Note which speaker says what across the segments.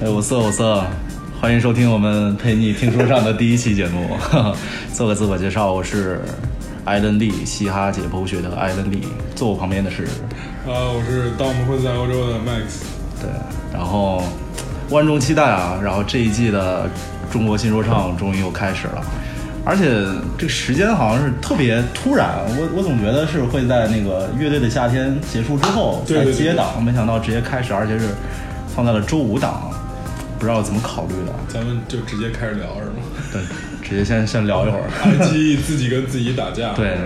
Speaker 1: 哎色，欢迎收听我们陪你听书上的第一期节目。 做个自我介绍，我是艾伦利，嘻哈解剖学的艾伦利。坐我旁边的是，
Speaker 2: 啊，我是当我们混在欧洲的 Max。
Speaker 1: 对，然后万众期待啊！然后这一季的中国新说唱终于又开始了，而且这个时间好像是特别突然，我我总觉得是会在那个乐队的夏天结束之后
Speaker 2: 对
Speaker 1: 再
Speaker 2: 对对
Speaker 1: 接档，没想到直接开始，而且是放在了周五档，不知道怎么考虑的。
Speaker 2: 咱们就直接开始聊是 吗？
Speaker 1: 对，直接先先聊一会 儿。
Speaker 2: 爱奇艺自己跟自己打架。
Speaker 1: 对，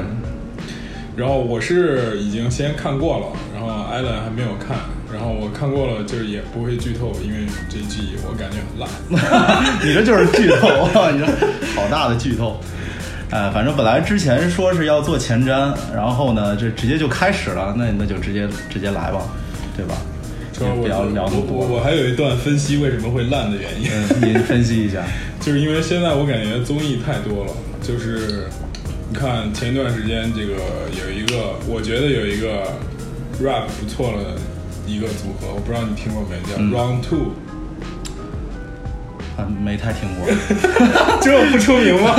Speaker 2: 然后我是已经先看过了，然后艾伦还没有看，然后我看过了，就是也不会剧透，因为这一季我感觉很烂。
Speaker 1: 你这就是剧透， 你这好大的剧透。哎，反正本来之前说是要做前瞻，然后呢，这直接就开始了，那那就直接直接来吧，对吧？
Speaker 2: 就是
Speaker 1: 也
Speaker 2: 我
Speaker 1: 不要聊那么
Speaker 2: 我我
Speaker 1: 多，
Speaker 2: 我还有一段分析为什么会烂的原因，
Speaker 1: 嗯，您分析一下。
Speaker 2: 就是因为现在我感觉综艺太多了，就是你看前段时间这个有一个，我觉得有一个 rap 不错的一个组合，我不知道你听过没，叫
Speaker 1: 嗯
Speaker 2: Round Two，、
Speaker 1: 啊，没太听 过，
Speaker 2: 这不出名吗？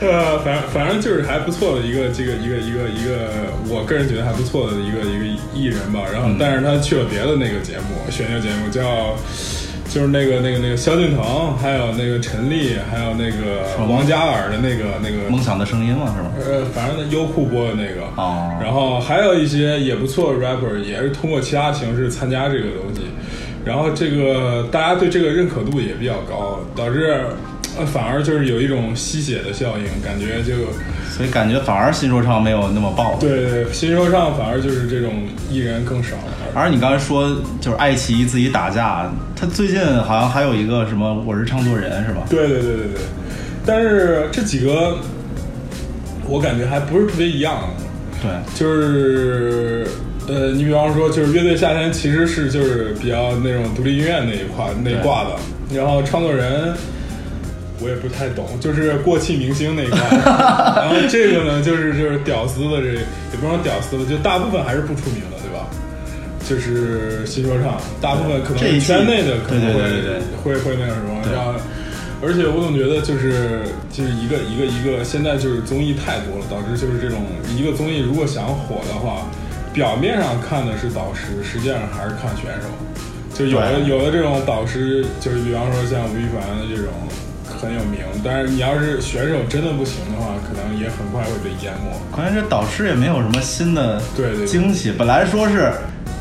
Speaker 2: 呃，反正反正就是还不错的一个这个一个一个一个，我个人觉得还不错的一个一个艺人吧。然后，但是他去了别的那个节目，选秀节目叫。就是那个那个那个萧敬腾，还有那个陈粒，还有那个王嘉尔的那个那个
Speaker 1: 《 梦想的声音》嘛，是吗？
Speaker 2: 呃，反正优酷播的那个，
Speaker 1: 哦
Speaker 2: 然后还有一些也不错的 rapper，也是通过其他形式参加这个东西，然后这个大家对这个认可度也比较高，导致呃反而就是有一种吸血的效应，感觉就
Speaker 1: 所以感觉反而新说唱没有那么爆。。
Speaker 2: 对对对新说唱反而就是这种艺人更少了，
Speaker 1: 而你刚才说就是爱奇艺自己打架，他最近好像还有一个什么《我是唱作人》是吧？
Speaker 2: 对对对对对，但是这几个我感觉还不是特别一样，
Speaker 1: 对，
Speaker 2: 就是呃，你比方说，就是乐队夏天其实是就是比较那种独立音乐那一块那一挂的，然后创作人我也不太懂，就是过气明星那一块。然后这个呢，就是就是屌丝的这也不能说屌丝了，就大部分还是不出名的，对吧？就是新说唱，大部分可能
Speaker 1: 这一
Speaker 2: 是
Speaker 1: 季
Speaker 2: 圈内的可能会
Speaker 1: 对对对对对
Speaker 2: 会会那个什么，
Speaker 1: 对
Speaker 2: 然后，而且我总觉得就是就是一个一个一个，现在就是综艺太多了，导致就是这种一个综艺如果想火的话，表面上看的是导师，实际上还是看选手。就有的
Speaker 1: 对
Speaker 2: 有的这种导师，就是比方说像吴亦凡的这种很有名，但是你要是选手真的不行的话，可能也很快会被淹没。
Speaker 1: 关键这导师也没有什么新的
Speaker 2: 对对对
Speaker 1: 惊喜。本来说是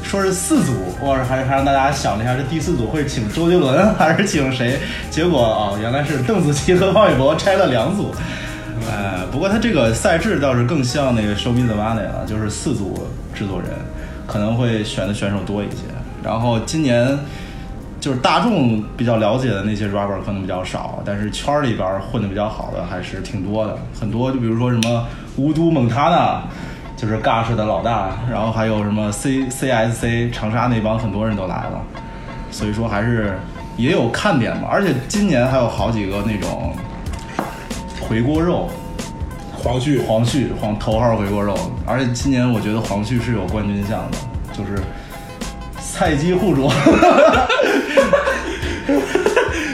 Speaker 1: 说是四组，我还还让大家想了一下，这第四组会请周杰伦还是请谁？结果啊、原来是邓紫棋和王玮博拆了两组。哎，不过他这个赛制倒是更像那个《Show Me the Money》了，就是四组制作人可能会选的选手多一些。然后今年就是大众比较了解的那些 rapper 可能比较少，但是圈儿里边儿混的比较好的还是挺多的，很多就比如说什么无都蒙塔纳，就是 Gush 的老大，然后还有什么 C C S C 长沙那帮很多人都来了，所以说还是也有看点嘛。而且今年还有好几个那种回锅肉，
Speaker 2: 黄旭，
Speaker 1: 黄旭黄头号回锅肉，而且今年我觉得黄旭是有冠军相的，就是菜鸡互啄。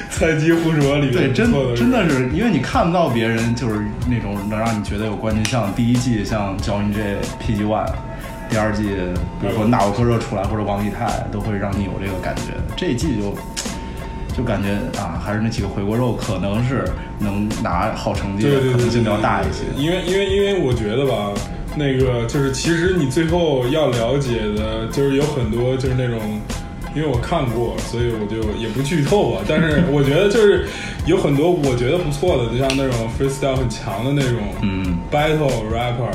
Speaker 2: 菜鸡互啄里
Speaker 1: 对，
Speaker 2: 面
Speaker 1: 真
Speaker 2: 做的
Speaker 1: 真的是，因为你看不到别人就是那种能让你觉得有冠军相。第一季像 John J、PG One，第二季比如说纳瓦克热出来或者王以太，都会让你有这个感觉。这一季就就感觉啊，还是那几个回锅肉可能是能拿好成绩，
Speaker 2: 对对对，
Speaker 1: 可能
Speaker 2: 对
Speaker 1: 性比较
Speaker 2: 对
Speaker 1: 大一
Speaker 2: 对
Speaker 1: 些。
Speaker 2: 因为因为因为我觉得吧，那个就是其实你最后要了解的，就是有很多就是那种。因为我看过，所以我就也不剧透吧。但是我觉得就是有很多我觉得不错的，就像那种 freestyle 很强的那种
Speaker 1: 嗯
Speaker 2: battle rapper，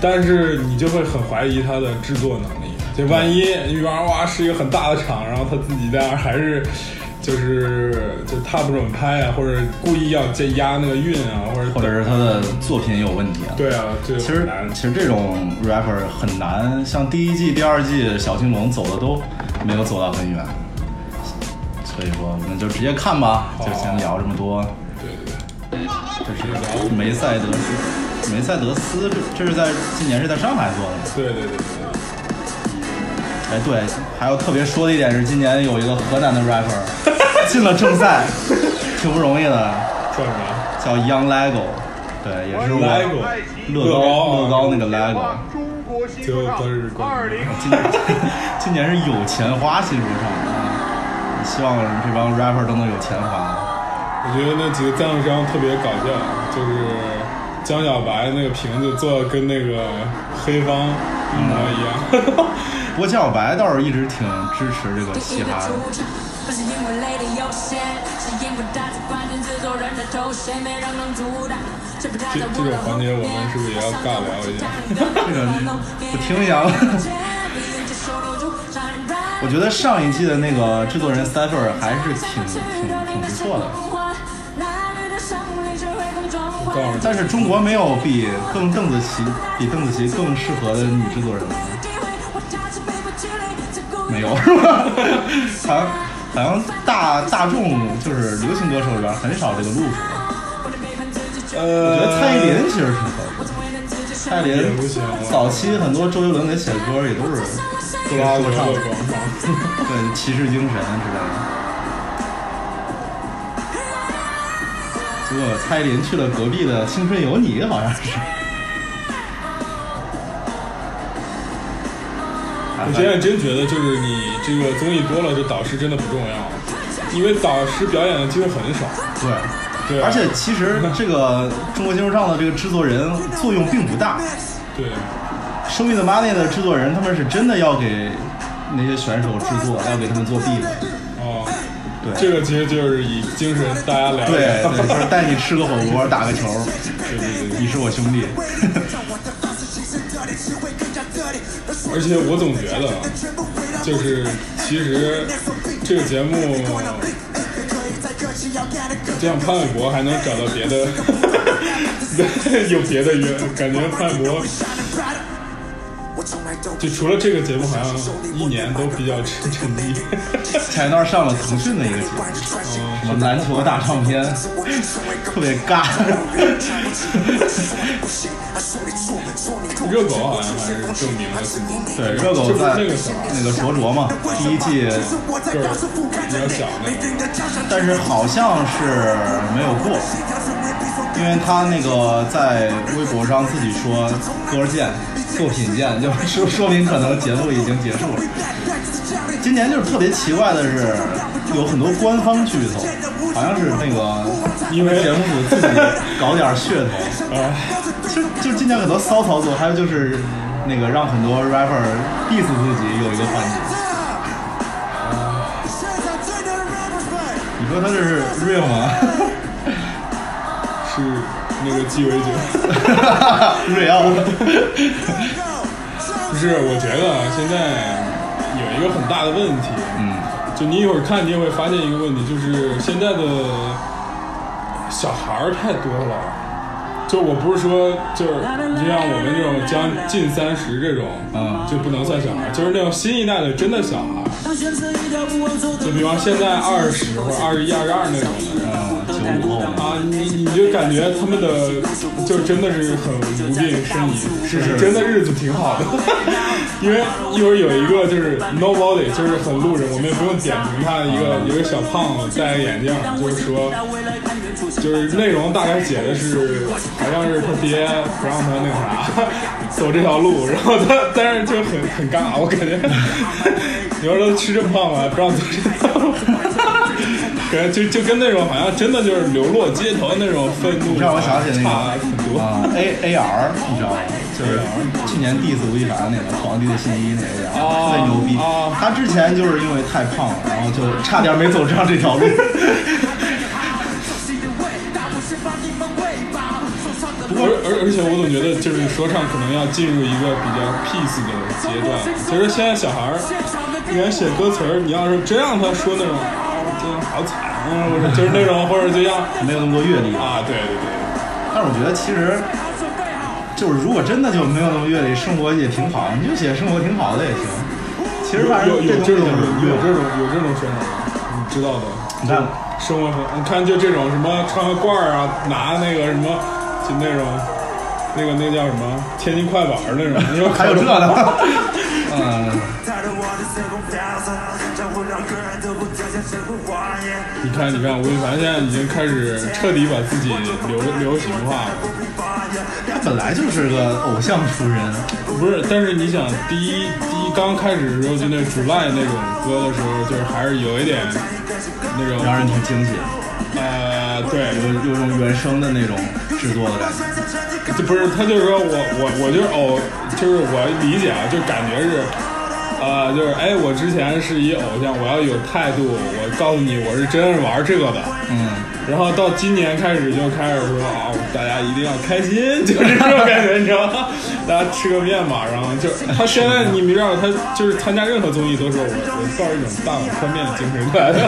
Speaker 2: 但是你就会很怀疑他的制作能力。就万一你比方说哇是一个很大的厂，然后他自己在那儿还是就是就他不准拍啊，或者故意要再压那个韵啊，或者
Speaker 1: 或者是他的作品有问题啊。
Speaker 2: 对啊，这
Speaker 1: 其
Speaker 2: 很
Speaker 1: 实
Speaker 2: 难
Speaker 1: 其实这种 rapper 很难，像第一季、第二季小青龙走的都没有走到很远，所以说我们就直接看吧，就先聊这么多。
Speaker 2: 对对对，
Speaker 1: 这是梅赛德斯，梅赛德斯，这这是在今年是在上海做的吗？
Speaker 2: 对对对对，
Speaker 1: 哎，对，还有特别说的一点是，今年有一个河南的 rapper 进了正赛，挺不容易的，
Speaker 2: 叫啥？
Speaker 1: 叫 Young Lego，对，也是我
Speaker 2: Lego
Speaker 1: 乐
Speaker 2: 乐
Speaker 1: 高
Speaker 2: 高啊
Speaker 1: 乐高那个 Lego。
Speaker 3: 呃中国新
Speaker 2: 就
Speaker 3: 说唱
Speaker 2: 都是关
Speaker 3: 二
Speaker 2: 于
Speaker 3: 零
Speaker 1: 今 今年是有钱花新说唱啊，希望这帮 rapper 都能有钱花。
Speaker 2: 我觉得那几个赞助商特别搞笑，就是江小白那个瓶子做的跟那个黑方一模一样。
Speaker 1: 不过江小白倒是一直挺支持这个嘻哈的，
Speaker 4: 不是因为累的悠闲，是因为打着冠军制作人的头衔，没人能阻挡。这
Speaker 2: 这这
Speaker 4: 这
Speaker 2: 个环节我们是不是也要尬聊一下
Speaker 1: 这个我听一下吧我觉得上一季的那个制作人 s t a f f o r 还是挺挺挺不错的，
Speaker 4: 的
Speaker 2: 告诉你
Speaker 1: 但是中国没有比更邓紫棋比邓紫棋更适合的女制作人了，没有 是吧？好像好像大大众就是流行歌手里边很少这个路数。我
Speaker 2: 呃，
Speaker 1: 觉得蔡依林其实挺合适的，蔡依
Speaker 2: 也
Speaker 1: 林
Speaker 2: 不行啊
Speaker 1: 早期很多周杰伦给写的歌也都是
Speaker 2: 布拉格的广场，
Speaker 1: 对骑士精神之类的。结果蔡依林去了隔壁的《青春有你》，好像是。啊
Speaker 2: 我现在真觉得就是你这个综艺多了，这导师真的不重要了，因为导师表演的机会很少。
Speaker 1: 对，
Speaker 2: 对，
Speaker 1: 而且其实这个中国金说唱的这个制作人作用并不大，
Speaker 2: 对，
Speaker 1: 《Show Me the Money》的制作人他们是真的要给那些选手制作，要给他们做 beat 的。
Speaker 2: 哦，
Speaker 1: 对，
Speaker 2: 这个其实就是以精神大家聊一
Speaker 1: 对
Speaker 2: 聊。
Speaker 1: 对，就是带你吃个火锅，打个球，
Speaker 2: 对对对
Speaker 1: 你是我兄弟。
Speaker 2: 而且我总觉得，就是其实这个节目，这样潘玮柏还能找到别的， 有别的约，感觉潘玮柏就除了这个节目，好像一年都比较沉沉溺。
Speaker 1: 前一段上了腾讯的一个节目，
Speaker 2: 嗯
Speaker 1: 什么篮球大唱片，特别尬。
Speaker 2: 热狗好像还是证明了自己，
Speaker 1: 对，热狗在
Speaker 2: 这不是那个什么
Speaker 1: 那个卓卓嘛，第一季，
Speaker 2: 就是比较小那个，
Speaker 1: 但是好像是没有过，因为他那个在微博上自己说歌见、作品见，就是说说明可能节目已经结束了。今年就是特别奇怪的是，有很多官方噱头，好像是那个
Speaker 2: 因为
Speaker 1: 节目组自己搞点噱头，
Speaker 2: 啊，
Speaker 1: 就就今年很多骚操作，还有就是那个让很多 rapper diss 自己有一个环节，你说呃他这是 real 吗
Speaker 2: 是那个鸡尾 酒。
Speaker 1: ？real，
Speaker 2: 不是，我觉得啊现在有一个很大的问题，嗯，就你一会儿看，你也会发现一个问题，就是现在的小孩儿太多了。就我不是说，就是你就像我们这种将近三十这种，
Speaker 1: 嗯
Speaker 2: 就不能算小孩儿，就是那种新一代的真的小孩儿，就比方现在二十或者二十一、二十二那种的人。
Speaker 1: 九五后。
Speaker 2: 啊，你你就感觉他们的就真的是很无病呻吟，是是，真的日子挺好的。 因为一会儿有一个就是 nobody，就是很路人，我们也不用点评他的一个有一个小胖子戴个眼镜，就是说，就是内容大概写的是好像是他爹不让他那啥 走这条路，然后他但是就很很尬，我感觉 你要说吃这么胖了不让走这条路。 感觉就就跟那种好像真的就是流落街头那种愤怒，
Speaker 1: 让我想起那个
Speaker 2: 差很多。
Speaker 1: 啊，A A R，你知道吗？就是去年 diss 吴亦凡那个《皇帝的新衣》那个 A R，
Speaker 2: 哦
Speaker 1: 特别牛逼
Speaker 2: 哦。
Speaker 1: 他之前就是因为太胖了，然后就差点没走上这条路。
Speaker 2: 不过，而而且我总觉得就是说唱可能要进入一个比较 peace 的阶段。就是现在小孩儿，你看写歌词儿，你要是真让他说那种，哦，真的好惨啊，或者就是那种，或者就要
Speaker 1: 没有那么多阅历，
Speaker 2: 啊，对对对，
Speaker 1: 但是我觉得其实就是如果真的就没有那么阅历，生活也挺好，你就写生活挺好的也行。其实反正
Speaker 2: 有有有
Speaker 1: 这
Speaker 2: 这
Speaker 1: 东
Speaker 2: 种
Speaker 1: 西就是
Speaker 2: 有这种有这种选手吗，你知道的。
Speaker 1: 你看
Speaker 2: 生活很，你看就这种什么穿个褂儿啊，拿那个什么，就那种，那个那叫什么天津快板儿那种，你说
Speaker 1: 还有这呢。嗯，
Speaker 3: 的神功飘散，让我两个人都不掉下神功花言。
Speaker 2: 你看，你看，吴亦凡现在已经开始彻底把自己流流行化了。
Speaker 1: 他本来就是个偶像出身，
Speaker 2: 不是，但是你想，第一第一刚开始的时候，就那主赖那种歌的时候，就是还是有一点那种
Speaker 1: 让人挺惊喜，
Speaker 2: 呃，对，
Speaker 1: 有有种原声的那种制作的感觉。
Speaker 2: 就不是，他就是说我我我就是偶，就是我理解啊，就感觉是，呃，就是哎，我之前是一偶像，我要有态度，我告诉你我是真是玩这个的，
Speaker 1: 嗯，
Speaker 2: 然后到今年开始就开始说啊，大家一定要开心，就是这种感觉，你知道吗？大家吃个面嘛，然后就他现在你们知道，他就是参加任何综艺都说我我抱着一种大碗宽面的精神 来的，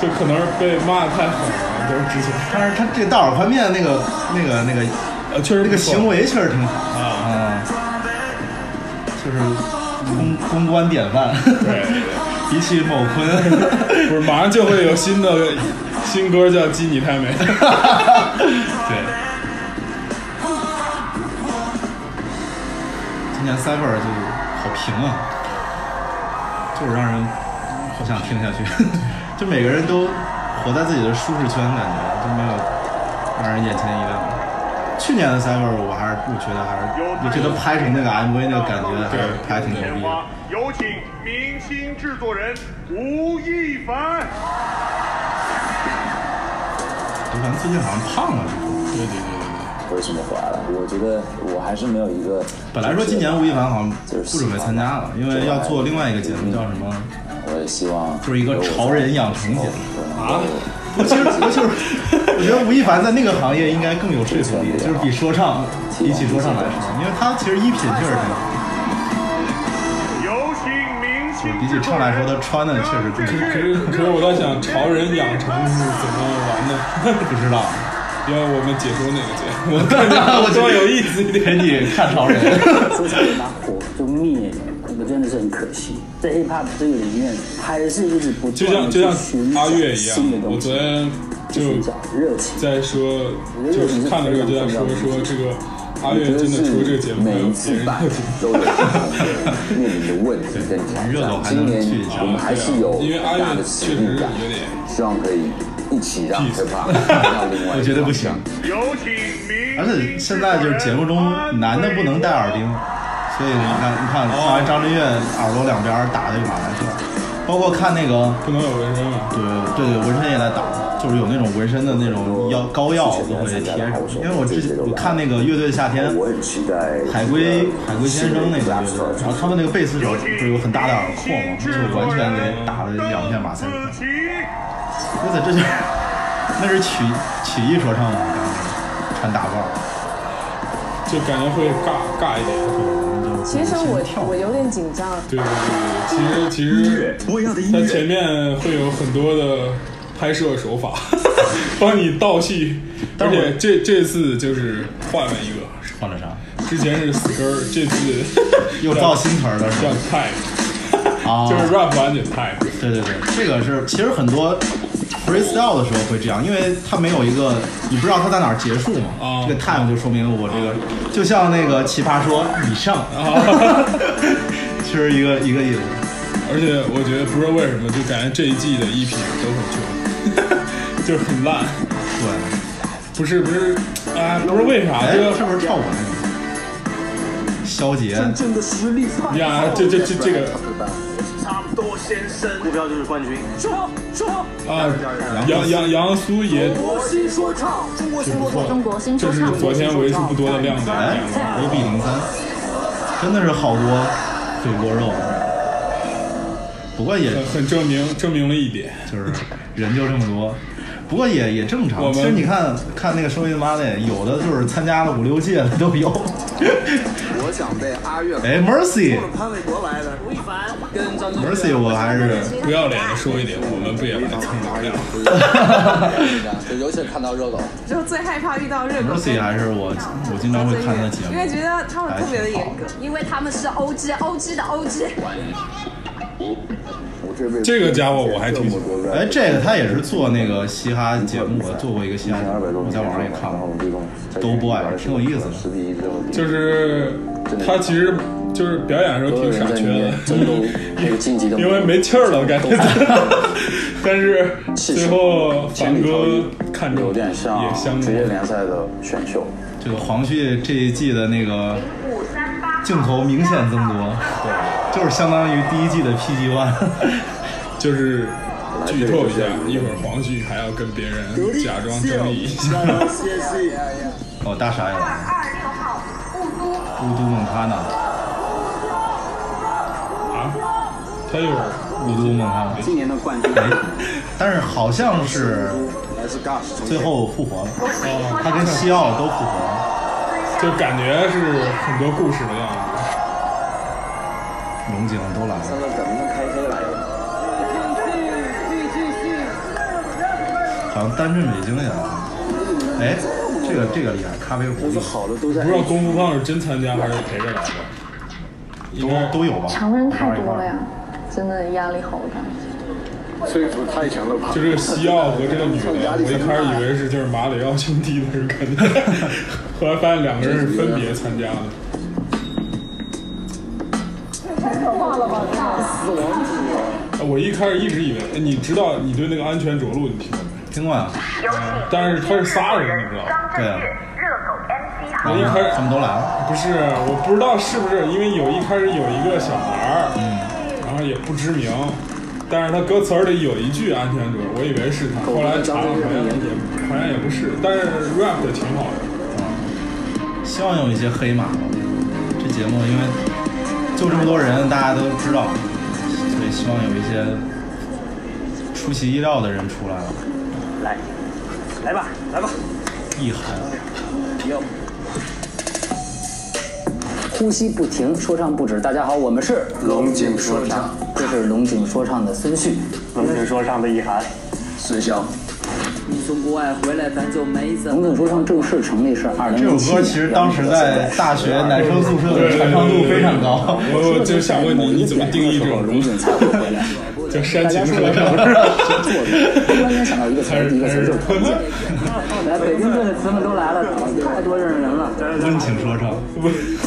Speaker 2: 就可能是被骂得太狠了，就是之前
Speaker 1: 但是他这大碗宽面那个那个那个
Speaker 2: 呃确实
Speaker 1: 那
Speaker 2: 不
Speaker 1: 个
Speaker 2: 错
Speaker 1: 行为确实挺好
Speaker 2: 啊。
Speaker 1: 啊，就是公公关典范，
Speaker 2: 对对对
Speaker 1: 比起某坤，
Speaker 2: 不是，马上就会有新的新歌叫《鸡你太美》。
Speaker 1: 对。今年 Cypher 就好平啊，就是让人好想听下去， 就每个人都活在自己的舒适圈，感觉就没有让人眼前一亮。去年的 Cypher 我还是我觉得还是，我觉得拍成那个 MV 那个感觉还是拍挺牛逼的。
Speaker 5: 有请明星制作人吴亦凡。
Speaker 1: 刘凡最近好像胖了，
Speaker 2: 对对对
Speaker 6: 为什么回来了？我觉得我还是没有一个。
Speaker 1: 本来说今年吴亦凡好像
Speaker 6: 就是
Speaker 1: 不准备参加了，因为要做另外一个节目，叫什么？
Speaker 6: 我也希望
Speaker 1: 就是一个潮人养成节目
Speaker 6: 啊，
Speaker 1: 我其实我就是，我觉得吴亦凡在那个行业应该更有说服力，就是比说唱比起说唱来说，因为他其实衣品确实挺好，
Speaker 5: 有请明星
Speaker 1: 比起唱来说，他穿的确实
Speaker 2: 对，
Speaker 1: 更
Speaker 2: 可是可是我在想，潮人养成是怎么玩的？
Speaker 1: 不知道。
Speaker 2: 因为我们解说那个节目，我感觉我多有意思一
Speaker 1: 给
Speaker 2: 点。
Speaker 1: 你看潮人，
Speaker 7: 说起来把
Speaker 2: 啊
Speaker 7: 火就灭了，那个真的是很可惜。在 hip hop 这个里面，还是一直不
Speaker 2: 就
Speaker 7: 断
Speaker 2: 像
Speaker 7: 的
Speaker 2: 就
Speaker 7: 去
Speaker 2: 像
Speaker 7: 寻找
Speaker 2: 阿月一
Speaker 7: 新的
Speaker 2: 样，我
Speaker 7: 东西
Speaker 2: 昨，天
Speaker 7: 去寻找
Speaker 2: 就
Speaker 7: 热情。
Speaker 2: 在说，就是看了这个就在说说这个阿月真的出这个节目
Speaker 6: 每一
Speaker 2: 别
Speaker 6: 次
Speaker 2: 人
Speaker 6: 版
Speaker 2: 要听。
Speaker 6: 都有面临的问题跟
Speaker 1: 热
Speaker 6: 挑
Speaker 1: 狗
Speaker 6: 战。
Speaker 1: 还
Speaker 6: 今
Speaker 1: 能
Speaker 6: 年
Speaker 1: 去啊
Speaker 6: 我们还是有
Speaker 2: 因为阿
Speaker 6: 很
Speaker 2: 月
Speaker 6: 大的
Speaker 2: 确
Speaker 6: 使
Speaker 2: 实
Speaker 6: 命
Speaker 2: 有
Speaker 6: 感，
Speaker 2: 点。
Speaker 6: 希望可以一起让 hip hop 让另外一个
Speaker 1: 我觉得不行。
Speaker 5: 有请明
Speaker 1: 而且现在就是节目中男的不能戴耳钉，所以你看你看看完张震岳耳朵两边打的就马来特，包括看那个
Speaker 2: 不能有纹身嘛？
Speaker 1: 对对对，纹身也在打，就是有那种纹身的那种药膏药都会贴上。因为我之前我看那个乐队夏天，
Speaker 6: 我很期待
Speaker 1: 海龟海龟先生那个乐队，然后他们那个贝斯手不是有很大的耳廓吗？就完全给打了两片马赛克。
Speaker 5: 子琪，
Speaker 1: 我操，这就是那是曲曲艺说唱吗？穿大褂，
Speaker 2: 就感觉会尬尬一点。
Speaker 8: 其实
Speaker 1: 跳
Speaker 8: 我我有点紧张，
Speaker 2: 对对对，对其实其实。
Speaker 3: 我要的音
Speaker 2: 它
Speaker 3: 乐
Speaker 2: 前面会有很多的拍摄手法，帮你倒叙，而
Speaker 1: 但是我
Speaker 2: 且这这次就是换了一个，
Speaker 1: 换了啥？
Speaker 2: 之前是死根儿，这次
Speaker 1: 又造新词儿了是
Speaker 2: 叫
Speaker 1: 吧？
Speaker 2: type，
Speaker 1: 啊，
Speaker 2: 就是 rap 版本 type，
Speaker 1: 对对对，这个是其实很多 freestyle 的时候会这样，因为它没有一个你不知道它在哪儿结束嘛。
Speaker 2: 啊
Speaker 1: 这个 time 就说明我这个，就像那个奇葩说以上，
Speaker 2: 啊
Speaker 1: 其实一个一个意思。
Speaker 2: 而且我觉得不知道为什么，就感觉这一季的衣品都很旧，就是很烂，
Speaker 1: 对，
Speaker 2: 不是不是啊，不知道为啥啊
Speaker 1: 哎
Speaker 2: 这个，
Speaker 1: 是不是跳舞那个？肖杰，
Speaker 3: 真的实力派
Speaker 2: 呀，这这这这个
Speaker 3: 差不多先生，目标就是冠军。说说，
Speaker 2: 啊，杨杨杨苏也。
Speaker 3: 我新说唱，中国新说唱。
Speaker 8: 中国新
Speaker 2: 这
Speaker 8: 说
Speaker 2: 是
Speaker 8: 唱
Speaker 2: 昨天为数不多的亮点，啊
Speaker 1: 哎，O B 零三，真的是好多回锅肉。不过也
Speaker 2: 很很证明证明了一点，
Speaker 1: 就是人就这么多。不过也也正
Speaker 2: 我
Speaker 1: 常，
Speaker 2: 们
Speaker 1: 其实你看看那个《收音妈的，有的就是参加了五六届的都有。
Speaker 3: 我想被阿月
Speaker 1: 哎，Mercy
Speaker 3: 潘玮柏来的，吴亦凡跟张
Speaker 1: Mercy，我还是
Speaker 2: 不要脸的说一点，我们不也来蹭流量？
Speaker 6: 就尤其看到热狗，
Speaker 8: 就最害怕遇到热狗
Speaker 1: Mercy 还是我我经常会看他的节目
Speaker 8: 因，为觉得他们特别的严格。
Speaker 4: 因为他们是 OG，OG 的 OG。
Speaker 6: 我是被
Speaker 2: 这个家伙我还挺喜欢
Speaker 6: 欢
Speaker 1: 哎，这个他也是做那个嘻哈节目，我做过一个嘻哈节
Speaker 6: 二百多
Speaker 1: 目，我在网上也看过。都不爱挺有意思的
Speaker 6: 十比一之后，
Speaker 2: 就是他其实就是表演的时候挺傻缺的，
Speaker 6: 争斗那个晋级的，
Speaker 2: 因为没气儿了感觉。 但是最后
Speaker 6: 前
Speaker 2: 凡哥看中
Speaker 6: 有
Speaker 2: 了
Speaker 6: 点像
Speaker 2: 也相
Speaker 6: 职业
Speaker 2: 中，
Speaker 6: 联赛的选秀，
Speaker 1: 这个黄旭这一季的那个镜头明显增多，对，就是相当于第一季的 PG One。
Speaker 2: 就是剧透一下，一会儿黄旭还要跟别人假装争议一下。
Speaker 1: 哦，大傻也来了。乌都蒙塔纳，
Speaker 2: 啊，他有
Speaker 1: 乌都蒙塔纳，
Speaker 9: 今年的冠军
Speaker 1: 但是好像哎是
Speaker 9: 来自 Gas 重
Speaker 1: 最
Speaker 9: 庆，
Speaker 1: 后复活了，他跟西奥都复活了。
Speaker 2: 就感觉是很多故事的样子。
Speaker 1: 龙井都来
Speaker 9: 他
Speaker 1: 了，
Speaker 9: 说怎么能开黑来了？
Speaker 1: 好像单纯北京也来了。哎，这个这个厉害，咖啡壶
Speaker 9: 不是好的都在
Speaker 2: 不知道功夫胖是真参加还是陪着来的，应该
Speaker 1: 都都有吧？
Speaker 10: 常人太多了呀，真的压力好大。
Speaker 9: 岁数太强了吧？
Speaker 2: 就是西奥和这个女的，我一开始以为是就是马里奥兄弟的感觉，后来发现两个人是分别参加的。啊我一开始一直以为，哎你知道你对那个安全着陆你听过没？
Speaker 1: 听过呀，
Speaker 2: 嗯但是他是仨人，你知道吗？
Speaker 1: 对呀，
Speaker 2: 我一开始
Speaker 1: 他们都来了，
Speaker 2: 不是，我不知道是不是因为有一开始有一个小孩儿，嗯，然后也不知名，但是他歌词儿里有一句安全着，我以为是他，后来查了好像也好像也不是，但是 rap 的挺好的，
Speaker 1: 希望有一些黑马吧。这节目因为就这么多人，大家都知道，所以希望有一些出其意料的人出来了。
Speaker 9: 来，来吧，来吧，
Speaker 1: 意涵，
Speaker 9: 哟，
Speaker 7: 呼吸不停，说唱不止。大家好，我们是
Speaker 6: 龙井说唱，
Speaker 7: 这是龙井说唱的孙旭。
Speaker 9: 能听啊说唱的意涵，
Speaker 6: 孙骁，
Speaker 7: 你从国外回来，咱就没龙井说唱正式成立是二零
Speaker 1: 这首
Speaker 7: 零七
Speaker 1: 歌
Speaker 7: 年。
Speaker 1: 其实当时在大学男生宿舍的
Speaker 2: 对
Speaker 1: 传唱度非常高。
Speaker 2: 我我就想问你，你怎么定义这种
Speaker 7: 龙井才会回 来？
Speaker 2: 叫煽情
Speaker 7: 说
Speaker 2: 说
Speaker 7: 的
Speaker 2: 唱？
Speaker 7: 做的，突然间想到一个词
Speaker 2: 还
Speaker 7: 儿，
Speaker 2: 是
Speaker 7: 一个
Speaker 2: 还
Speaker 7: 词儿
Speaker 2: 是
Speaker 7: 就是关键。来，北京这里朋友都来了，太多认识人了。
Speaker 1: 温情说唱，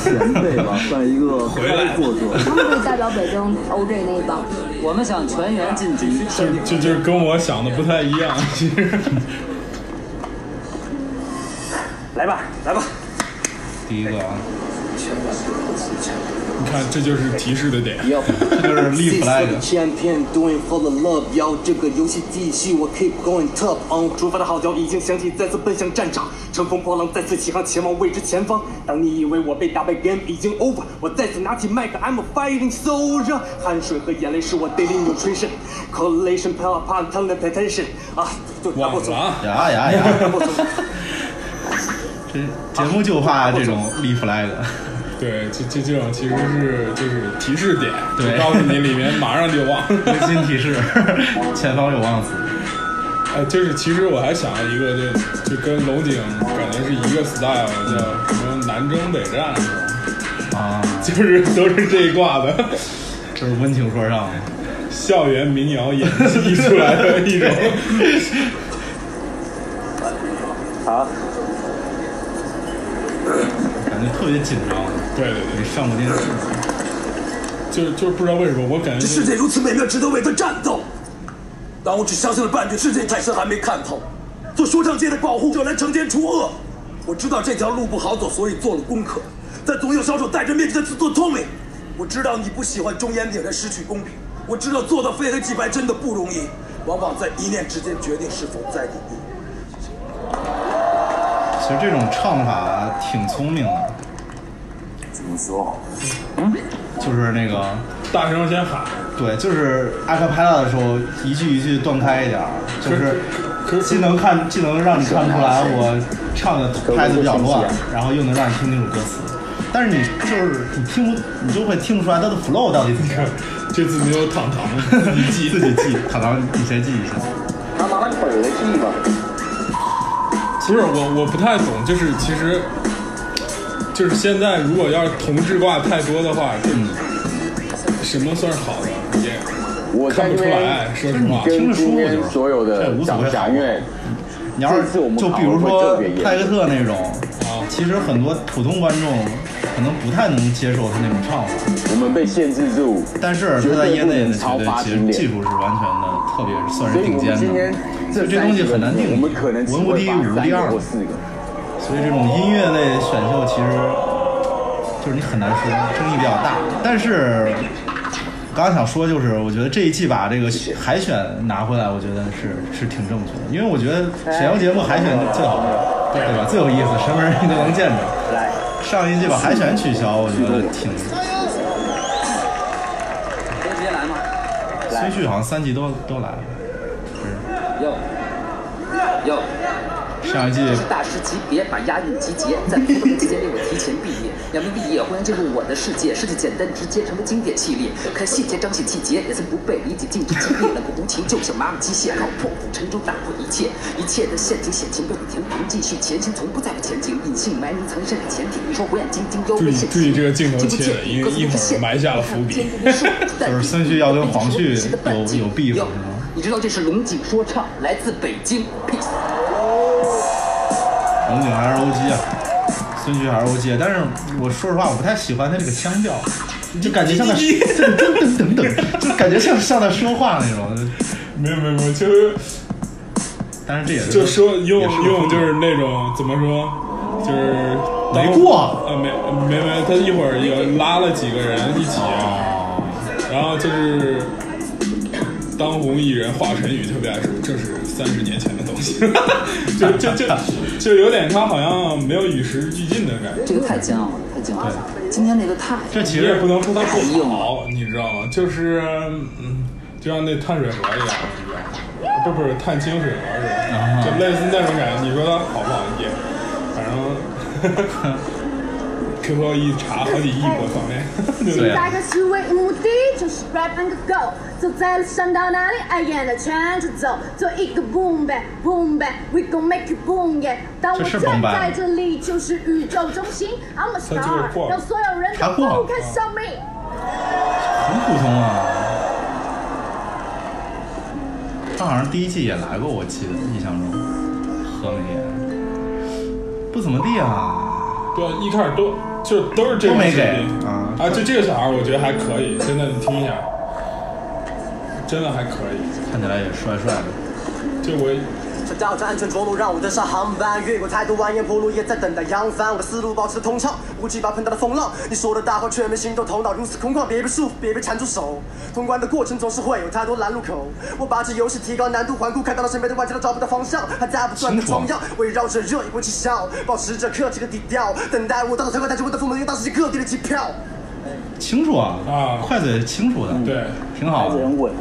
Speaker 9: 前辈吧，算一个
Speaker 2: 回来
Speaker 9: 做作。
Speaker 10: 他们会代表北京 OJ 那一帮。
Speaker 7: 我们想全员晋级，
Speaker 2: 就就就是跟我想的不太一样，其实
Speaker 9: 来吧，来吧，
Speaker 1: 第一个啊，
Speaker 2: 你看这就是提示的点。
Speaker 1: 这就是立 flag，
Speaker 9: Champion doing for the love，要这个游戏继续，我 keep going top on。出发的号角已经响起，再次奔向战场，乘风破浪，再次起航，前往未知前方。当你以为我被打败，game 已经 over，我再次拿起麦克，I'm a fighting soldier。汗水和眼泪是我 daily nutrition，collation p a l p a t e tension。啊，对，拿
Speaker 2: 忘
Speaker 9: 不
Speaker 2: 了
Speaker 9: 走，
Speaker 2: 啊，
Speaker 1: 呀呀 呀！
Speaker 9: 拿不走。
Speaker 1: 这节目就怕这种立 flag，
Speaker 2: 对，这这这种其实是就是提示点，就
Speaker 1: 对
Speaker 2: 告诉你里面马上就忘。
Speaker 1: 温馨提示， 前方有望子。
Speaker 2: 哎，就是其实我还想了一个，就就跟龙井感觉是一个 style，叫什么南征北战是吧？
Speaker 1: 啊，
Speaker 2: 就是都是这一挂的
Speaker 1: 这是温情说唱，
Speaker 2: 校园民谣演绎出来的一种。
Speaker 9: 啊，
Speaker 1: 感觉特别紧张，
Speaker 2: 对对
Speaker 1: 没
Speaker 2: 对，
Speaker 1: 上过电视。
Speaker 2: 就是就是不知道为什么，我感觉
Speaker 11: 世界如此美妙，值得为它战斗。当我只相信了半句，世界太深还没看透。做说唱界的保护者来惩奸除恶，我知道这条路不好走，所以做了功课。但总有小丑戴着面具的自作聪明。我知道你不喜欢忠言逆耳失去公平。我知道做到非黑即白真的不容易，往往在一念之间决定是否在第一。
Speaker 1: 其实这种唱法挺聪明的，
Speaker 6: 怎么说？
Speaker 1: 就是那个
Speaker 2: 大声先喊，
Speaker 1: 对，就是阿卡派拉的时候，一句一句断开一点儿，就是
Speaker 2: 可是
Speaker 1: 既能看，既能让你看出来我唱的拍子比较乱，然后又能让你听清楚歌词。但是你就是你听不，你就会听不出来它的 flow 到底怎么样。
Speaker 2: 这次没有糖糖，自己记
Speaker 1: 自己记，可能你先记一下。
Speaker 6: 他拿本儿记吧。
Speaker 2: 不是我，我不太懂，就是其实，就是现在如嗯果要是同质化太多的话，这什么算是好的？也
Speaker 12: 我
Speaker 2: 看不出来，
Speaker 6: 哎
Speaker 2: 说实话，
Speaker 12: 跟今天所有的涨价，因为
Speaker 1: 你要
Speaker 12: 这次我
Speaker 1: 是
Speaker 12: 们
Speaker 1: 就比
Speaker 12: 讨
Speaker 1: 如
Speaker 12: 论会特
Speaker 1: 说
Speaker 12: 别严
Speaker 1: 派克特那种，啊其实很多普通观众可能不太能接受他那种唱法。
Speaker 12: 我们被限制住，
Speaker 1: 但是他在业内的绝对技技术是完全的，特别是算是顶尖
Speaker 12: 所以我们今天
Speaker 1: 的，所以这东西很难定义。
Speaker 12: 我们可能只
Speaker 1: 文无第一，
Speaker 12: 会把
Speaker 1: 武无第
Speaker 12: 三
Speaker 1: 二
Speaker 12: 个或，四个。
Speaker 1: 所以这种音乐类选秀其实就是你很难说，争议比较大。但是我刚刚想说就是，我觉得这一季把这个海选拿回来，我觉得是是挺正确的，因为我觉得选秀节目海选最好玩，对吧？最有意思，什么人你都能见着。上一季把海选取消，我觉得挺。
Speaker 10: 可以直接来吗？
Speaker 1: 孙旭好像三季都都来了。
Speaker 10: 哟哟，
Speaker 1: 上一季
Speaker 10: 这是大师级别，把押韵集结，在不同的时间令我提前毕业。两名毕业，忽然进入我的世界，设计简单直接，成为经典系列。看细节彰显气节，也曾不被理解，禁止激烈，冷酷无情，就像妈妈机械，靠破釜沉舟打破一切，一切的陷阱险情被我填平，继续前行，从不在乎前景，隐姓埋名藏身海潜艇，你说火眼金睛幽
Speaker 2: 注
Speaker 10: 微
Speaker 2: 意
Speaker 10: 现
Speaker 2: 注意这个镜头切的，一
Speaker 10: 各自
Speaker 2: 一会
Speaker 10: 无限
Speaker 2: 儿埋下了伏笔。
Speaker 1: 就是孙旭要跟黄旭有有 beef 是吗？
Speaker 10: 你知道这是龙井说唱，来自北京，peace。
Speaker 1: 龙井还是 OG 啊，孙旭还是 OG，啊但是我说实话，我不太喜欢他这个腔调，就感觉像在噔噔噔噔 噔， 就感觉像像在说话那种。
Speaker 2: 没有没有没有，就是
Speaker 1: 但是这也是
Speaker 2: 就说用
Speaker 1: 也是个
Speaker 2: 用就是那种怎么说，就是
Speaker 1: 没过啊
Speaker 2: 呃没没没，他一会儿也拉了几个人一起啊，然后就是当红艺人华晨宇特别爱说这是三十年前的东西， 就就就就有点他好像没有与时俱进的感觉。
Speaker 10: 这个太煎熬了，太煎熬了。今天这个太……
Speaker 1: 这其
Speaker 2: 你也
Speaker 1: 实
Speaker 2: 不能说它不
Speaker 1: 啊
Speaker 2: 好，你知道吗？就是嗯，就像那碳水盒一样，你知道吗？不不是碳清水盒是
Speaker 1: 啊
Speaker 2: 吧？就类似那种感觉。你说它好不好也，反正 QQ 一查好几亿播放量， 对不
Speaker 1: 对
Speaker 2: 对？
Speaker 1: 啊
Speaker 13: 下个是为目的，就是 rap and go。走在路上到哪里，哎爱眼的全就走，做一个 boom bang boom bang，we gon make you boom yeah。当我
Speaker 1: 这是蹦
Speaker 13: 站
Speaker 1: 吧
Speaker 13: 在这里，就是宇宙中心，I'm a
Speaker 1: 他就是
Speaker 13: star，
Speaker 1: 逛
Speaker 13: 让所有人
Speaker 1: 他
Speaker 13: 都
Speaker 1: 逛
Speaker 13: 不看上面。
Speaker 1: 很普通啊。他好像第一季也来过，我记得印象中，何美也不怎么地啊，
Speaker 2: 对啊，一开始都就都是这
Speaker 1: 都
Speaker 2: 种
Speaker 1: 没
Speaker 2: 视频
Speaker 1: 给啊
Speaker 2: 啊，就这个小孩儿我觉得还可以，真的你听一下，真的还可以。
Speaker 1: 看起来也帅帅的。
Speaker 2: 这我
Speaker 7: 穿戴着安全着陆，让我登上航班。越过太多蜿蜒坡路，也在等待扬帆。我的思路保持通畅，无惧怕喷到的风浪。你说的大话却没行动，头脑如此空旷，别被束缚，别被缠住手。通关的过程总是会有太多拦路口。我把这游戏提高难度，环顾看到了身边的玩家都找不到方向，还在不断的装药，围绕着热议微气笑，保持着客气的底调，等待我到达台湾，带着我的父母，又到世界各地的机票。
Speaker 1: 清楚啊，啊，快嘴清楚的，
Speaker 2: 对，
Speaker 1: 挺好的，
Speaker 10: 人稳，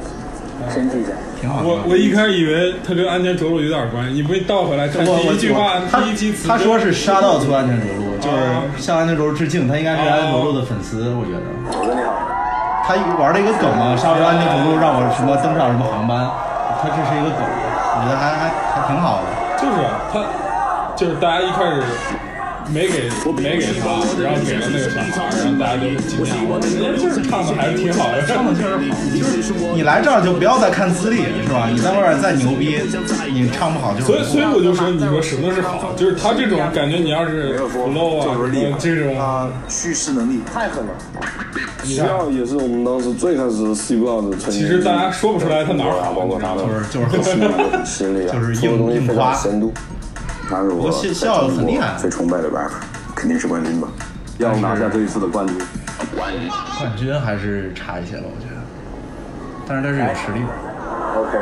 Speaker 10: 身体在，
Speaker 1: 挺好。啊
Speaker 2: 我我一开始以为他跟安全着陆有点关系，你不会倒回来看
Speaker 1: 我
Speaker 2: 第
Speaker 1: 我
Speaker 2: 一句话，
Speaker 1: 他
Speaker 2: 第一句词啊
Speaker 1: 他说是
Speaker 2: 杀
Speaker 1: 杀
Speaker 2: 到
Speaker 1: 到村安全着陆，就是向安全着陆致敬，他应该是安全着陆的粉丝，我觉得。
Speaker 7: 我跟你好。
Speaker 1: 他玩了一个梗嘛，上回安全着陆让我什么登上什么航班，他这是一个梗，我觉得还还还挺好的。
Speaker 2: 就是他，就是大家一开始没给没给他，然后给了那个小孩，然后大家都惊讶，我就是唱的还是挺好的，
Speaker 1: 唱的确实好，就是你来这儿就不要再看资历，是吧？你在外面再牛逼，你唱不好就 是。
Speaker 2: 所以所以我就说，你说什么是好，就是他这种感觉，你要是 flow 啊，什么这种
Speaker 1: 啊
Speaker 6: 叙事能力太狠了。
Speaker 2: 你
Speaker 14: 学
Speaker 2: 看
Speaker 14: 校也是我们当时最开始 C block 的成员。
Speaker 2: 其实大家说不出来他哪儿好
Speaker 14: 包括他的
Speaker 1: 就是
Speaker 14: 很的心理啊，所有东西非常深度。
Speaker 6: 他是我在中国最崇拜的 rapper，肯定是冠军吧？要拿下这一次的冠军。
Speaker 1: 冠军还是差一些了，我觉得，但是他是有实力的。
Speaker 6: OK，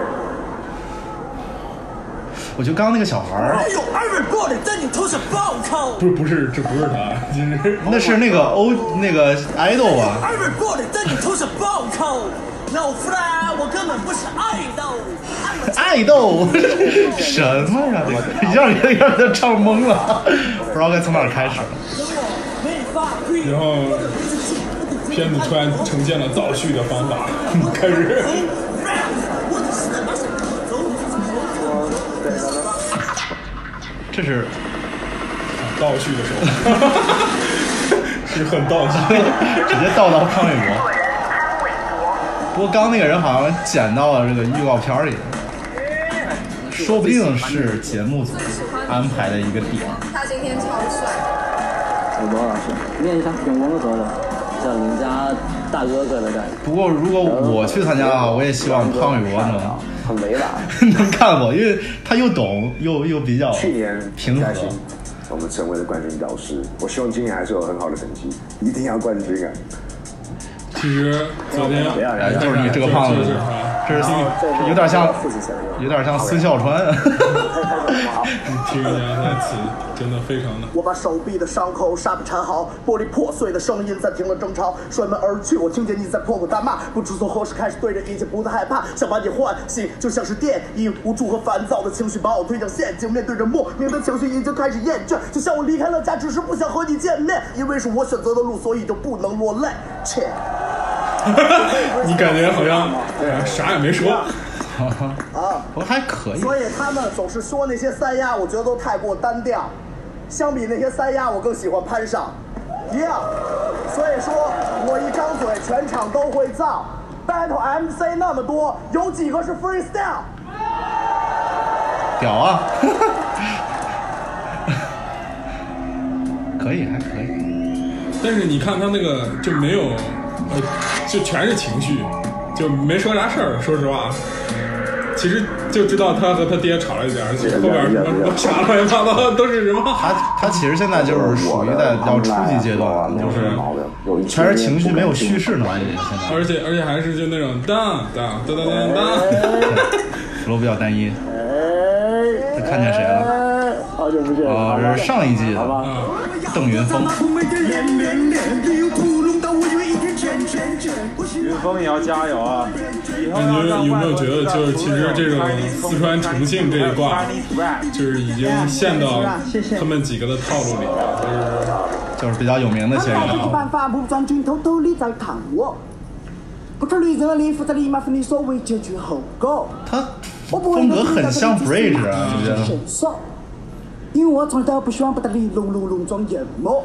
Speaker 1: 我觉得刚刚那个小孩儿
Speaker 9: 还。有 everybody 在你头上暴扣
Speaker 2: 不是不是，这不是他，就是
Speaker 1: 那是那个欧那个 idol 啊吧？
Speaker 9: ，everybody 在你头上暴扣。No fly，我根本不是爱豆。
Speaker 1: 爱豆什么呀？让人让人唱懵了，不知道该从哪儿开始了。
Speaker 2: 然后片子突然呈现了倒叙的方法， 开始。
Speaker 1: 这是
Speaker 2: 倒叙的时候，是很倒叙，
Speaker 1: 直接倒到潘玮柏。不过刚那个人好像剪到了这个预告片儿里，说不定是节目组安排的一个点。
Speaker 13: 他今天超帅，
Speaker 9: 我罗老师，面相挺温和的，像人家大哥哥的感觉。
Speaker 1: 不过如果我去参加的话，我也希望胖宇博能
Speaker 9: 很委婉。
Speaker 1: 能看我，因为他又懂又又比较
Speaker 10: 去年
Speaker 1: 平和
Speaker 10: 开。心，我们成为了冠军导师。我希望今年还是有很好的成绩，一定要冠军啊！
Speaker 2: 其实昨天
Speaker 1: 哎就是你这个胖子
Speaker 2: 就是
Speaker 1: 这是有点像，有点像孙笑川。
Speaker 2: 你听人家的词，真的非常的。
Speaker 7: 我把手臂的伤口纱布缠好，玻璃破碎的声音暂停了争吵，摔门而去。我听见你在破口大骂，不知所措时开始对着一切不再害怕，想把你唤醒，就像是电影，无助和烦躁的情绪把我推向陷阱。面对着莫名的情绪，已经开始厌倦，就像我离开了家，只是不想和你见面，因为是我选择的路，所以就不能落泪。切，
Speaker 2: 你感觉好像哎啥也没说，
Speaker 7: 啊，
Speaker 1: 我还可以。
Speaker 7: 所以他们总是说那些三亚，我觉得都太过单调。相比那些三亚，我更喜欢潘尚，一样。所以说我一张嘴，全场都会造。Battle MC 那么多，有几个是 freestyle？
Speaker 1: 屌啊！ 可以，还可以。
Speaker 2: 但是你看他那个就没有，呃，就全是情绪，就没说啥事儿。说实话，其实就知道他和他爹吵了一架，而且后边什么啥乱七八糟都是什么。
Speaker 1: 他他其实现在就是属于在要初级阶段，啊就是全是情绪，没有叙事能力。现在
Speaker 2: 而且而且还是就那种当当当当当当，
Speaker 1: flow 比较单一。他看见谁了？
Speaker 9: 哎好久不见
Speaker 1: 哦，这是上一季的邓云峰。
Speaker 15: 云峰也要加油啊！以后
Speaker 2: 感
Speaker 15: 要
Speaker 2: 觉
Speaker 15: 让
Speaker 2: 有
Speaker 15: 外
Speaker 2: 没有
Speaker 15: 国
Speaker 2: 觉得
Speaker 15: 知道
Speaker 2: 就是其实这种四川重庆这一挂，就是已经陷到
Speaker 7: 啊
Speaker 2: 他们几个的套路里了，
Speaker 1: 就是比较有名的些人
Speaker 7: 没办法，不装军头兜里在看我。不处理这里，负责立马分你所谓解决后果。
Speaker 1: 他
Speaker 7: 风
Speaker 1: 格很像 Bridge 啊你觉得吗
Speaker 7: 因为我从来都不喜欢被他利用弄弄装眼眸，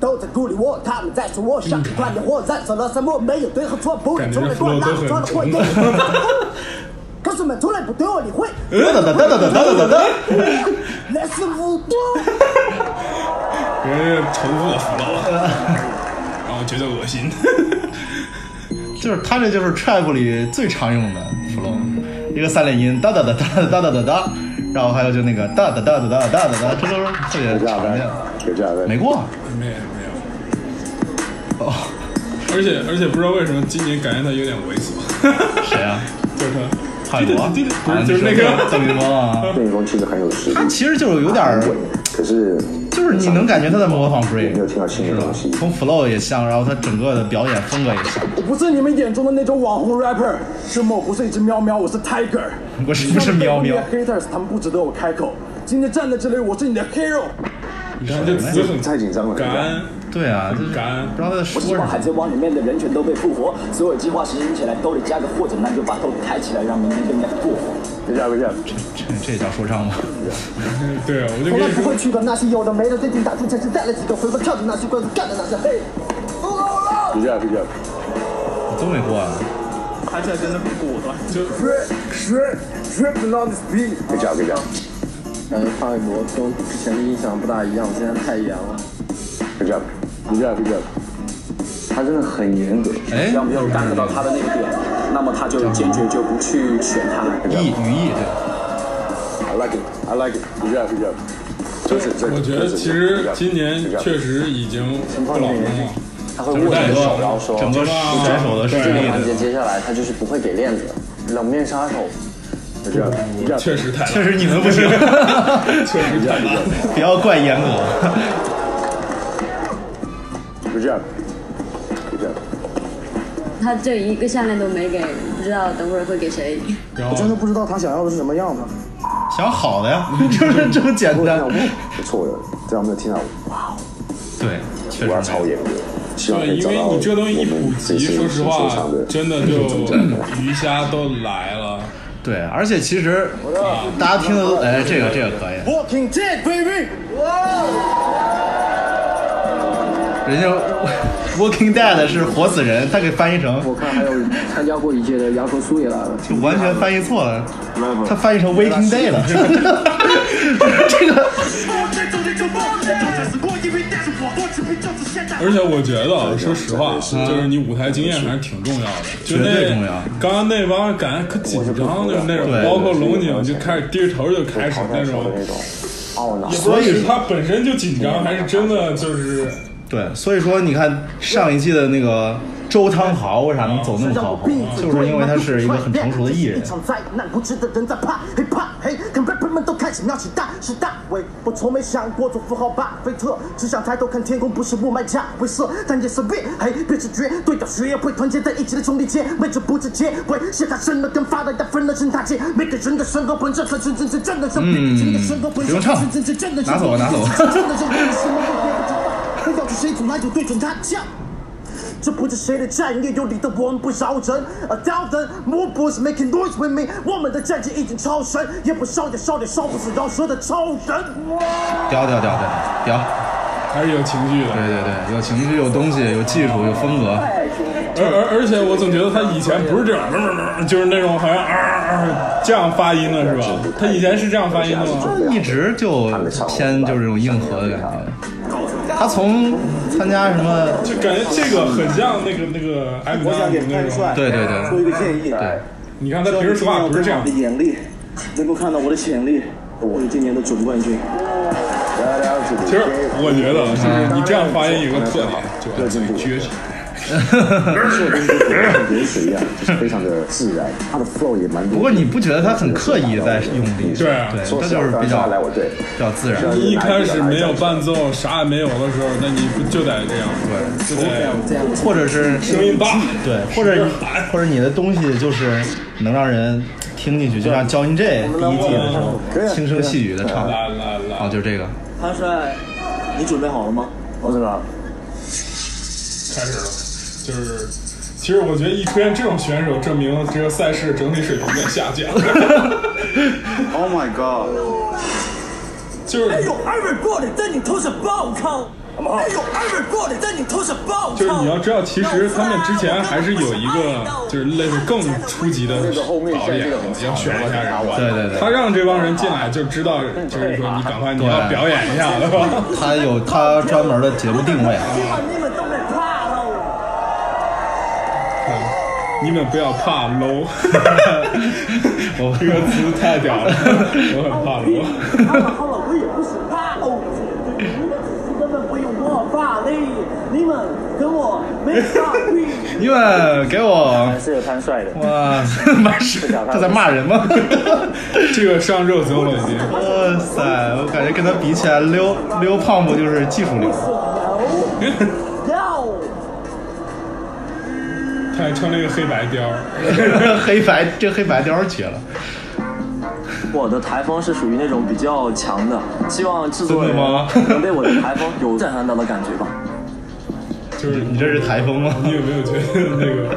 Speaker 7: 都在鼓励我，他们在说我像一团的火燃烧了什么？没有对和错，不认
Speaker 1: 感
Speaker 7: 错
Speaker 1: 觉
Speaker 7: 的
Speaker 1: flow
Speaker 7: 断，他
Speaker 1: 都很
Speaker 7: 们装的混
Speaker 1: 重
Speaker 7: 蛋。可是们从来不对我理会。
Speaker 1: 呃哒哒哒哒哒哒哒哒。
Speaker 7: 那是无毒。
Speaker 2: 人家重复我服了，然后觉得恶 心。
Speaker 1: 就是他这就是 trap 里最常用的 flow，一个三连音哒哒哒哒哒哒哒哒，然后还有就那个哒哒哒哒哒哒哒哒，这都是特别常见的。没过，啊
Speaker 2: 没没有。而且而且不知道为什么今年感觉他有点猥琐。
Speaker 1: 谁啊？
Speaker 2: 就是他。
Speaker 1: 汉国
Speaker 2: 对对对对，
Speaker 1: 啊
Speaker 2: 不是就是那
Speaker 1: 你
Speaker 2: 个
Speaker 1: 说邓云峰啊，
Speaker 10: 邓云峰其实很有实力，
Speaker 1: 他其实就是有点儿，
Speaker 10: 可是
Speaker 1: 就是你能感觉他在模仿 break，没有
Speaker 10: 听到新
Speaker 1: 的东西，从 flow 也像，然后他整个的表演风格也像，
Speaker 7: 我不是你们眼中的那种网红 rapper，是某不是一只喵喵，我是 Tiger，
Speaker 1: 不是不是喵喵。
Speaker 7: haters 他们不值得我开口。今天站在这里，我是你的 hero。
Speaker 2: 你看这词很
Speaker 10: 太紧张了，
Speaker 2: 干，
Speaker 1: 对啊，
Speaker 10: 就是
Speaker 2: 干，
Speaker 1: 不知道他在
Speaker 9: 我希望海贼王里面的人全都被复活，所有计划实行起来，兜里加个或者，那就把兜里抬起来，让明天更加过火。
Speaker 10: 别这样，别这样，
Speaker 1: 这这叫说唱吗？
Speaker 2: 对，我就
Speaker 7: 从
Speaker 2: 跟
Speaker 7: 来
Speaker 2: 你
Speaker 7: 不
Speaker 2: 说
Speaker 7: 会，去的那些有的没的，最近打出前是带了几个回不跳的那些关注干的那些黑。
Speaker 10: 别这样，别这样。
Speaker 1: 都没过啊。
Speaker 15: 看起来真的很果断。
Speaker 2: 就
Speaker 15: rip rip rip on this beat。
Speaker 10: 别这样，别这样，
Speaker 9: 感觉范玮博跟之前的印象不大一样，现在太严了。
Speaker 10: 别这样，别这样，别这样。他真的很严格，
Speaker 1: 哎，
Speaker 9: 要没有 get 到他的那个点，那么他就坚决就不去选他。
Speaker 1: 意语义
Speaker 10: I like it, I like it，别这样，别这样。就是这
Speaker 2: 我觉得其实今年确实已经不老中了，就是带手，
Speaker 9: 然后
Speaker 1: 啊
Speaker 9: 说这个环节，接下来他就是不会给面子，冷面杀手。
Speaker 10: 这样，这样，
Speaker 2: 确实太，
Speaker 1: 确实你们不行，
Speaker 2: 确实太难。
Speaker 1: 不要怪严格。
Speaker 10: 别这样，别这样。
Speaker 16: 他这一个项链都没给，不知道等会儿会给谁。
Speaker 7: 我真的不知道他想要的是什么样的。
Speaker 1: 想好的呀，就是这么简单。
Speaker 10: 不错的，这样没有听到我，哇哦，
Speaker 1: 对，确
Speaker 10: 实超严格。希望可
Speaker 2: 对，
Speaker 10: 以
Speaker 2: 因
Speaker 10: 找
Speaker 2: 为
Speaker 10: 到
Speaker 2: 你这东西一普
Speaker 10: 我们自己
Speaker 2: 及，说实
Speaker 10: 心手
Speaker 2: 话
Speaker 10: 上的，
Speaker 2: 真的就鱼虾都来了。
Speaker 1: 对，而且其实大家听的都，哎，这个这个可以。
Speaker 7: Walking Dead baby。哇！
Speaker 1: 人家 Walking Dead 是活死人，他给翻译成
Speaker 17: 我看还有参加过一届的牙科苏也来了，
Speaker 1: 就完全翻译错了，他翻译成 Waking Day 了。这个。
Speaker 2: 而且我觉得，啊说实话，就是你舞台经验还是挺重要的，就那
Speaker 1: 绝对重要
Speaker 2: 刚刚那帮感觉可紧张了，那种
Speaker 1: 对，
Speaker 2: 包括龙井就开始低着头就开始那种，
Speaker 1: 所以
Speaker 2: 也不知道是他本身就紧张，还是真的就是
Speaker 1: 对，所以说你看上一季的那个周汤豪为啥能走那么
Speaker 7: 啊
Speaker 1: 好红，就是因为他是一个很成熟的艺人
Speaker 7: 一。场灾难，无知的人在怕，嘿怕嘿，看 rapper 们都开始闹起大是大为。我从没想过做富豪巴菲特，只想抬头看天空，不是雾霾加灰色，但也是为嘿别直觉，对的学会团结在一起的兄弟间，为这不是结尾，写他生的跟发达的分了真大街，每个人的生活本质和真真正正的生活，
Speaker 1: 嗯
Speaker 7: 真的生活本质
Speaker 1: 不用唱
Speaker 7: 和真真正正的
Speaker 1: 拿走吧拿走吧
Speaker 7: 真正的生活什么都别不知道，那要是谁从来就对准他叫。这不是谁的战略，有理的我们不饶人。A thousand more boys making noise with me，我们的战绩已经超神，也不烧也烧也烧不死饶舌的超人。
Speaker 1: 屌屌屌屌屌，
Speaker 2: 还是有情绪的。
Speaker 1: 对对对，有情绪，有东西，有技术，有风格。
Speaker 2: 而而而且我总觉得他以前不是这样，嗯嗯嗯就是那种好像啊啊啊这样发音的是吧？他以前是这样发音的吗？
Speaker 1: 一直就偏就是这种硬核的感觉。他从参加什么，
Speaker 2: 就感觉这个很像那个那个艾米纳姆那种。
Speaker 1: 对对对
Speaker 18: 说一个建议，
Speaker 1: 对，
Speaker 2: 你看他平时说话不是这样
Speaker 18: 的眼力，能够看到我的潜力，我是今年的总冠军。
Speaker 2: 其实我觉得啊就是你这样发音有个特点，
Speaker 19: 各
Speaker 2: 就
Speaker 19: 进步，
Speaker 2: 撅起
Speaker 19: 流水一样，就是非常的自然，他的 flow 也蛮多。
Speaker 1: 不过你不觉得他很刻意在用力？
Speaker 2: 对啊
Speaker 1: 对，
Speaker 2: 说
Speaker 1: 他
Speaker 2: 实
Speaker 1: 就
Speaker 2: 话
Speaker 1: 是比较
Speaker 2: 刚才来
Speaker 19: 我对
Speaker 1: 比较自然。
Speaker 2: 你一开始没有伴奏，啥也没有的时候，那你不就得这样？对，就得
Speaker 1: 或者是
Speaker 2: 声音大，
Speaker 1: 对，或者或者你的东西就是能让人听进去，就像《教音 J》第一季的时候轻声细语的唱，
Speaker 2: 来来
Speaker 1: 哦，就这个，
Speaker 18: 潘帅，你准备好了吗？我准备好了。
Speaker 2: 开始了，就是。其实我觉得一出现这种选手，证明这个赛事整体水平在下降。
Speaker 18: Oh my god！
Speaker 2: 就是
Speaker 18: 哎
Speaker 2: 呦
Speaker 18: ，everybody 在你头上爆康！哎呦，everybody 在你头上爆
Speaker 2: 就是你
Speaker 9: 哦
Speaker 2: 要知道，其实他们之前还是有一个，就是类似更初级的导演要选一下人吧。
Speaker 1: 对对对
Speaker 2: 他让这帮人进来就知道，就是说你赶快你要表演一下，对吧？
Speaker 1: 他有他专门的节目定位，啊
Speaker 2: 你们不要怕 low，我这个词太屌了，我很怕 low。
Speaker 7: 好了，我也不是怕哦，你们只是根本不用我发力，你们跟我没啥比。
Speaker 1: 你们给我
Speaker 18: 还是有潘帅的。
Speaker 1: 哇， 马是他在骂人吗？
Speaker 2: 这个上热搜了已经。
Speaker 1: 哇塞，我感觉跟他比起来，溜溜胖不就是技术流？
Speaker 2: 他还穿了一个黑白貂儿，
Speaker 1: 黑白这黑白貂绝了。
Speaker 18: 我的台风是属于那种比较强的，希望制作人
Speaker 1: 真的吗
Speaker 18: 能被我的台风有震撼到的感觉吧。
Speaker 2: 就是
Speaker 1: 你这是台风吗？
Speaker 2: 你有没有觉得那个，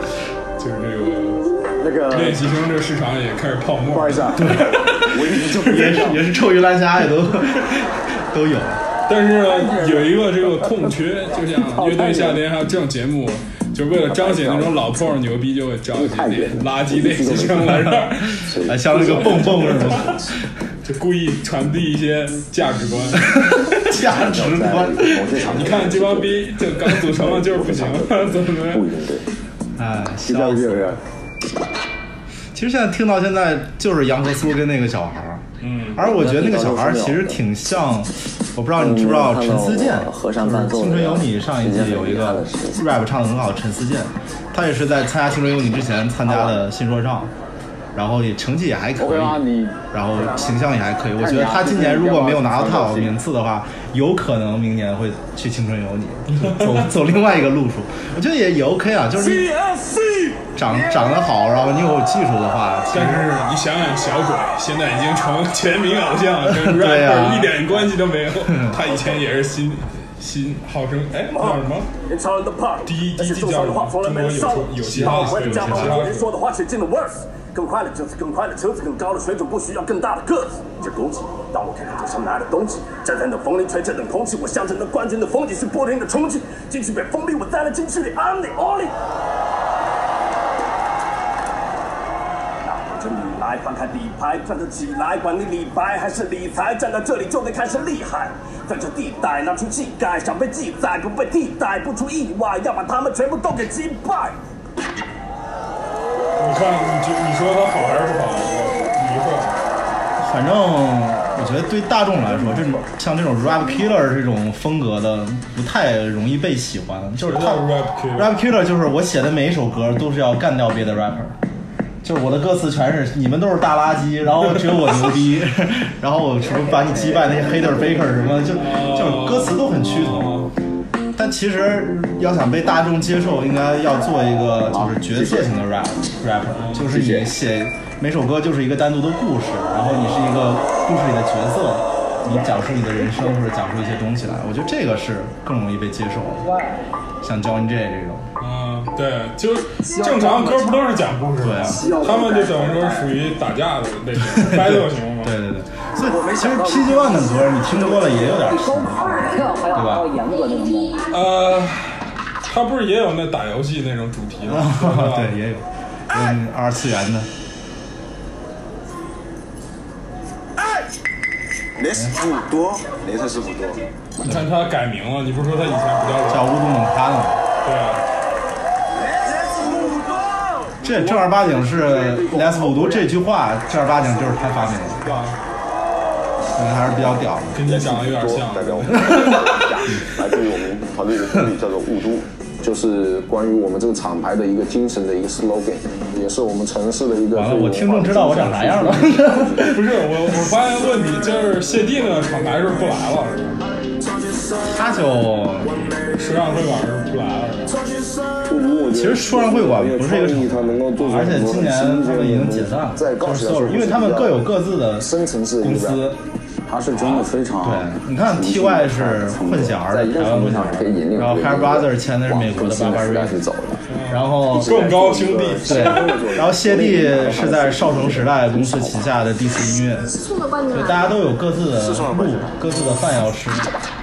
Speaker 2: 就是这个那
Speaker 18: 个
Speaker 2: 练习生这个市场也开始泡沫？不好意思啊，对，
Speaker 1: 我一直就也是也是臭鱼烂虾也都 都有。
Speaker 2: 但是呢，有一个这个空缺，就像乐队夏天还有这种节目，就是为了彰显那种老炮儿牛逼，就会找一些垃圾练习生来这儿，
Speaker 1: 哎像那个蹦蹦似的，
Speaker 2: 就故意传递一些价值观。
Speaker 1: 价值观，
Speaker 2: 你看这帮逼，就刚组成了就是不行，怎么怎么
Speaker 1: 哎，笑死了。其实现在听到现在就是杨和苏跟那个小孩儿，
Speaker 2: 嗯
Speaker 1: 而我觉得那个小孩儿其实挺像，我不知道你知不知道陈思健，
Speaker 18: 和尚伴奏
Speaker 1: 青春有你上一季有一个 rap 唱的很好的陈思健，他也是在参加青春有你之前参加的新说唱，然后也成绩也还可以，然后形象也还可以。我觉得他今年如果没有拿到太好的名次的话，有可能明年会去青春有你，走走另外一个路数。我觉得也也 OK 啊，就是你
Speaker 18: CFC
Speaker 1: 长长得好，然后你有技术的话，其实
Speaker 2: 但是你想想，小鬼现在已经成全民偶像，跟
Speaker 1: 对呀
Speaker 2: rapper 一点关系都没有。他以前也是新新号称哎叫什么？第一第一季叫什么？中国有有嘻哈，对有嘻哈。
Speaker 11: 说的话，水进了 worth。
Speaker 9: 更快的车子，更快的车子，更高的水准，不需要更大的个子。这攻击，当我看着桌上拿着东西，站在那风里吹着冷空气，我象征着冠军的风景是不停的冲击，进去被封闭，我在那禁区里，I'm the only。拿着你来，翻开底牌，站得起来，管你理白还是理财，站在这里就能开始厉害。在这地带拿出气概，想被记载不被替代，不出意外要把他们全部都给击败。
Speaker 2: 你看，你觉你说它好还是不好？我你说，
Speaker 1: 反正我觉得对大众来说，这种像这种 rap killer 这种风格的不太容易被喜欢，就是
Speaker 2: 什么
Speaker 1: 他
Speaker 2: 叫 rap killer？
Speaker 1: rap killer 就是我写的每一首歌都是要干掉别的 rapper，就是我的歌词全是你们都是大垃圾，然后只有我牛 逼，然后我什么把你击败那些 hater baker 什么，就
Speaker 2: 哦
Speaker 1: 就是歌词都很趋同。但其实要想被大众接受，应该要做一个就是角色型的 rap rapper，就是你写每首歌就是一个单独的故事，然后你是一个故事里的角色，你讲述你的人生或者讲述一些东西来，我觉得这个是更容易被接受的。像 Johnny J 这种，
Speaker 2: 嗯，对，就正常歌不都是讲故事
Speaker 1: 对
Speaker 2: 吗
Speaker 1: 啊？
Speaker 2: 他们就等于说属 于打架的类型，battle 型吗？
Speaker 1: 对对对，所以其实 PG One 的歌你听多了也有点儿，对吧？
Speaker 2: 呃，他不是也有那打游戏那种主题吗？
Speaker 1: 啊对，也有，嗯，二次元的。
Speaker 20: 雷师傅多，雷特师傅多。
Speaker 2: 你看他改名了，你不是说他以前不叫
Speaker 1: 叫乌杜蒙卡吗？
Speaker 2: 对啊，
Speaker 1: 这正儿八经是 “less 五毒”这句话，正儿八经就是他发明的，嗯还是比较屌的。
Speaker 2: 跟你长得有点像。
Speaker 10: 代表我们来自于我们团队的经理叫做雾都，就是关于我们这个厂牌的一个精神的一个 slogan，也是我们城市的一个。
Speaker 1: 完了我听众知道我长啥样了
Speaker 2: 不是我，我发现问题就是谢帝那个厂牌是不来了，
Speaker 1: 他就
Speaker 2: 时尚会馆是不来了。
Speaker 1: 其实说唱会馆不是一个厂牌，而且今年他们已经解散了，
Speaker 10: 在高
Speaker 1: 就是
Speaker 10: 血
Speaker 1: 所
Speaker 10: 压
Speaker 1: 有人因为他们各有各自的
Speaker 10: 深层次
Speaker 1: 公
Speaker 10: 一
Speaker 1: 司
Speaker 10: 个。他是真的非常
Speaker 1: 对，你看 TY 是混血儿的台湾混血儿，然后 Hair Brother 签的是美国的 Barbary，然后
Speaker 2: 更高兄弟
Speaker 1: 对， 然后谢帝是在少城时代公司旗下的 DC 音乐，对，大家都有各自的路，各自的饭肴吃，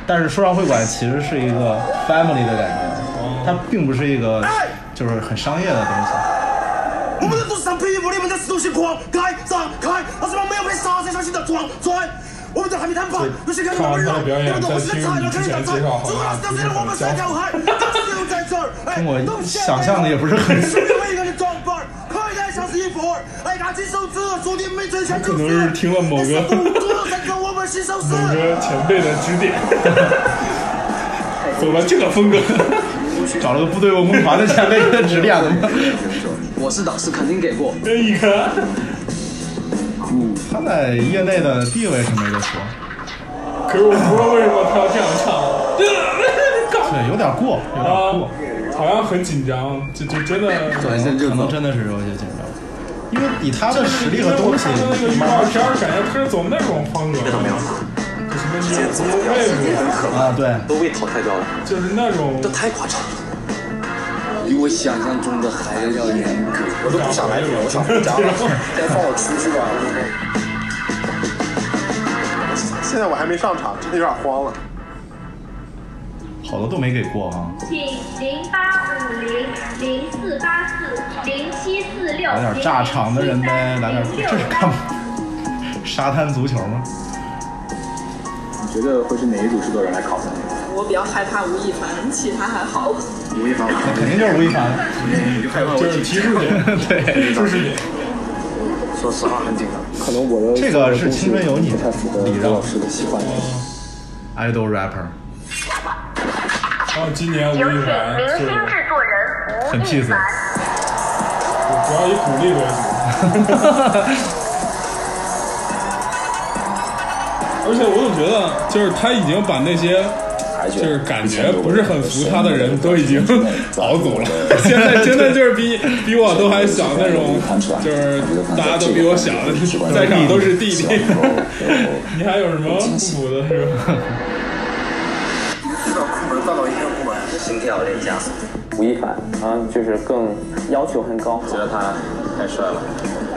Speaker 1: 但是说唱会馆其实是一个 family 的感觉，它并不是一个就是很商业的东西。
Speaker 9: 我们的都市上皮肤，你们的都市狂，该张开，而是我们要被杀才相信的装拽。我们的还没谈判，有些看
Speaker 2: 看
Speaker 9: 我
Speaker 2: 完
Speaker 9: 们
Speaker 2: 他
Speaker 9: 老，
Speaker 2: 的表
Speaker 9: 你
Speaker 2: 演，
Speaker 9: 们的
Speaker 2: 再
Speaker 9: 我是
Speaker 2: 听
Speaker 9: 菜
Speaker 2: 你
Speaker 9: 鸟，
Speaker 2: 之
Speaker 9: 看
Speaker 2: 前
Speaker 9: 你的菜
Speaker 2: 介绍，好
Speaker 9: 主要
Speaker 2: 像不是
Speaker 9: 是当时我
Speaker 2: 很
Speaker 9: 们三
Speaker 2: 像
Speaker 9: 条。海，当时在这儿，哎，
Speaker 1: 跟我想象的也不是很
Speaker 9: 是为了装扮，快来像是一伙，哎，拿起手指，说你们最强
Speaker 2: 可
Speaker 9: 就
Speaker 2: 能
Speaker 9: 是。
Speaker 2: 是听了某个
Speaker 9: 多才跟我们是首
Speaker 2: 某 个前辈的指 点，走了这个风格，
Speaker 1: 找了个部队文工团的前辈的指点了吗？
Speaker 21: 我是导师，肯定给过。
Speaker 2: 你看，
Speaker 1: 嗯，他在业内的地位是没得说，
Speaker 2: 可是我不知道为什么他要这样 唱，
Speaker 1: 对，有点过，有点过，
Speaker 2: 好像很紧张，就就真的，
Speaker 1: 可能真的是有些紧张，因为以他的实力和
Speaker 2: 我
Speaker 1: 东西
Speaker 2: 看，他那个预告片儿，感觉他是走那种风格，没有，什么野猪妹妹，
Speaker 1: 啊，对，
Speaker 20: 都被淘汰掉了，
Speaker 2: 就是那种，
Speaker 20: 这太夸张了。
Speaker 22: 比我想象中的还要严格，我都不想来这个，我想回家了，该放我出去吧。
Speaker 20: 现在我还没上场，真的有点慌了。
Speaker 1: 好多都没给过啊。
Speaker 13: 请零八五零零四八四零七四六
Speaker 1: 来点炸场的人呗，来点这是干嘛？沙滩足球吗？
Speaker 10: 你觉得会是哪一组制作人来考的？
Speaker 23: 我比较害怕吴亦凡，其他还好。
Speaker 10: 吴亦凡，
Speaker 1: 那肯定就是吴亦凡，
Speaker 2: 就是提示点，
Speaker 1: 对，
Speaker 2: 就是你。
Speaker 22: 说实话，很紧张。
Speaker 10: 可能我的
Speaker 1: 这个是青春有你
Speaker 10: 不太符合
Speaker 1: 李
Speaker 10: 周
Speaker 1: 让
Speaker 10: 老师的喜欢。
Speaker 1: idol rapper，
Speaker 2: 然后今年吴亦凡就是
Speaker 13: 作人
Speaker 24: 啊
Speaker 1: 很 peace。
Speaker 2: 主要以鼓励为主，而且我总觉得，就是他已经把那些，就是感觉不是很服他的人都已经熬走了。现在真的就是比比我都还小那种，就是大家都比我小的，在场都是弟弟。你还有什么不服的是吧？
Speaker 22: 这个部门到到一个部门，心跳有点加速。
Speaker 25: 吴亦凡，然后就是更要求很高，觉得他太帅了。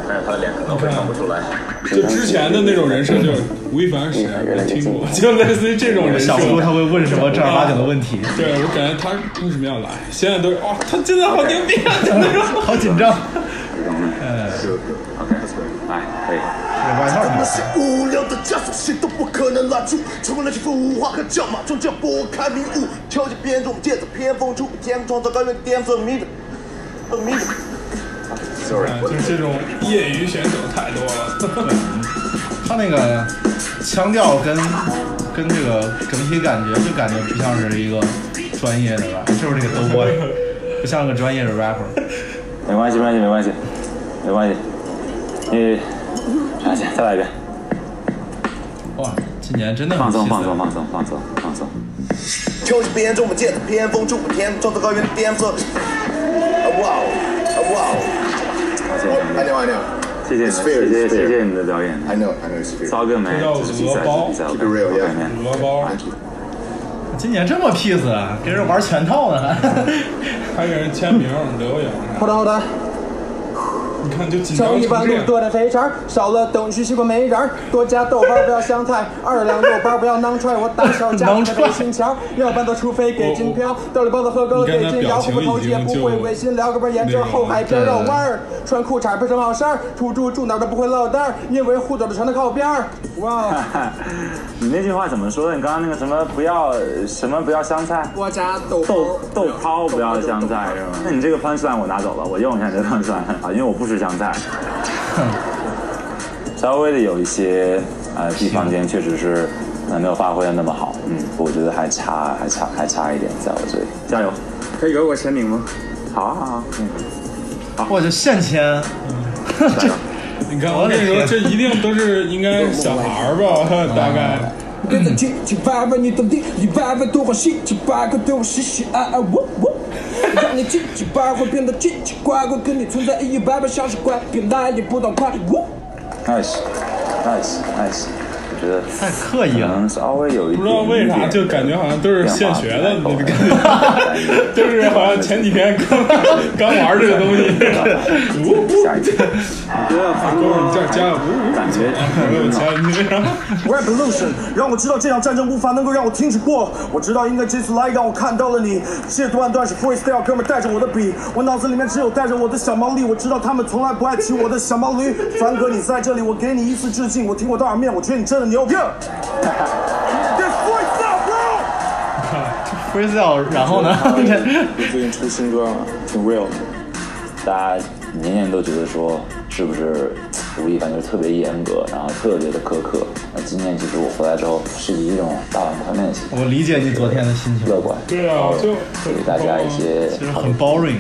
Speaker 6: 但是他的脸可能会看不出来。
Speaker 2: 就之前的那种人设，就是吴亦凡谁啊没听过，就类似于这种人设。
Speaker 1: 想不出他会问什么正儿八经的问题。
Speaker 2: 对，我感觉他为什么要来？现在都是哦，他真的好牛逼啊！真的是
Speaker 1: 好紧张。
Speaker 6: 嗯，OK，哎，可以。
Speaker 9: 他那些无聊的枷锁，谁都不可能拦住。成为了这副无话可叫马，终将拨开迷雾，挑起编钟，借着偏锋出天窗，在高原巅峰迷着，迷着。
Speaker 2: Sorry，就是这种业余选手太多了。
Speaker 1: 他那个腔调跟跟这个整体感觉，就感觉不像是一个专业的吧，就 是这个兜 boy，不像个专业的 rapper。
Speaker 6: 没关系，没关系，没关系，没关系。你，没关系，再来一遍。
Speaker 1: 哇，今年真的很
Speaker 6: 放松，
Speaker 1: 气死
Speaker 6: 放松，放松，放松，放松。
Speaker 9: 挑起编钟，借着偏锋出天窗，在高原巅峰。
Speaker 6: 啊
Speaker 9: 哇哦，哇哦！
Speaker 6: I know, I know. 谢谢你们，谢谢谢谢你的表演。I know, I know. It's 糟哥没，这是比赛，这是比赛。Keep it real, yeah.
Speaker 2: 荷包，
Speaker 1: 今年这么 peace，啊给人玩全套呢，
Speaker 2: 还给人签名留影。
Speaker 26: 好的好的，
Speaker 2: 你看就紧
Speaker 26: 盛
Speaker 2: 张
Speaker 26: 一
Speaker 2: 成
Speaker 26: 碗
Speaker 2: 这
Speaker 26: 路
Speaker 2: 样。
Speaker 26: 多点肥肠儿，少了等于西瓜没瓤儿，多加豆瓣儿不要香菜，二两肉包儿不要囊踹，我打小家才被心桥，料拌的除非给金飘，豆粒包子喝够了
Speaker 2: 你
Speaker 26: 给
Speaker 2: 刚才
Speaker 26: 金
Speaker 2: 表
Speaker 26: 摇，
Speaker 2: 情
Speaker 26: 不头
Speaker 2: 已
Speaker 26: 也
Speaker 2: 经
Speaker 26: 不
Speaker 2: 就
Speaker 26: 会违心聊个边儿，沿
Speaker 2: 那
Speaker 26: 着
Speaker 2: 个
Speaker 26: 后海边儿绕
Speaker 2: 对
Speaker 26: 弯儿，穿裤衩儿不是好事儿，土著住哪儿都不会落单儿，因为护短的船的靠边儿，哇。
Speaker 6: 你那句话怎么说的？你刚刚那个什么不要什么不要香菜，
Speaker 26: 多加豆
Speaker 6: 豆豆泡不要香菜是吗？那你这个 punch line 我拿走了，我用一下你的 punch line 啊，因为我不吃香菜。稍微的有一些呃地方间确实是呃没有发挥的那么好，嗯，我觉得还差还差还差一点，在我这里加油。
Speaker 27: 可以给我签名吗？
Speaker 6: 好啊好啊，嗯。
Speaker 1: 我就现签。
Speaker 2: 你看，我跟你说，这一定都是应该小孩儿吧，大概。
Speaker 28: 跟着听，去歪歪你的脸，一歪歪多欢喜，去八个对我喜喜爱爱我我。让你奇奇怪怪变得奇奇怪怪，跟你存在意义百倍，像是怪变来也不懂快我。
Speaker 6: Nice, nice, nice。我觉得
Speaker 1: 太刻意了，
Speaker 6: 稍微有一
Speaker 2: 不知道为啥，就感觉好像都是现学的那个感觉，都是好像前几天刚刚玩这个东西。
Speaker 6: 下一个，
Speaker 2: 啊，哥们儿，你这儿加油！感觉有钱，
Speaker 9: Revolution，让我知道这场战争无法能够让我停止过。我知道应该这次来让我看到了你。这段段是 freestyle，哥们儿带着我的笔，我脑子里面只有带着我的小毛驴。我知道他们从来不爱骑我的小毛驴。凡哥，你在这里，我给你一次致敬。我听我的耳面，我觉得你真的牛逼。This freestyle, bro.
Speaker 1: freestyle，然 后呢？
Speaker 6: 最近出新歌了，挺 real 的。大家年年都觉得说，是不是吴亦凡就是特别严格，然后特别的苛刻？那今年其实我回来之后，是以一种大碗宽面的心
Speaker 1: 我理解你昨天的心情。
Speaker 6: 乐观，
Speaker 2: 对啊，就啊
Speaker 6: 给大家一些
Speaker 1: 其实很 boring。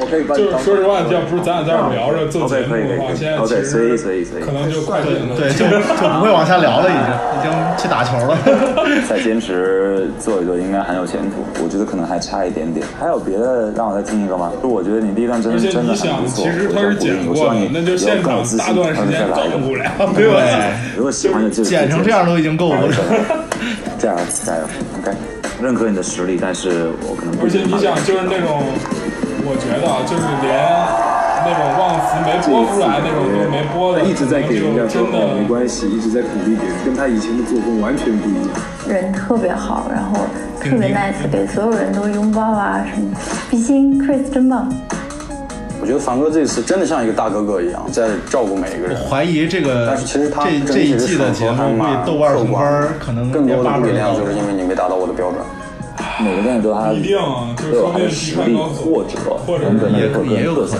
Speaker 6: 我可以帮
Speaker 2: 就是说实话，要不是咱俩在这儿聊着做节目的话，现在其实可能就快点了。
Speaker 1: 对，就就不会往下聊了，已经已经去打球了。
Speaker 6: 再坚持做一做，应该很有前途。我觉得可能还差一点点。还有别的，让我再听一个吗？就我觉得你第一段真
Speaker 2: 而
Speaker 6: 的
Speaker 2: 且
Speaker 6: 真
Speaker 2: 你
Speaker 6: 的很
Speaker 2: 想，
Speaker 6: 不错。
Speaker 2: 其实他是剪
Speaker 6: 我
Speaker 2: 过
Speaker 6: 希望
Speaker 2: 的
Speaker 6: 你，
Speaker 2: 那就现场大段时间更无聊， 对
Speaker 6: 对
Speaker 2: 吧？
Speaker 6: 如果喜欢就继续
Speaker 1: 剪成这样都已经够无聊了。
Speaker 6: 加油加油，OK。认可你的实力，但是我可能不
Speaker 2: 而且你想，就是那种，我觉得啊，就是连那种忘词没播出来那种都没播的，
Speaker 29: 一直在给人家说
Speaker 2: 真的
Speaker 29: 哦没关系，一直在鼓励别人，跟他以前的作风完全不一样。
Speaker 10: 人特别好，然后特别 nice，给所有人都拥抱啊什么。比心，Chris 真棒。
Speaker 11: 我觉得凡哥这次真的像一个大哥哥一样，在照顾每一个人。
Speaker 1: 怀疑这个，
Speaker 11: 但是其实他
Speaker 1: 这这一季的节目被豆瓣评分可能
Speaker 11: 更多
Speaker 1: 连
Speaker 11: 的
Speaker 1: 八
Speaker 11: 不
Speaker 1: 分
Speaker 11: 原
Speaker 1: 都到
Speaker 11: 谅，
Speaker 1: 不
Speaker 11: 就是
Speaker 1: 了。
Speaker 11: 因为你没达到我的标准。
Speaker 6: 每个人都他
Speaker 2: 一定啊，就是说
Speaker 6: 的
Speaker 2: 明
Speaker 6: 实力或者人本的个人特色，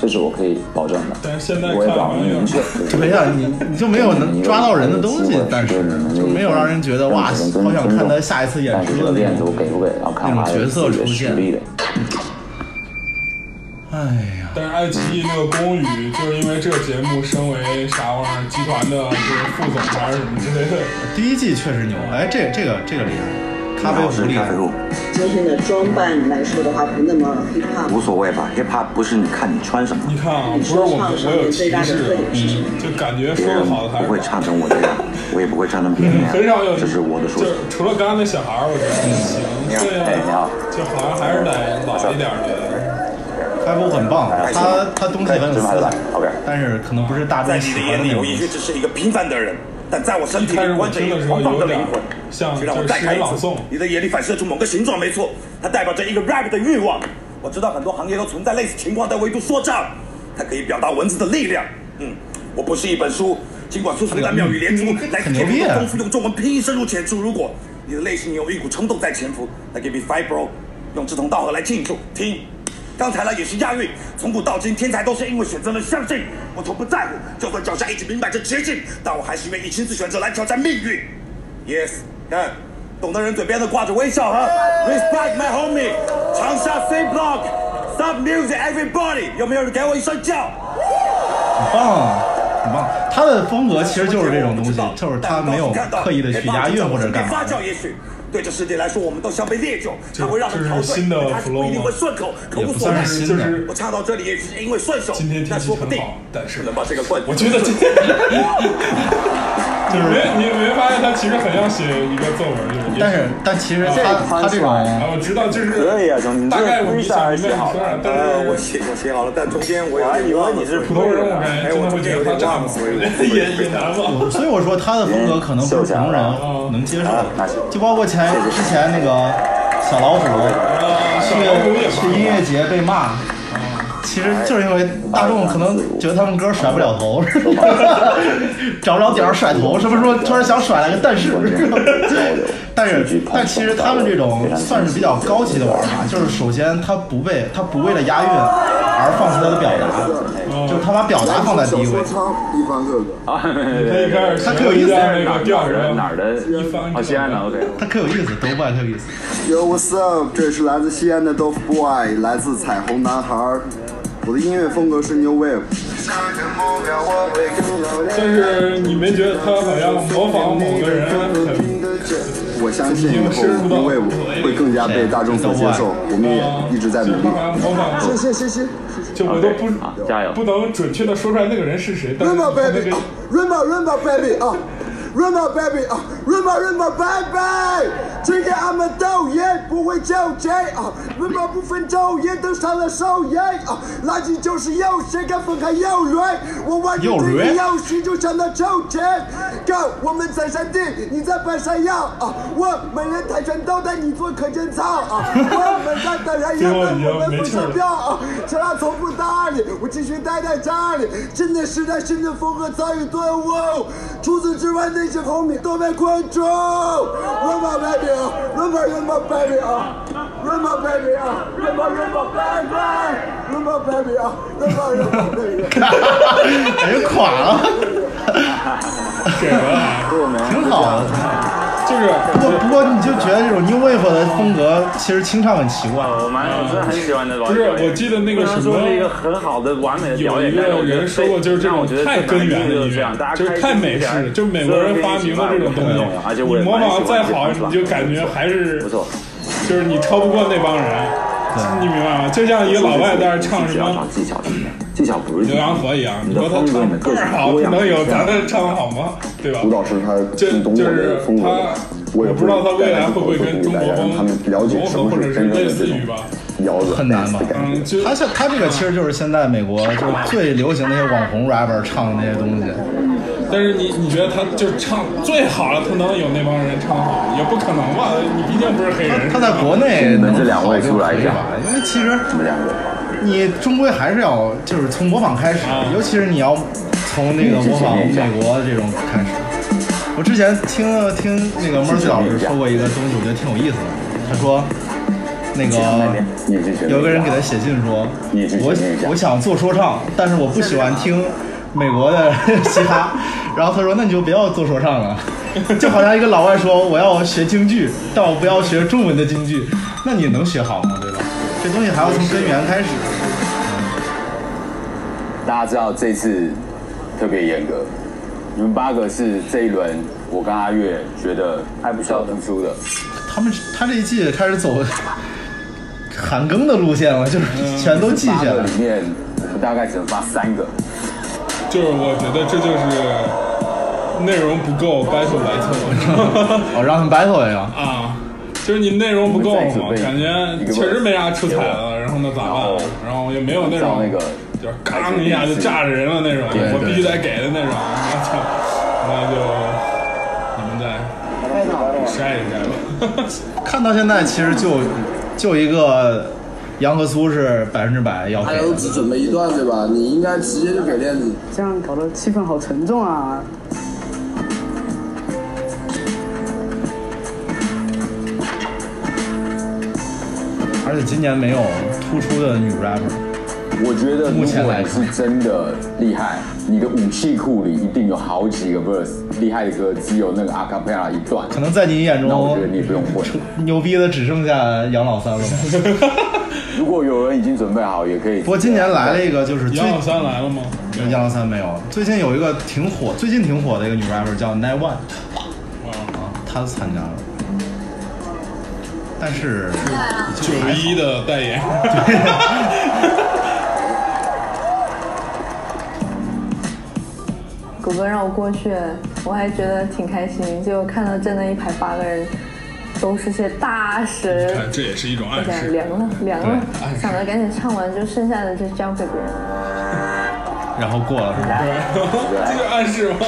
Speaker 6: 这是我可以保证的。
Speaker 2: 但是现在
Speaker 6: 我也
Speaker 2: 看
Speaker 6: 表
Speaker 2: 好像
Speaker 6: 明明确，
Speaker 1: 没想你你就没有能抓到人的东西，但是就没有让人觉得哇，好想看他下一次演
Speaker 6: 但是
Speaker 1: 出
Speaker 6: 这个
Speaker 1: 的
Speaker 6: 链
Speaker 1: 那
Speaker 6: 子我
Speaker 1: 种
Speaker 6: 给不给，然后看
Speaker 1: 那
Speaker 6: 我还
Speaker 1: 种
Speaker 6: 是
Speaker 1: 角
Speaker 6: 自
Speaker 1: 色
Speaker 6: 己的
Speaker 1: 出
Speaker 6: 实
Speaker 1: 现
Speaker 6: 力的。
Speaker 1: 哎
Speaker 2: 但是爱奇艺那个公宇，就是因为这个节目升为啥玩意儿集团的，就是副总还是什么之类的。
Speaker 1: 第一季确实牛，哎，这这个这个厉害，咖啡壶厉害。
Speaker 30: 今天的装扮来说的话，不那么 hip hop。
Speaker 11: 无所谓吧，hip hop 不是你看你穿什么，
Speaker 2: 你看啊，不是我们，我有提示，就感觉
Speaker 11: 别
Speaker 2: 说的
Speaker 11: 人
Speaker 2: 好的还
Speaker 11: 不
Speaker 2: 是
Speaker 11: 会唱成我这样，我也不会唱成别人那
Speaker 2: 很少有
Speaker 11: 样，这是我的说
Speaker 2: 就
Speaker 11: 辞
Speaker 2: 是。除了刚刚那小孩儿，我觉得还行，对呀、就好像还是得老一点儿的。
Speaker 1: 开播很棒，
Speaker 4: 哎
Speaker 1: 他他东西很有
Speaker 4: 真
Speaker 1: 色
Speaker 4: 来
Speaker 1: 彩
Speaker 4: ，OK。
Speaker 1: 但是可能不是大众
Speaker 11: 在
Speaker 1: 喜
Speaker 11: 你的
Speaker 1: 欢
Speaker 11: 眼
Speaker 1: 的那种东
Speaker 11: 里，我也
Speaker 1: 西
Speaker 11: 许。只是一个平凡的人，但在我身体
Speaker 2: 一开始
Speaker 11: 里
Speaker 2: 我
Speaker 11: 关着
Speaker 2: 听
Speaker 11: 一
Speaker 2: 的
Speaker 11: 个
Speaker 2: 时候
Speaker 11: 狂放的
Speaker 2: 有点
Speaker 11: 灵魂，
Speaker 2: 像
Speaker 11: 请让我
Speaker 2: 就是
Speaker 11: 再
Speaker 2: 诗
Speaker 11: 看
Speaker 2: 人
Speaker 11: 一
Speaker 2: 朗
Speaker 11: 次
Speaker 2: 诵。
Speaker 11: 你的眼里反射出某个形状，没错，它代表着一个 rap 的欲望。我知道很多行业都存在类似情况，但唯独说唱，它可以表达文字的力量。嗯，我不是一本书，尽管书城的妙语连珠，来自
Speaker 1: 牛
Speaker 11: 全
Speaker 1: 逼
Speaker 11: 球
Speaker 1: 啊
Speaker 11: 功夫用中文拼音深入浅出。如果你的内心有一股冲动在潜伏，那 give me five bro，用志同道合来庆祝。听，刚才呢也是押韵，从古到今，天才都是因为选择了相信。我从不在乎，就算脚下一直明摆着捷径，但我还是愿意亲自选择来挑战命运。Yes，看，嗯懂的人嘴边都挂着微笑哈。Respect
Speaker 19: 哎
Speaker 11: my homie，长沙 C block，stop music everybody，有没有人给我一声叫？
Speaker 1: 很棒，很棒。他的风格其实就是这种东西，就是他没有刻意的去押韵或者干嘛
Speaker 11: 发。酵也许对这世界来说，我们都像被烈酒，它
Speaker 2: 这
Speaker 11: 会让人陶
Speaker 2: 这是新的
Speaker 11: 醉，但它不
Speaker 2: flow
Speaker 11: 一定会
Speaker 2: 吗
Speaker 11: 顺口，可
Speaker 2: 也
Speaker 11: 无
Speaker 2: 不
Speaker 11: 所
Speaker 2: 算
Speaker 11: 谓。
Speaker 2: 是新的就是
Speaker 11: 我唱到这里，也只是因为顺手。
Speaker 2: 今天天
Speaker 11: 但
Speaker 2: 气
Speaker 11: 说不
Speaker 2: 很
Speaker 11: 定
Speaker 2: 好，但是
Speaker 11: 能把这个冠军，
Speaker 2: 我觉得今 天，你没你没发现他其实很像写一个作文，就是
Speaker 1: 但是但其实他他这种
Speaker 2: 啊，我知道就是
Speaker 1: 可以啊兄弟你这
Speaker 2: 大概我
Speaker 1: 规
Speaker 2: 理
Speaker 1: 则
Speaker 2: 想
Speaker 1: 还
Speaker 2: 明
Speaker 1: 是
Speaker 2: 白
Speaker 1: 写好
Speaker 2: 你
Speaker 1: 的
Speaker 2: 说啥，但
Speaker 11: 呃，
Speaker 2: 是
Speaker 11: 我写我写好了，但中间我
Speaker 1: 我还
Speaker 11: 有
Speaker 1: 以为
Speaker 11: 忘了
Speaker 1: 你是
Speaker 11: 所以
Speaker 1: 普通人我感觉
Speaker 11: 哎，
Speaker 1: 真的
Speaker 11: 我
Speaker 1: 会
Speaker 11: 中间
Speaker 1: 觉得
Speaker 11: 有
Speaker 1: 他
Speaker 11: 点忘了，所以我
Speaker 2: 也也难忘。
Speaker 1: 我所以我说他的风格可能不是普通人能接受
Speaker 6: 嗯
Speaker 1: 的，就包括前之前那个小老虎 去去音乐节被骂，其实就是因为大众可能觉得他们歌甩不了头， 找不着点儿甩头，什么时候突然想甩来个但是，但是但其实他们这种算是比较高级的玩法，就是首先他不为他不为了押韵而放弃他的表达，就是他把表达放在第一位。
Speaker 19: 一番哥哥
Speaker 6: 啊，
Speaker 1: 他可有意思了
Speaker 6: 哪儿的哪儿的？哦，西安的 OK。
Speaker 1: 他可有意思，豆瓣特有意思。
Speaker 19: Yo what's up？这是来自西安的 Dope Boy，来自彩虹男孩儿。我的音乐风格是 New Wave。
Speaker 2: 但是你没觉得他好像模仿某个人很
Speaker 19: 我相信以后 New Wave 会更加被大众所接受，我们也一直在努
Speaker 2: 啊
Speaker 19: 力。
Speaker 2: 谢
Speaker 19: 谢谢谢，
Speaker 2: 就我都不
Speaker 6: 啊
Speaker 2: 加油，不能准确的说出来那个人是谁，但是他
Speaker 19: Rumba
Speaker 2: 那个
Speaker 19: baby，Rumba Rumba baby 啊，Rumba baby 啊，Rumba Rumba baby，今天俺们斗也不会纠结啊，Rumba 不分昼夜都上了首页啊，垃圾就是有谁敢分开有人，我玩你
Speaker 1: 有
Speaker 19: 这个
Speaker 1: 人
Speaker 19: 游戏就像那抽签，Go，我们在山地，你在半山腰啊，我每人跆拳道带你做课间操啊，我们在等 人
Speaker 2: 最
Speaker 19: 要
Speaker 2: 后
Speaker 19: 问
Speaker 2: 你就
Speaker 19: 我们
Speaker 2: 没
Speaker 19: 不
Speaker 2: 气儿
Speaker 19: 上
Speaker 2: 了
Speaker 19: 票啊，前他从不搭理，我继续待在家里。新的时代，新的风格，早已顿悟。除此之外，那些红米都被困住。Run my baby 啊，Run my Run my baby 啊，Run my baby 啊，Run my Run my baby，Run my baby 啊，Run my Run my baby。
Speaker 1: 感觉哎垮了，
Speaker 2: 给了，
Speaker 1: 挺好的。
Speaker 2: 就是
Speaker 1: 不过不过，你就觉得这种 new wave 的风格其实清唱很奇怪。
Speaker 6: 哦我蛮我真的很喜欢的老
Speaker 2: 不是，我记得那个
Speaker 6: 不
Speaker 2: 什
Speaker 6: 能
Speaker 2: 么
Speaker 6: 说，是一个很好的完美的表
Speaker 2: 有
Speaker 6: 演，
Speaker 2: 一
Speaker 6: 但是
Speaker 2: 个
Speaker 6: 我觉得
Speaker 2: 人说过，就是这
Speaker 6: 让我
Speaker 2: 种
Speaker 6: 觉得
Speaker 2: 太
Speaker 6: 最
Speaker 2: 根源
Speaker 6: 满意
Speaker 2: 的
Speaker 6: 就
Speaker 2: 音
Speaker 6: 是这样，大家
Speaker 2: 乐，就是
Speaker 6: 开
Speaker 2: 太
Speaker 6: 心
Speaker 2: 美
Speaker 6: 一点
Speaker 2: 式，就是美国人发明的这种
Speaker 6: 所有人一起玩我都
Speaker 2: 东
Speaker 6: 很
Speaker 2: 西
Speaker 6: 懂，啊而且我也
Speaker 2: 你模
Speaker 6: 蛮喜
Speaker 2: 仿
Speaker 6: 欢
Speaker 2: 再
Speaker 6: 这
Speaker 2: 好，
Speaker 6: 种
Speaker 2: 你就感觉还是
Speaker 6: 不错，
Speaker 2: 就是你超不过那帮人， 你明白吗？就像一个老外在那儿唱什么
Speaker 6: 技巧什么的，技巧不是
Speaker 2: 牛羊河一样，你
Speaker 6: 的
Speaker 2: 说他
Speaker 6: 风格
Speaker 2: 唱
Speaker 6: 你的
Speaker 2: 歌
Speaker 6: 特色
Speaker 2: 好，
Speaker 6: 多
Speaker 2: 不
Speaker 6: 样
Speaker 2: 能有
Speaker 6: 性
Speaker 2: 咱们唱的好吗？对吧？
Speaker 31: 舞蹈师他挺懂我的风格的，我也
Speaker 2: 不知道他未来会不会跟中国
Speaker 31: 让
Speaker 2: 风
Speaker 31: 他们了解什么
Speaker 2: 融合或者
Speaker 31: 是
Speaker 2: 是
Speaker 31: 真正
Speaker 2: 类
Speaker 31: 的这
Speaker 2: 似
Speaker 31: 种
Speaker 2: 于吧？嗯
Speaker 31: 摇滚
Speaker 1: 很难
Speaker 31: dance
Speaker 1: 吧
Speaker 31: 的感觉。
Speaker 1: 他像他这个其实就是现在美国就是最流行那些网红 rapper 唱的那些东西，
Speaker 2: 但是你你觉得他就唱最好了，他能有那帮人唱好？也不可能吧？你毕竟不是黑人。
Speaker 1: 他在国内
Speaker 2: 你
Speaker 1: 能
Speaker 2: 们
Speaker 6: 这两位
Speaker 1: 好就
Speaker 6: 出来
Speaker 1: 可以
Speaker 6: 一下
Speaker 1: 吧因为其实
Speaker 6: 你们两个。
Speaker 1: 你终归还是要就是从模仿开始，尤其是你要从那个模仿美国这种开始。我之前听听那个 Mercy 老师说过一个东西，我觉得挺有意思的。他说，那个
Speaker 6: 你也去学
Speaker 1: 嗯哦有个人给他写信说，我我想做说唱，但是我不喜欢听美国的 嘻哈。然后他说，那你就不要做说唱了。就好像一个老外说，我要学京剧，但我不要学中文的京剧，那你能学好吗？对吧？这东西还要从根源开始。
Speaker 10: 大家知道这次特别严格，你们八个是这一轮我跟阿月觉得还不需要付出的，
Speaker 1: 他们他这一季开始走韩庚的路线了，就是全都记下
Speaker 10: 八个
Speaker 1: 来
Speaker 10: 里。面我们大概只能发三个，
Speaker 2: 就是我觉得这 就是内容不够 battle battle，
Speaker 1: 哦，让他们 battle 一下
Speaker 2: 啊，就是你内容不够
Speaker 32: 你
Speaker 2: 嘛
Speaker 32: 们再准，备
Speaker 2: 感觉确实没啥出彩了，然后呢咋
Speaker 32: 哦
Speaker 2: 办？然后也没有那种
Speaker 32: 那个
Speaker 2: 就是咣一下就炸着人了那种，
Speaker 32: 对对
Speaker 2: 我必须得给的那种，我操，那就你们再筛一筛吧。
Speaker 1: 看到现在，其实就就一个杨和苏是百分之百要
Speaker 33: 还
Speaker 1: 给
Speaker 33: 有只准备一段对吧？你应该直接就给链子。
Speaker 34: 这样搞得气氛好沉重啊！
Speaker 1: 而且今年没有突出的女 rapper。
Speaker 32: 我觉得
Speaker 1: 目前
Speaker 32: 如果
Speaker 1: 来
Speaker 32: 你是真的厉害，你的武器库里一定有好几个 verse，厉害的歌只有那个阿卡贝拉一段。
Speaker 1: 可能在你眼中
Speaker 32: 那我觉得你也不用混。
Speaker 1: 牛逼的只剩下杨老三 了吗？
Speaker 32: 如果有人已经准备好，也可以。
Speaker 1: 不过今年来了一个，就是最
Speaker 32: 杨老
Speaker 2: 三来了吗？
Speaker 1: 杨老三没有。最近有一个挺火，最近挺火的一个女 rapper 叫 Nine One，啊，
Speaker 32: 嗯
Speaker 1: 她参加了，但是
Speaker 2: 九一的代言，
Speaker 24: 狗哥让我过去，我还觉得挺开心，结果看到站那一排八个人，都是些大神，
Speaker 2: 看 这也是一种
Speaker 24: 我
Speaker 2: 暗
Speaker 24: 想
Speaker 2: 示。
Speaker 24: 凉了凉了哎
Speaker 2: 对暗，示
Speaker 24: 想着赶紧唱完，就剩下的就交给别人。
Speaker 1: 然后过了是吧？
Speaker 2: 这就暗示吗？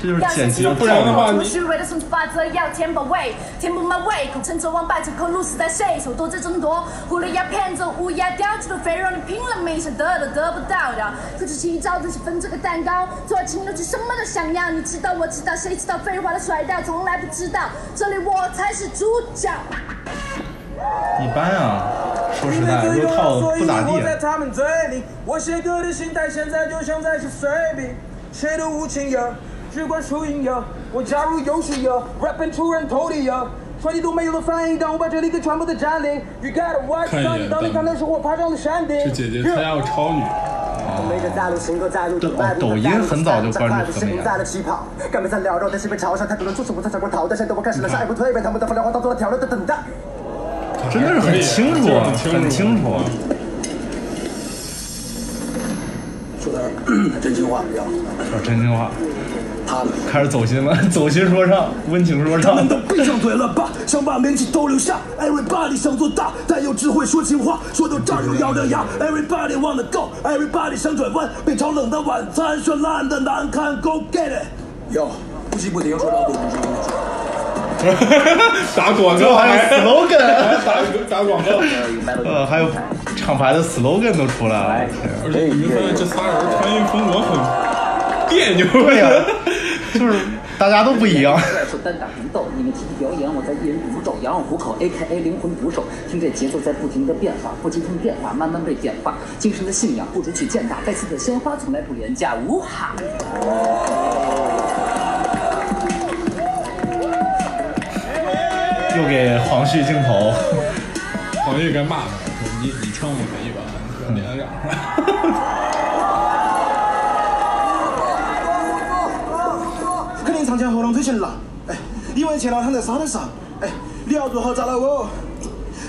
Speaker 1: 这就是
Speaker 13: 要
Speaker 1: 剪
Speaker 13: 是只
Speaker 1: 辑的
Speaker 13: 有
Speaker 1: 套
Speaker 13: 不
Speaker 1: 路
Speaker 13: 然的话，我虚伪的算法则要填饱胃，填不满胃口，趁着王八就扣入死在谁手，多在争夺，狐狸要骗走乌鸦，叼住的肥肉你拼了命想得都得不到的，各种奇招都是分这个蛋糕，做情侣就什么都想要，你知道我知道谁知道废话的甩掉，从来不知道，这里我才是主角。
Speaker 1: 一般啊，说实
Speaker 7: 因为
Speaker 1: 在，
Speaker 7: 自
Speaker 1: 这
Speaker 7: 由
Speaker 1: 套
Speaker 7: 所以
Speaker 1: 不咋地啊
Speaker 7: 活。在他们嘴里，我写歌的心态现在就像在吃水饼，谁都无情呀，只管输赢呀。我加入游戏呀，rapping 出人头地呀。传递都没有了翻译，但我把这里给全部的占领。You gotta watch，
Speaker 2: 看一眼
Speaker 7: 当你当你看到是我爬上了山顶。
Speaker 2: 这姐姐参加过超女，
Speaker 7: 每个大陆行歌在路，
Speaker 1: 对哦抖音很早就关注
Speaker 7: 是
Speaker 1: 河
Speaker 7: 不
Speaker 1: 美
Speaker 7: 在的起跑，干杯在缭绕，但是被嘲笑，太多人阻止我在转过头，但现在我开始了下一步蜕变，他们的风凉话当做了调料的等待。
Speaker 1: 真的是很清楚，啊很清楚。
Speaker 7: 说点真心话比较好。
Speaker 1: 说真心话，开始走心了， 走心说唱，温情说
Speaker 13: 他
Speaker 1: 唱
Speaker 13: 们。都闭上嘴了吧，想把名气都留下。Everybody 想做大，但又只会说情话，说到这儿又咬着牙。Everybody wanna go，Everybody 想转弯，被炒冷的晚餐，绚烂的难看。Go get it，
Speaker 7: 哟，不急不停说到不
Speaker 2: 打广告
Speaker 1: 还有 slogan，
Speaker 2: 打打广告，
Speaker 1: 呃，还有厂牌的 slogan 都出来了。
Speaker 2: 而且你们发现这仨人穿衣风格很别扭，
Speaker 1: 对 呀，就是大家都不一样。
Speaker 10: 说单打独斗，你们听表演，我在一人独奏，羊肉虎口 A K A 灵魂捕手，听这节奏在不停的变化，不知听变化，慢慢被点化，精神的信仰不准许践踏，带刺的鲜花从来不廉价，无哈。
Speaker 1: 又给黄旭镜头，
Speaker 2: 黄玉该骂他，你你唱我们一把，你俩
Speaker 7: 肯定参加活动退钱了，哎，因为前两天在沙滩上，哎，料做好砸了我，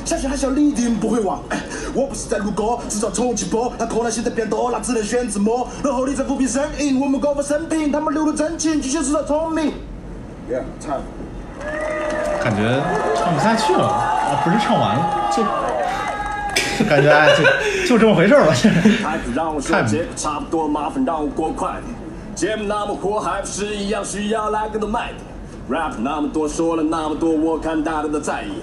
Speaker 7: 相哎信还小李一定不会忘，哎，我不是在录歌，制造冲击波，那可能性在变多，那只能选自摸，然后你在抚平声哎音，我们高不生平，他们流露真情，极限制造聪明。Yeah, time.
Speaker 1: 感觉唱不下去了，啊，不是唱完了，就就感觉哎，就就这么回事儿了。
Speaker 9: 还不让我说
Speaker 1: 太
Speaker 9: 结果差不多，麻烦让我过快点。节目那么火，还不是一样需要来个的卖点？rap 那么多，说了那么多，我看大家都在意。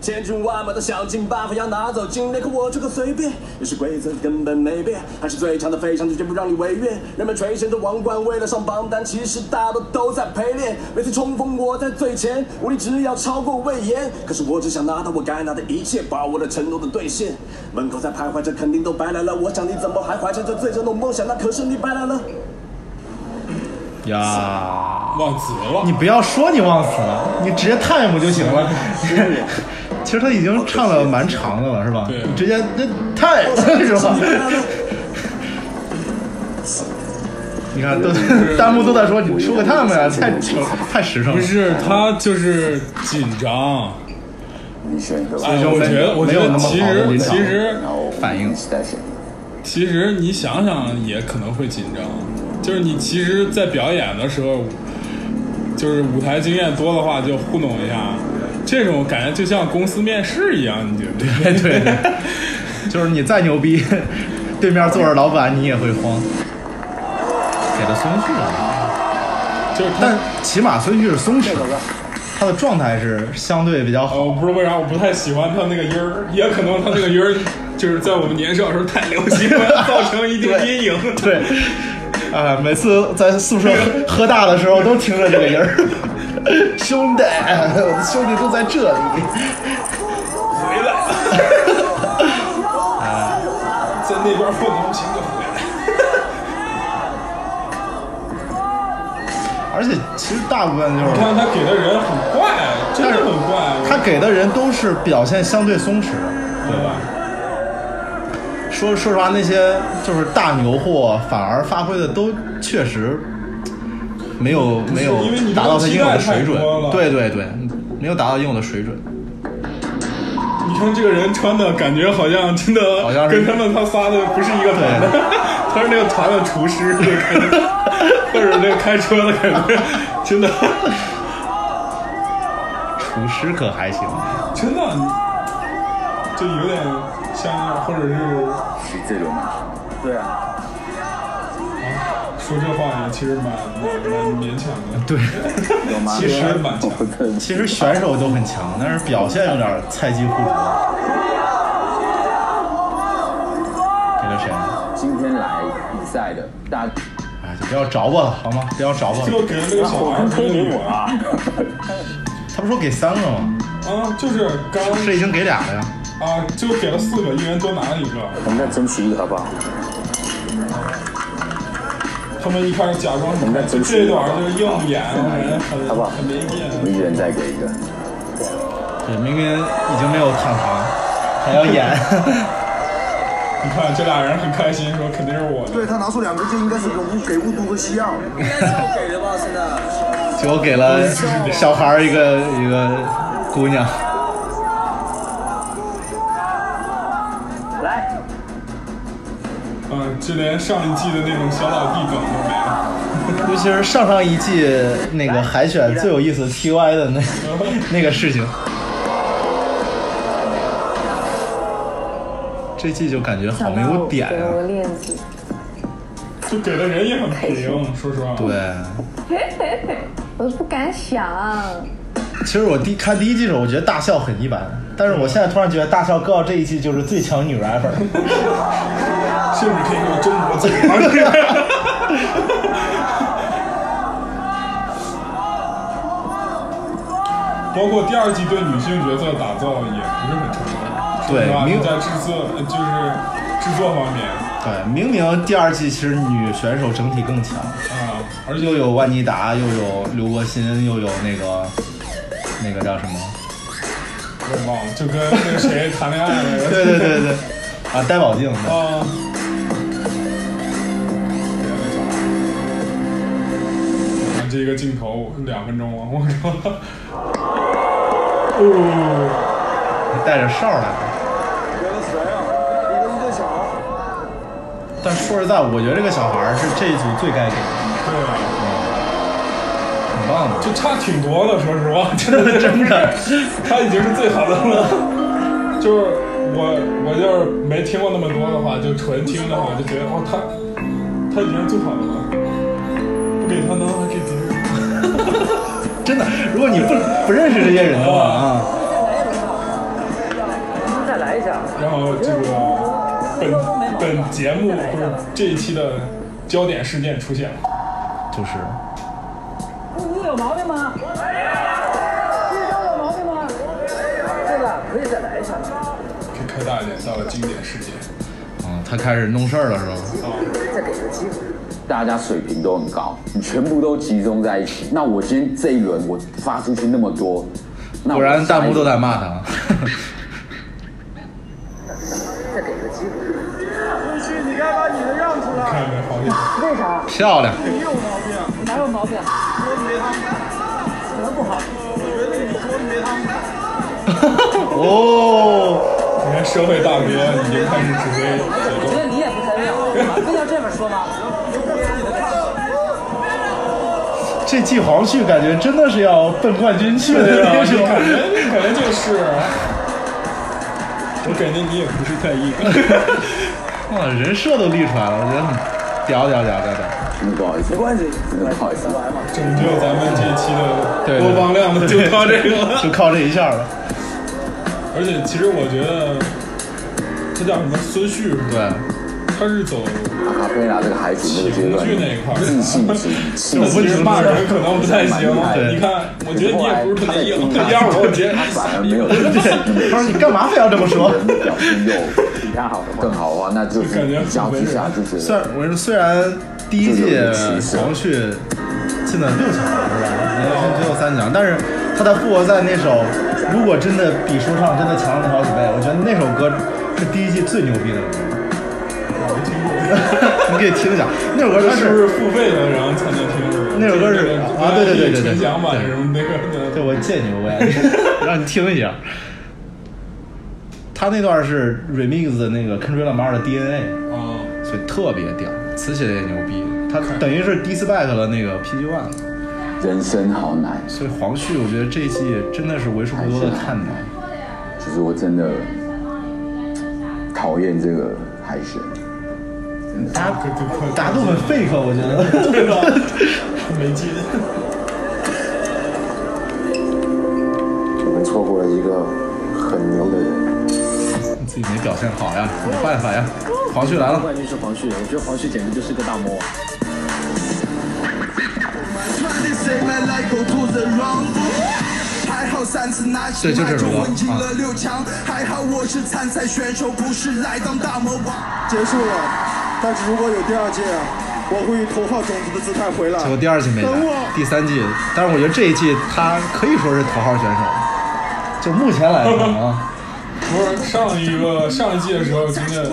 Speaker 9: 千军万马都想尽办法要拿走，今天可我这个随便，也是规则根本没变，还是最强的非常，绝对不让你违约。人们垂涎着王冠，为了上榜单，其实大家都都在陪练。每次冲锋我在最前，武力值要超过魏延，可是我只想拿到我该拿的一切，把我的承诺都兑现。门口在徘徊着，肯定都白来了。我想你怎么还怀着这最真的梦想？那可是你白来了。
Speaker 1: 呀，
Speaker 2: 忘词了！
Speaker 1: 你不要说你忘词了，你直接 time 就行了。其实他已经唱了蛮长的了，是吧？你直接那 time 是吧？你看，都弹幕都在说你说个 time 呀，太太实诚了。
Speaker 2: 不是他就是紧张。
Speaker 1: 所以
Speaker 2: 哎，
Speaker 1: 说
Speaker 2: 我觉得，我
Speaker 1: 没
Speaker 2: 觉
Speaker 1: 有
Speaker 2: 得
Speaker 1: 那么好
Speaker 2: 其
Speaker 1: 的
Speaker 2: 实
Speaker 1: 临场
Speaker 2: 其实
Speaker 1: 反应。
Speaker 2: 其实你想想也可能会紧张，就是你其实，在表演的时候，就是舞台经验多的话就糊弄一下，这种感觉就像公司面试一样，你觉得？
Speaker 1: 对对，就是你再牛逼，对面坐着老板，你也会慌。给了孙旭了，
Speaker 2: 就是，
Speaker 1: 但起码孙旭是松弛的，他的状态是相对比较好。
Speaker 2: 我不知道为啥我不太喜欢他那个音儿，也可能他那个音儿就是在我们年少时候太流行了，造成一定阴影。
Speaker 1: 对，啊、每次在宿舍喝喝大的时候都听着这个音 儿，兄弟， 兄弟都在这里。
Speaker 2: 回来了，在那边放钢琴就回来。
Speaker 1: 而且其实大部分就是
Speaker 2: 你看他给的人很怪，真的很怪。
Speaker 1: 他给的人都是表现相对松弛的，对吧？说说实话，那些就是大牛货，反而发挥的都确实没有
Speaker 2: 不是
Speaker 1: 没有
Speaker 2: 因为你这个
Speaker 1: 达到他应有的水
Speaker 2: 期待
Speaker 1: 准
Speaker 2: 太多了，
Speaker 1: 对对对，没有达到应有的水准。
Speaker 2: 你看这个人穿的感觉好像真的，好像
Speaker 1: 是
Speaker 2: 跟他们他仨的不是一个团的， 他是那个团的厨师，那个感觉或者那个开车的感觉，真的，
Speaker 1: 厨师可还行，
Speaker 2: 真的，就有点像那样，或者是
Speaker 10: 徐这轮吗？对啊，
Speaker 2: 说这话也其实蛮蛮蛮勉强的，
Speaker 1: 对，
Speaker 10: 有 吗
Speaker 1: 其实
Speaker 2: 蛮强。
Speaker 1: 其实选手都很强，但是表现有点菜鸡互啄。给了谁？
Speaker 10: 今天来比赛的大，
Speaker 1: 哎，就不要找我了，好吗？不要找我了。
Speaker 2: 就给那个小孩儿推给我
Speaker 10: 啊！
Speaker 1: 他不说给三个吗？
Speaker 2: 啊，就是刚
Speaker 1: 不是已经给俩了呀？
Speaker 2: 啊，就给了四个，一人多拿了一个。
Speaker 10: 我们再争取一个好不好？
Speaker 2: 他们一开始假装
Speaker 10: 我们再争取
Speaker 2: 这
Speaker 10: 一个好
Speaker 2: 段
Speaker 10: 不
Speaker 2: 儿
Speaker 10: 好，
Speaker 2: 就是硬演，
Speaker 10: 好不好？
Speaker 2: 很没劲。
Speaker 10: 我们一人再给一个。
Speaker 1: 对，明明已经没有躺糖，还要演。
Speaker 2: 你看这俩人很开心，说肯定是我的。
Speaker 35: 对他拿出两个，就应该是给巫给巫毒和西亚。
Speaker 11: 给的吧，现在。
Speaker 1: 结果给了小孩儿一个一个姑娘，
Speaker 11: 来，
Speaker 2: 嗯，就连上一季的那种小老弟梗都没
Speaker 1: 尤其是上上一季那个海选最有意思 TY 的那 那个事情，这季就感觉好没有点
Speaker 36: 给
Speaker 1: 啊。
Speaker 36: 我链子。
Speaker 2: 有， 就给的人也很平，说实话。
Speaker 1: 对，
Speaker 36: 我都不敢想，
Speaker 1: 其实我第看第一季的时候，我觉得大笑很一般，但是我现在突然觉得大笑搁到这一季就是最强女 rapper，
Speaker 2: 甚至可以说中国最强。 包括第二季对女性角色打造也不是很成功，
Speaker 1: 对
Speaker 2: 是吧
Speaker 1: 明
Speaker 2: 在制作呃就是制作方面
Speaker 1: 对，明明第二季其实女选手整体更强，
Speaker 2: 啊，而且
Speaker 1: 又有万妮达，又有刘国欣，又有那个那个叫什么？
Speaker 2: 我也忘了，就跟那个谁谈恋爱了。
Speaker 1: 对对对对，啊，戴宝静。对
Speaker 2: 啊，看这个镜头两分钟啊，我靠！哦，
Speaker 1: 带着哨来。
Speaker 35: 给了谁啊？给了一个小孩。
Speaker 1: 但说实在，我觉得这个小孩儿是这一组最该给的，
Speaker 2: 对啊，
Speaker 1: 挺棒的。
Speaker 2: 就差挺多的，说实话，真的
Speaker 1: 真的，
Speaker 2: 他已经是最好的了。就是我，我要是没听过那么多的话，就纯听的话，就觉得哦，他他已经是最好的了，不给他能还给别人。
Speaker 1: 真的，如果你不不认识这些人的话 啊，
Speaker 11: 再来一下。
Speaker 2: 然后这个本本节目不是这一期的焦点事件出现了，
Speaker 1: 就是
Speaker 11: 你有毛病吗？有毛病吗？这个可以再来一下。
Speaker 2: 可以开大一点，到了经典事件。
Speaker 1: 嗯，他开始弄事儿了是吧？
Speaker 11: 再给个机会。
Speaker 10: 大家水平都很高，你全部都集中在一起。那我今天这一轮我发出去那么多，那我
Speaker 1: 果然弹幕都在
Speaker 10: 下一轮
Speaker 1: 骂他。
Speaker 11: 再给个机会。
Speaker 35: 陆旭，你该把你的让出来。
Speaker 2: 看着好点，
Speaker 35: 为啥？
Speaker 1: 漂亮，
Speaker 35: 你有毛病。哪有毛病？说你没他们好，么不好？我觉得你说你没他们好。
Speaker 1: 哦，
Speaker 2: 你看社会大哥已经开始指挥节奏
Speaker 11: 我觉。得你也不太妙，非要这么说吗？
Speaker 1: 这季黄旭感觉真的是要奔冠军去的
Speaker 2: 啊，
Speaker 1: 那
Speaker 2: 就
Speaker 1: 种
Speaker 2: 啊感觉感觉感觉你也不是太一个。
Speaker 1: 哇，人设都立出来了，我觉得很屌屌屌屌屌。
Speaker 10: 真的不好意思，
Speaker 1: 没关系，真的不好意思，
Speaker 2: 拯救咱们这期
Speaker 1: 对
Speaker 2: 的
Speaker 1: 对
Speaker 2: 播放量
Speaker 1: 对
Speaker 2: 就靠这个了，
Speaker 1: 就靠这一下 了。
Speaker 2: 而且其实我觉得他叫什么孙旭，
Speaker 1: 对，
Speaker 2: 他是走
Speaker 10: 阿卡贝拉这个海主那个阶段，
Speaker 2: 情绪那一块儿
Speaker 10: 自信值，
Speaker 2: 就我其实骂人可能不太行。你看，我觉得你也不是太硬，要是我直 接
Speaker 10: 他反而没有自信。
Speaker 1: 他说你干嘛非要这么说？
Speaker 10: 表现又比他好更好的话，那就是加之下就觉
Speaker 1: 虽
Speaker 10: 得
Speaker 1: 然我跟你说，虽然第一
Speaker 10: 这
Speaker 1: 届
Speaker 10: 有歧视
Speaker 1: 黄旭进了六强是吧？然后进最后三强，但是他在复活赛那首，如果真的比说唱真的强了那好几倍，我觉得那首歌是第一季最牛逼的 歌。你可以听一下，那首歌就
Speaker 2: 他是不是付费的，然后才能听？
Speaker 1: 那首歌是啊，对对对对对，
Speaker 2: 纯享版
Speaker 1: 对
Speaker 2: 什么那个
Speaker 1: 对，我借你，我也 让你听一下。他那段是 remix 的那个 Kendrick Lamar 的 DNA，
Speaker 2: 哦，
Speaker 1: 所以特别屌，词写的也牛逼。他等于是 disback 了那个 PG One，
Speaker 10: 人生好难。
Speaker 1: 所以黄旭我觉得这一季真的是为数不多的看头。
Speaker 10: 其实我真的讨厌这个海选，
Speaker 1: 大家大家都很 fake，我觉 得。
Speaker 2: 对吧？没劲。
Speaker 19: 我们错过了一个很牛的人。
Speaker 1: 你自己没表现好呀，有办法呀。黄旭来了，
Speaker 17: 冠军是黄旭，我觉得黄旭简直就是个大魔王。
Speaker 5: 还好上次拿起
Speaker 1: 对就这
Speaker 5: 麦
Speaker 1: 首
Speaker 5: 就
Speaker 1: 歌
Speaker 5: 混进
Speaker 1: 啊
Speaker 5: 了六强，还好我是参赛选手，不是来当大魔王。结束了，但是如果有第二届，
Speaker 8: 我会以头号种子的姿态回来。
Speaker 1: 结果第二季没来
Speaker 8: 等我，
Speaker 1: 第三季，但是我觉得这一季他可以说是头号选手，就目前来看 啊，
Speaker 2: 不是上一个上一季的时候，真的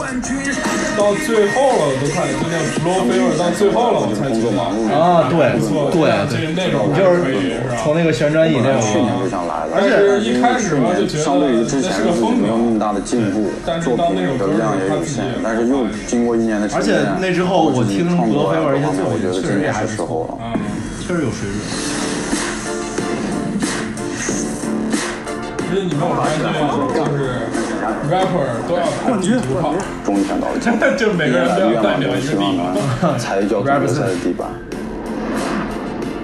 Speaker 2: 到最后了，都快真的 blow f a v o 到最后了，我才觉得
Speaker 1: 啊，对
Speaker 2: 不错
Speaker 1: 对
Speaker 2: 就是那
Speaker 1: 对，
Speaker 2: 种
Speaker 1: 你
Speaker 2: 还
Speaker 1: 就是
Speaker 2: 可以是吧
Speaker 1: 从那个旋转椅那种，
Speaker 10: 去年就想来了，
Speaker 1: 而且
Speaker 10: 但
Speaker 1: 一开始
Speaker 10: 因
Speaker 1: 嘛
Speaker 10: 为去年
Speaker 1: 就觉得嗯
Speaker 10: 相对于之前
Speaker 1: 这是
Speaker 10: 就
Speaker 1: 个
Speaker 10: 是
Speaker 1: 风格
Speaker 10: 没有那么大的进步，作品的量也有限，但是又经过一年的沉
Speaker 1: 而
Speaker 10: 淀
Speaker 1: 且，那之后我听
Speaker 10: 创
Speaker 1: 罗
Speaker 10: 作
Speaker 1: 非
Speaker 10: 啊
Speaker 1: 尔一
Speaker 10: 各方
Speaker 1: 些
Speaker 10: 面，
Speaker 1: 作
Speaker 10: 我觉得
Speaker 1: 品，
Speaker 10: 今
Speaker 1: 确实也
Speaker 10: 年
Speaker 1: 还
Speaker 10: 是时
Speaker 1: 不错
Speaker 10: 候了。
Speaker 1: 确实有水准。
Speaker 2: 其实你们我发现的时候，就是 rapper 都要冠军，
Speaker 10: 终于想到了，
Speaker 2: 真 的就每个人都要代表一个地方。
Speaker 10: 才叫总决赛的地板。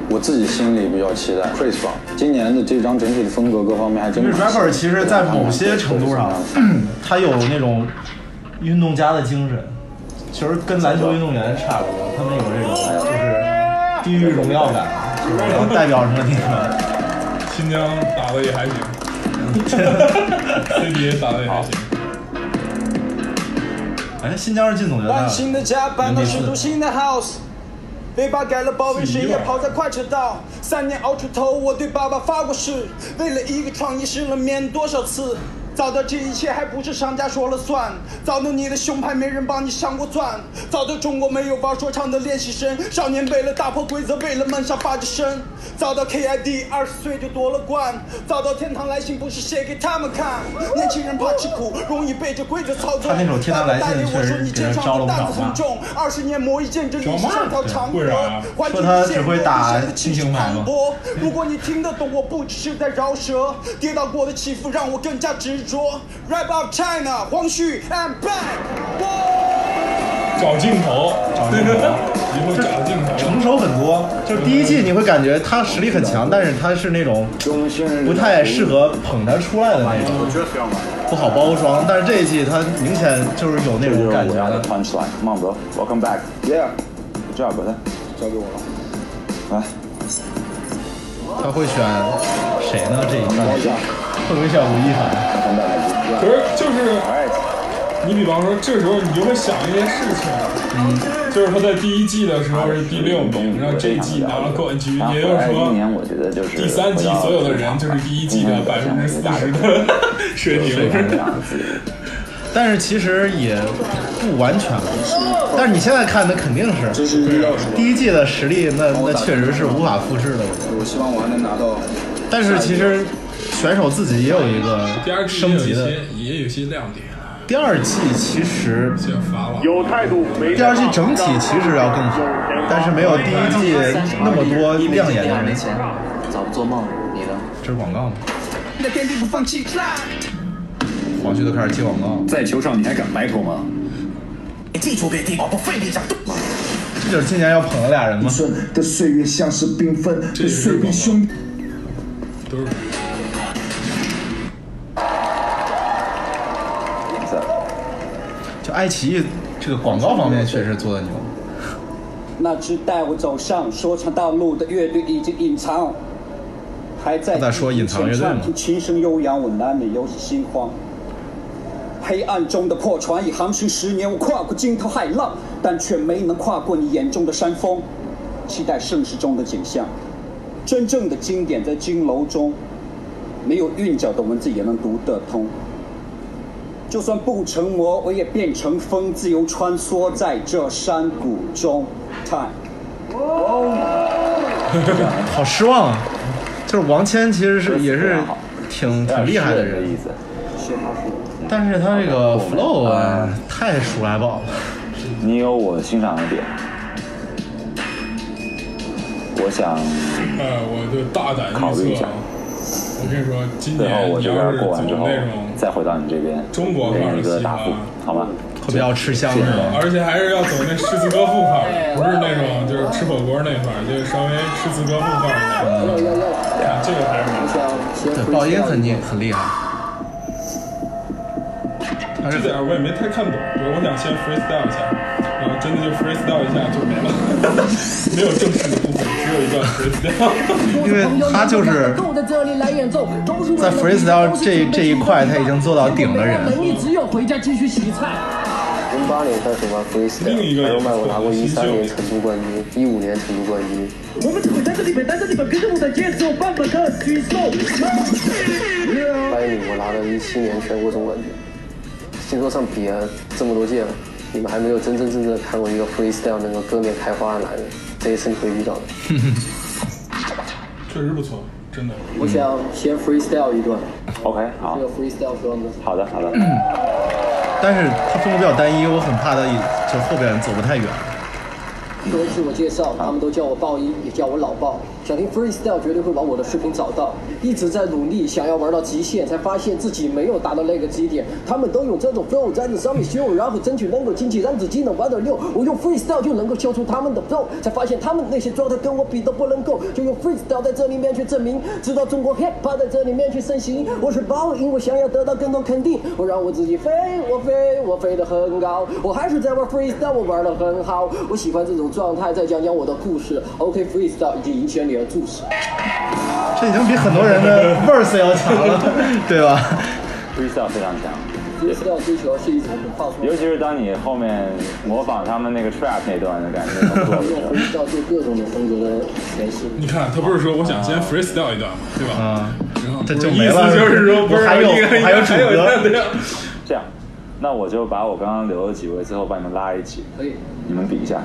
Speaker 10: 我自己心里比较期待 Chris 吧，今年的这张整体的风格各方面还真
Speaker 1: 因为
Speaker 10: 不错。
Speaker 1: rapper 其实，在某些程度上， 他有那种运动家的精神，其实跟篮球运动员差不多，他们有这种就是地域荣耀感，就是然后代表什么地方。
Speaker 2: 新疆打的也 还行，CBA 打的也还行。
Speaker 1: 哎，新疆是进总决赛
Speaker 9: 搬
Speaker 1: 了，
Speaker 9: 新的家，搬到许都新的 house。尾巴改了保卫谁也跑在快车道。三年熬出头，我对爸爸发过誓，为了一个创意失了眠多少次。早到这一切还不是商家说了算，早到你的胸牌没人帮你上过钻，早到中国没有玩说唱的练习生，少年为了打破规则，为了漫杀发着声。早到 KID 二十岁就夺了冠，早到天堂来信不是写给他们看，年轻人怕吃苦，容易被这规则操纵。
Speaker 1: 他那首天堂来信确实给他招了不少骂
Speaker 9: 重，二十年磨一剑，这历史上条长
Speaker 1: 为
Speaker 9: 河
Speaker 1: 啥呀。
Speaker 9: 环
Speaker 1: 啊说
Speaker 9: 球
Speaker 1: 他
Speaker 9: 世界
Speaker 1: 只会打新型牌吗？
Speaker 9: 波，如果你听得懂，我不只是在饶舌，跌倒过的起伏让我更加执着。Rap up China，黄旭 I'm back。
Speaker 2: 找镜头，
Speaker 1: 找镜头，
Speaker 2: 以后找镜头，
Speaker 1: 成熟很多。就是第一季你会感觉他实力很强，但是他是那种不太适合捧他出来的那种，不好包装。但是这一季他明显就是有那种感觉的。
Speaker 10: Come on, bro. Welcome back. Yeah. Good job, brother. 交给我了。
Speaker 1: 啊
Speaker 10: 来，
Speaker 1: 他会选谁呢？这一季会不会选吴亦
Speaker 2: 可
Speaker 1: 凡？
Speaker 2: 是就是，你比方说这时候你就会想一件事情，就是他在第一季的时候是第六名，然后这一季拿了冠军，也就是说
Speaker 6: 今年我觉得就是
Speaker 2: 第三季所有的人就是第一季
Speaker 6: 嗯
Speaker 2: 的百分之四 十的水平。
Speaker 1: 但是其实也不完全吧。但是你现在看，那肯定是第一季的实力，那那确实是无法复制的。我觉得。
Speaker 10: 我希望我还能拿到。
Speaker 1: 但是其实选手自己也有一
Speaker 2: 第二
Speaker 1: 个
Speaker 2: 季也
Speaker 1: 升
Speaker 2: 有一
Speaker 1: 级的
Speaker 2: 些。也有一些亮点，啊
Speaker 1: 第二季其实
Speaker 2: 有态度没
Speaker 1: 第二季整体其实要更好，但是没有第一季那么多亮眼的人。
Speaker 7: 早不做梦，你呢？
Speaker 1: 这是广告吗？
Speaker 9: 那天地不放弃，
Speaker 1: 黄旭都开始接广告。
Speaker 17: 在球上你还敢 battle 吗？
Speaker 5: 你地球给地，我不费力讲。
Speaker 1: 这就是今年要捧的俩人吗？
Speaker 5: 的岁月像是缤纷的岁月兄弟。
Speaker 1: 就爱奇艺这个广告方面确实做的牛。
Speaker 9: 那支带我走上说唱道路的乐队已经隐藏，还在
Speaker 1: 他在说隐藏乐队吗
Speaker 9: 听琴声悠扬，我难免有些心慌。黑暗中的破船已航行十年，我跨过惊涛骇浪，但却没能跨过你眼中的山峰。期待盛世中的景象，真正的经典在金楼中，没有韵脚的文字也能读得通。就算不成魔，我也变成风，自由穿梭在这山谷中。Time。
Speaker 1: 好失望啊！就是王谦其实是也是挺挺厉害的人，但是他这个 flow 啊，太鼠来宝了。
Speaker 6: 你有我欣赏的点，我想
Speaker 2: 哎，我就大胆
Speaker 6: 考虑
Speaker 2: 预
Speaker 6: 一
Speaker 2: 测
Speaker 6: 下
Speaker 2: 啊，我跟你说，今
Speaker 6: 最后
Speaker 2: 年
Speaker 6: 我
Speaker 2: 你
Speaker 6: 这
Speaker 2: 要
Speaker 6: 边
Speaker 2: 是
Speaker 6: 过完之
Speaker 2: 走
Speaker 6: 后
Speaker 2: 那种，
Speaker 6: 再回到你这边，
Speaker 2: 中国范
Speaker 6: 给
Speaker 2: 儿的
Speaker 6: 你一个
Speaker 2: 嘻哈
Speaker 6: 答复，好吗？
Speaker 1: 可不要吃香是吧？
Speaker 2: 而且还是要走那诗词歌赋范儿，不是那种就是吃火锅那块儿，就是稍微诗词歌赋范儿的。啊这个还是蛮
Speaker 1: 对，爆音很厉很厉害。
Speaker 2: 这点我也没太看懂，我我想先 freestyle 一下，然后真的就 freestyle 一下就没了， 没有正式的部分，只有一段 freestyle。
Speaker 1: 因为他就是在 freestyle 这这一块，他已经做到顶的人。
Speaker 37: 能力只有回家继续洗菜。
Speaker 38: 零八年开始玩 freestyle，还有麦我拿过一三年成都冠军，一五年成都冠军。
Speaker 37: 我们只会待在里面，待在里面，跟着我的节奏，慢慢的举手。
Speaker 38: 八一我拿了一七年全国总冠军。新说唱比啊这么多届了，你们还没有真真正正看过一个 freestyle 能够割面开花的男人，这一次你会遇到的。
Speaker 2: 确实不错，真的。
Speaker 38: 我想先 freestyle 一段。
Speaker 6: OK，好。
Speaker 38: 这个 freestyle from
Speaker 6: 好的， 好的。
Speaker 1: 但是他风格比较单一，我很怕他一就是后边走不太远。
Speaker 38: 作为自我介绍，他们都叫我爆音，也叫我老爆。想听 freestyle，绝对会往我的视频找到。一直在努力，想要玩到极限，才发现自己没有达到那个极点。他们都用这种 flow 在这上面秀，然后争取能够经济，让自己能玩到六。我用 freestyle 就能够消除他们的 flow，才发现他们那些状态跟我比都不能够，就用 freestyle 在这里面去证明，直到中国 hip hop 在这里面去盛行。我是爆音，我想要得到更多肯定，我让我自己飞，我飞，我飞得很高，我还是在玩 freestyle，我玩得很好，我喜欢这种状态，再讲讲我的故事。OK freestyle 以及影响你的注视。
Speaker 1: 这已经比很多人的 verse 要强了，对吧？
Speaker 6: freestyle 非常强，
Speaker 38: freestyle 追求是一种很放松。
Speaker 6: 尤其是当你后面模仿他们那个 trap 那段的感 觉，
Speaker 38: 用 freestyle 做各种的风格的诠释。
Speaker 2: 你看，他不是说我想先 freestyle 一段吗？对吧？
Speaker 1: 啊，
Speaker 2: 然后
Speaker 1: 这
Speaker 2: 不
Speaker 1: 就是没了
Speaker 2: 意思就是说，不是
Speaker 1: 我还有
Speaker 2: 一个
Speaker 1: 我还有主
Speaker 2: 还有
Speaker 1: 歌
Speaker 2: 这样
Speaker 6: 这样，那我就把我刚刚留的几位，最后把你们拉一起，
Speaker 38: 可以，
Speaker 6: 你们比一下。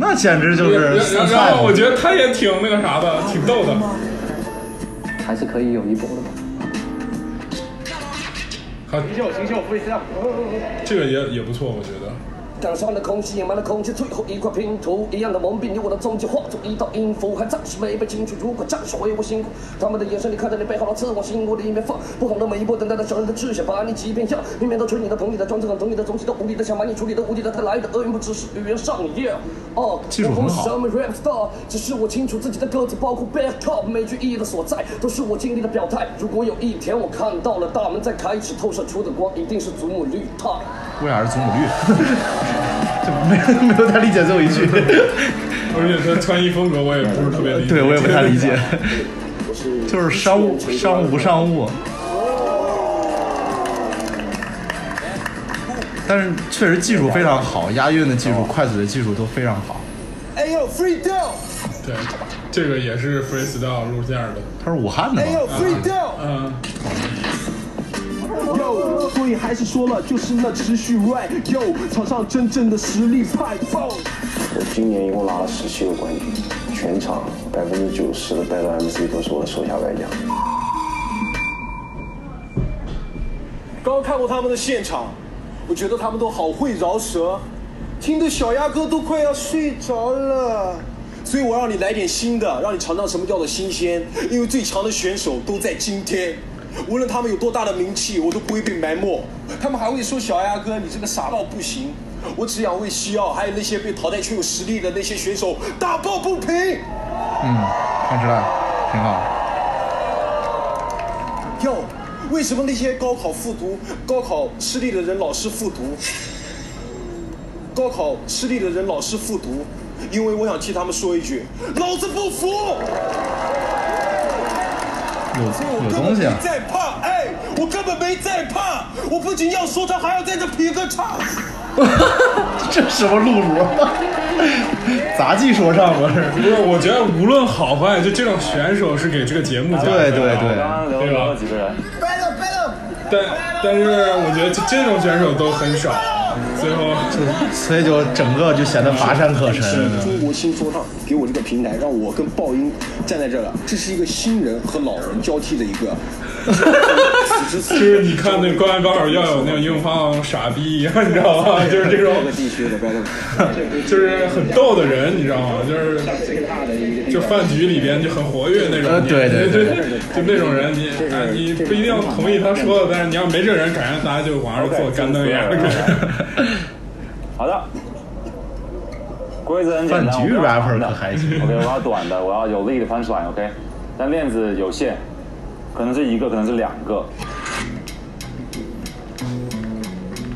Speaker 1: 那简直就是
Speaker 2: 然后然后我觉得他也挺那个啥的，挺逗的。
Speaker 38: 还是可以有一搏的吧。
Speaker 2: 新
Speaker 38: 秀，新秀，freestyle。
Speaker 2: 这个也也不错，我觉得。
Speaker 38: 掌上的空气，野蛮的空气，最后一块拼图，一样的蒙蔽你我的踪迹，化作一道音符，还暂时没被清除。如果战士为我辛苦，他们的眼神里看着你背后的刺，往心窝里面放。不好的每一步，等待的小人的志向，把你击遍下，明明都吹你的捧你的装正懂你的总体的无理的想把你处理的无理的太来的厄运不只是语言上瘾。哦，
Speaker 18: 技术很好
Speaker 38: 我不是什么 rap star，只是我清楚自己的歌词包括 back up 每句意义的所在，都是我经历的表态。如果有一天我看到了大门在开启，透射出的光一定是祖母绿烫。
Speaker 1: 为啥是祖母绿？ 就没没有太理解最后一句，
Speaker 2: 而且他穿衣风格我也不是特别理解。
Speaker 1: 对我也不太理解，
Speaker 38: 我是
Speaker 1: 就是商务商务不商务。但是确实技术非常好，押韵的技术、快嘴的技术都非常好。
Speaker 9: 哎呦，free down！
Speaker 2: 对，这个也是 freestyle 路线的。
Speaker 1: 他是武汉的
Speaker 9: 哎呦
Speaker 1: 嘛？
Speaker 9: ，free down！
Speaker 2: 嗯。
Speaker 9: Yo，所以还是说了，就是那持续 right。Yo，场上真正的实力派。爆
Speaker 39: 我今年一共拿了十七个冠军，全场百分之九十的 battle MC 都是我的手下败将。
Speaker 9: 刚刚看过他们的现场，我觉得他们都好会饶舌，听得小鸭哥都快要睡着了。所以我让你来点新的，让你尝尝什么叫做新鲜，因为最强的选手都在今天。无论他们有多大的名气，我都不会被埋没。他们还会说小鸭哥，你这个傻到不行。我只想为西奥还有那些被淘汰却有实力的那些选手打抱不平。
Speaker 1: 嗯，看出来，挺好。
Speaker 9: 哟，为什么那些高考复读、高考失利的人老是复读？高考失利的人老是复读，因为我想替他们说一句：老子不服！
Speaker 1: 有
Speaker 9: 我
Speaker 1: 有
Speaker 9: 根本
Speaker 1: 东西啊
Speaker 9: 没！在怕，哎，我根本没在怕，哎我不仅要说他，还要在这劈个叉。
Speaker 1: 这什么路数？杂技说唱不是？
Speaker 2: 不是，我觉得无论好坏，就这种选手是给这个节目加分的
Speaker 1: 对对对
Speaker 2: 对吧？
Speaker 6: 几个人？
Speaker 2: 但但是我觉得这这种选手都很少，最后
Speaker 1: 所以就整个就显得乏善可陈。
Speaker 3: 是中国新说唱给我这个平台，让我跟爆音站在这了。这是一个新人和老人交替的一个，
Speaker 2: 就是你看那《灌篮高手》要有那种硬放傻逼一样，你知道 吗？就是这种
Speaker 3: 各个地区的 battle，
Speaker 2: 就是很逗的人，你知道吗？就是就饭局里边就很活跃那种，
Speaker 1: 呃对对对
Speaker 2: 对，就那种人，你啊你不一定要同意他说的，但是你要没这人，感觉大家就往上坐干瞪眼。
Speaker 6: 好的，规则很简单。
Speaker 1: 饭局
Speaker 6: 我不要
Speaker 1: rapper
Speaker 6: 长的
Speaker 1: 可还行
Speaker 6: OK，我要短的，我要有力的 punchline。OK，但链子有限，可能是一个，可能是两个。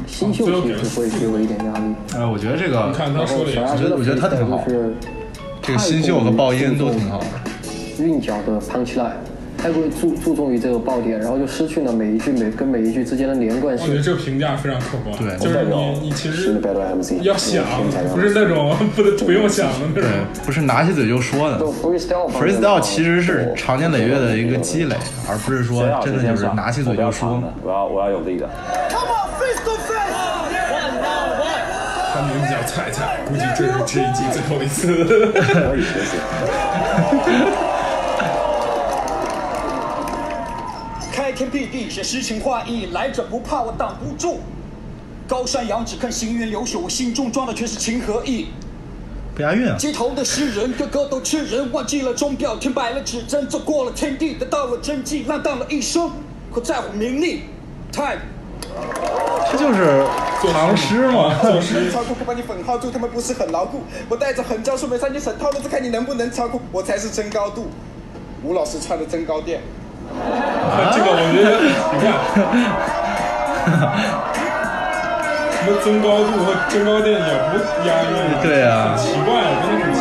Speaker 3: 新秀其实会给我一点压力。
Speaker 1: 哎，我觉得这个，
Speaker 3: 你看他说的也是
Speaker 1: 我觉得我觉得他挺好。这个新秀和爆音都挺好的。
Speaker 3: 韵脚的 punch line，
Speaker 38: 太过于注注重于这个爆点，然后就失去了每一句每跟每一句之间的连贯
Speaker 2: 我
Speaker 38: 性
Speaker 2: 觉。得这评价非常客观，
Speaker 1: 对
Speaker 2: 就是你你其实要想，不是那种 不不用想的那 种。
Speaker 1: 对，不是拿起嘴就说的。freestyle 其实是长年累月的一个积累，而不是说真的就是拿起嘴就说。
Speaker 6: 我要我要有力的。
Speaker 2: 他名字叫菜菜，估计这是这一季最后一次。
Speaker 9: 开天辟地，写诗情画意，来者不怕，我挡不住。高山仰止，看行云流水，我心中装的全是情和义。
Speaker 1: 不押韵啊！
Speaker 9: 街头的诗人，个个都吃人，忘记了钟表，停摆了指针，走过了天地，得到了真迹，浪荡了一生，可在乎名利太
Speaker 1: 这就是唐诗嘛。
Speaker 9: 超过不把你粉号住，他们不是很牢固。我带着横江数枚三军神套路，只看你能不能超过，我才是真高度。吴老师穿的增高垫，
Speaker 2: 啊这个我觉得，你看，啊什么增高度和增高垫也不押韵，
Speaker 1: 对啊
Speaker 2: 很奇怪，真的很奇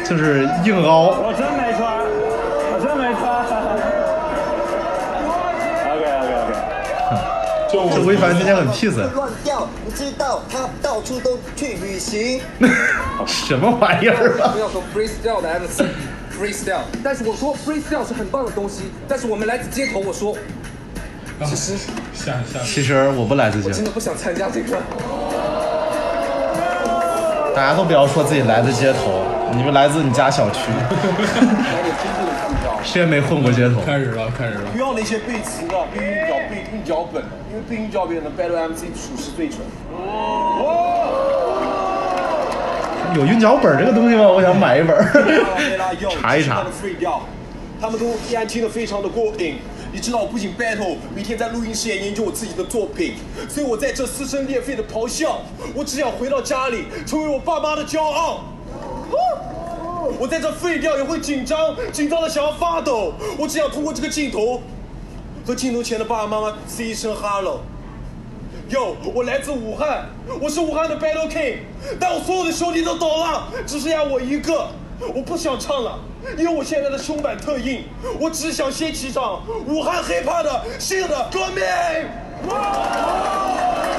Speaker 2: 怪。
Speaker 1: 就是硬凹。
Speaker 4: 我真没穿，我真没穿。
Speaker 1: 这吴亦凡今天很 peace，
Speaker 40: 乱掉，你知道他到处都去旅行。
Speaker 1: 什么玩意儿啊
Speaker 18: 不？要说 freestyle 的 MC freestyle，但是我说 freestyle 是很棒的东西，但是我们来自街头，我说，其实
Speaker 2: 下下，
Speaker 1: 其实我不来自
Speaker 18: 我真
Speaker 1: 街
Speaker 18: 的，不想参加这个。
Speaker 1: 大家都不要说自己来自街头，你们来自你家小区，谁也没混过街头。
Speaker 2: 开始了，开始了。
Speaker 18: 不要那些背词的，背韵脚、背韵脚本，因为背韵脚本的 battle MC 属实最准。
Speaker 1: 有韵脚本这个东西吗？我想买一本儿， 查一查。
Speaker 9: 废掉，他们都依然听得非常的过瘾。你知道，我不仅 battle，每天在录音室也研究我自己的作品，所以我在这撕声裂肺的咆哮，我只想回到家里，成为我爸妈的骄傲。我在这废掉也会紧张，紧张的想要发抖。我只想通过这个镜头，和镜头前的爸爸妈妈 say 一声 hello。哟，我来自武汉，我是武汉的 Battle King，但我所有的兄弟都走了，只剩下我一个。我不想唱了，因为我现在的胸板特硬，我只想掀起一场武汉 hiphop 的新的革命。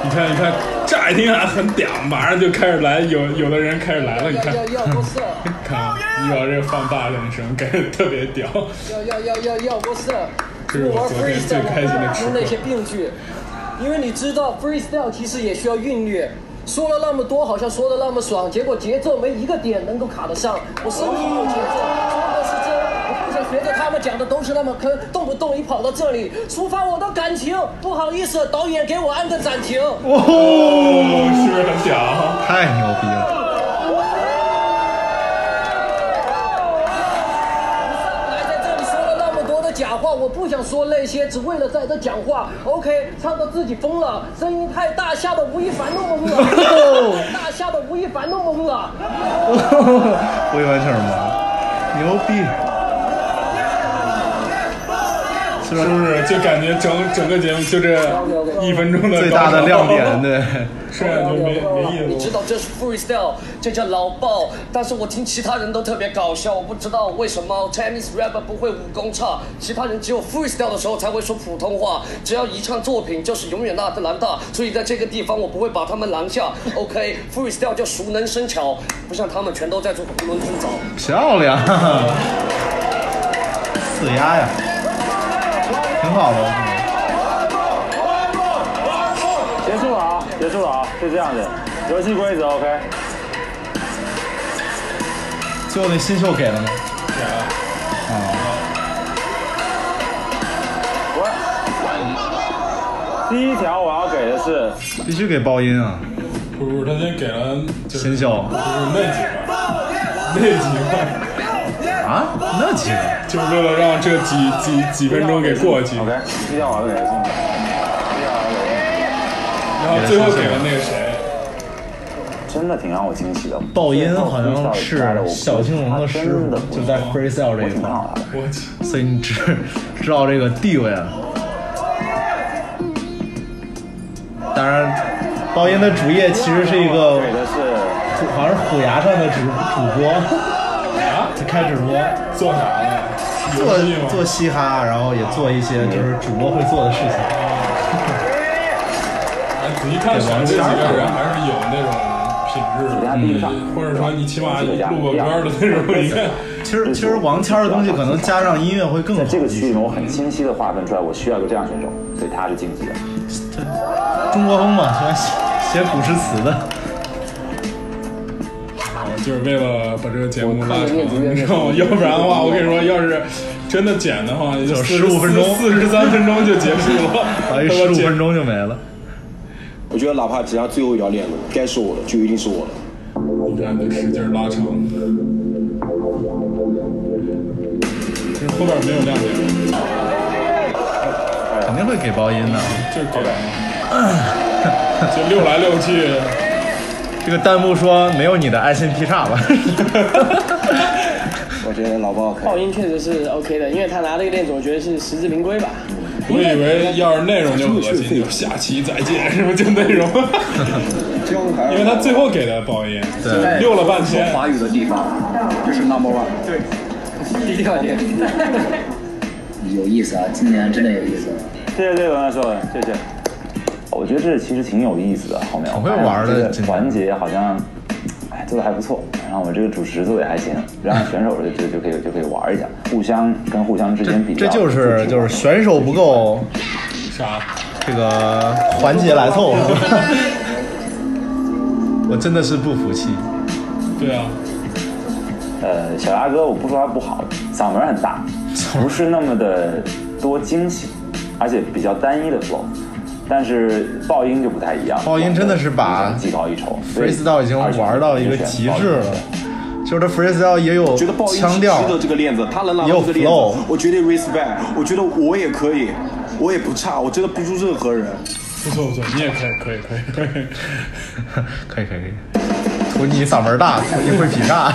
Speaker 2: 你看，你看，乍一听还很屌，马上就开始来，有有的人开始来了，你看，
Speaker 38: 要要要 what's up？
Speaker 2: 看，你把这放大练声，感觉特别屌。哦
Speaker 38: 要要要要要 what's up？
Speaker 2: 这是我昨天最开心的时刻
Speaker 38: 那些病句，因为你知道 freestyle 其实也需要韵律。说了那么多，好像说的那么爽，结果节奏没一个点能够卡得上。我身体有节奏，装的是真，我不想学着他们讲的都是那么坑，动不动一跑到这里抒发我的感情。不好意思，导演给我按个暂停。
Speaker 2: 哦，是不是很屌？
Speaker 1: 太牛逼了！
Speaker 18: 哎
Speaker 38: 来在这里说了那么多的假
Speaker 18: 话，我不想说那些，只为了在这讲话。OK，唱到自己疯了，声音太大，吓得吴亦凡那么饿， 太大吓得吴亦凡那么饿。
Speaker 1: 不一般事儿吗？牛逼！
Speaker 2: 是不是就感觉整整个节目就这一分钟的
Speaker 1: 最大的亮点，对，
Speaker 2: 是啊就没没意思。
Speaker 18: 你知道这是 freestyle，这叫老爆。但是我听其他人都特别搞笑，我不知道为什么 Chinese rapper 不会武功差，其他人只有 freestyle 的时候才会说普通话。只要一唱作品，就是永远那个难大。所以在这个地方，我不会把他们拦 下。OK，freestyle、叫熟能生巧，不像他们全都在做囫囵吞枣。
Speaker 1: 漂亮，四丫呀，挺好的。
Speaker 6: 结束了啊，结束了啊，就这样子，游戏规则 OK。
Speaker 1: 最后那新秀给了吗？啊，
Speaker 6: 第一条我要给的是，
Speaker 1: 必须给爆音啊！
Speaker 2: 不是不是，他先给了就是
Speaker 1: 新秀
Speaker 2: 就是那几个，那几
Speaker 1: 啊，那几个，
Speaker 2: 个，就是为了让这几几几分钟给过去。OK，
Speaker 6: 第一条我要给的是，
Speaker 2: 然后最后给了那个谁，
Speaker 6: 真的挺让我惊喜的。
Speaker 1: 爆音好像是小青龙的师傅，就在 freestyle 这一块儿，所以你知 知道这个地位啊了。当然，爆音的主业其实是一个，好像是虎牙上的主主播，他开直播
Speaker 2: 做啥的？
Speaker 1: 做做嘻哈，然后也做一些就是主播会做的事情。
Speaker 2: 哎仔细看选这几个人还是有那种品质的，嗯或者说你起码录个歌的那种，你看。
Speaker 1: 其实其实王谦的东西可能加上音乐会更好。
Speaker 6: 这个区域呢，我很清晰的划分出来，我需要一个这样的选手，所以他是晋级的。
Speaker 1: 中国风嘛，喜欢写写古诗词的。
Speaker 2: 就是为了把这个节目 拉长，你知道吗？ 要不然的话，我跟你说，要是真的剪的话，
Speaker 1: 就15分钟
Speaker 2: 四十三分钟就结束了，
Speaker 1: 哎，十五分钟就没了。
Speaker 9: 我觉得哪怕只要最后一条链子，该是我的就一定是我的。
Speaker 2: 你看，得使劲拉长。其实后边没有亮点，
Speaker 1: 肯定会给爆音的。
Speaker 2: 就是给了，就溜来溜去。
Speaker 1: 这个弹幕说没有你的爱心劈叉吧？
Speaker 9: 我觉得老包
Speaker 38: 爆哦音确实是 OK 的，因为他拿这个链子，我觉得是实至名归吧。
Speaker 2: 我以为要是内容就恶心，就下期再见，是不是就内 容？因为他最后给的爆音，
Speaker 10: 对
Speaker 2: 溜了半天。
Speaker 10: 华语的地方就是 number one。对，
Speaker 38: 低调点。
Speaker 11: 有意思啊，今年真的有意思。
Speaker 6: 谢谢这轮的说，谢谢。我觉得这其实挺有意思的，后面我
Speaker 1: 会玩的
Speaker 6: 发现这个环节好像，哎，做的还不错。然后我这个主持做的也还行，然后选手就就就可以就可以玩一下，互相跟互相之间比较。
Speaker 1: 这就是就是选手不够，
Speaker 2: 啥？
Speaker 1: 这个环节来凑， 我真的是不服气。
Speaker 2: 对啊，
Speaker 6: 呃，小鸭哥，我不说他不好，嗓门很大，不是那么的多惊喜，而且比较单一的 flow，但是爆音就不太一样。
Speaker 1: 爆音真的是把
Speaker 6: 技高一筹所以
Speaker 1: freestyle 已经玩到一个极致了，就是它 freestyle 也有
Speaker 9: 觉得爆音
Speaker 1: 腔调
Speaker 9: 值，得这个链子，他能拿
Speaker 1: 也有
Speaker 9: 到这个链子
Speaker 1: flow，
Speaker 9: 我绝对 respect，我觉得我也可以，我也不差，我真的不输任何人。
Speaker 2: 不错不错，你也可以可以可以可以。
Speaker 1: 可以可以可以。图你嗓门大，图你会劈叉。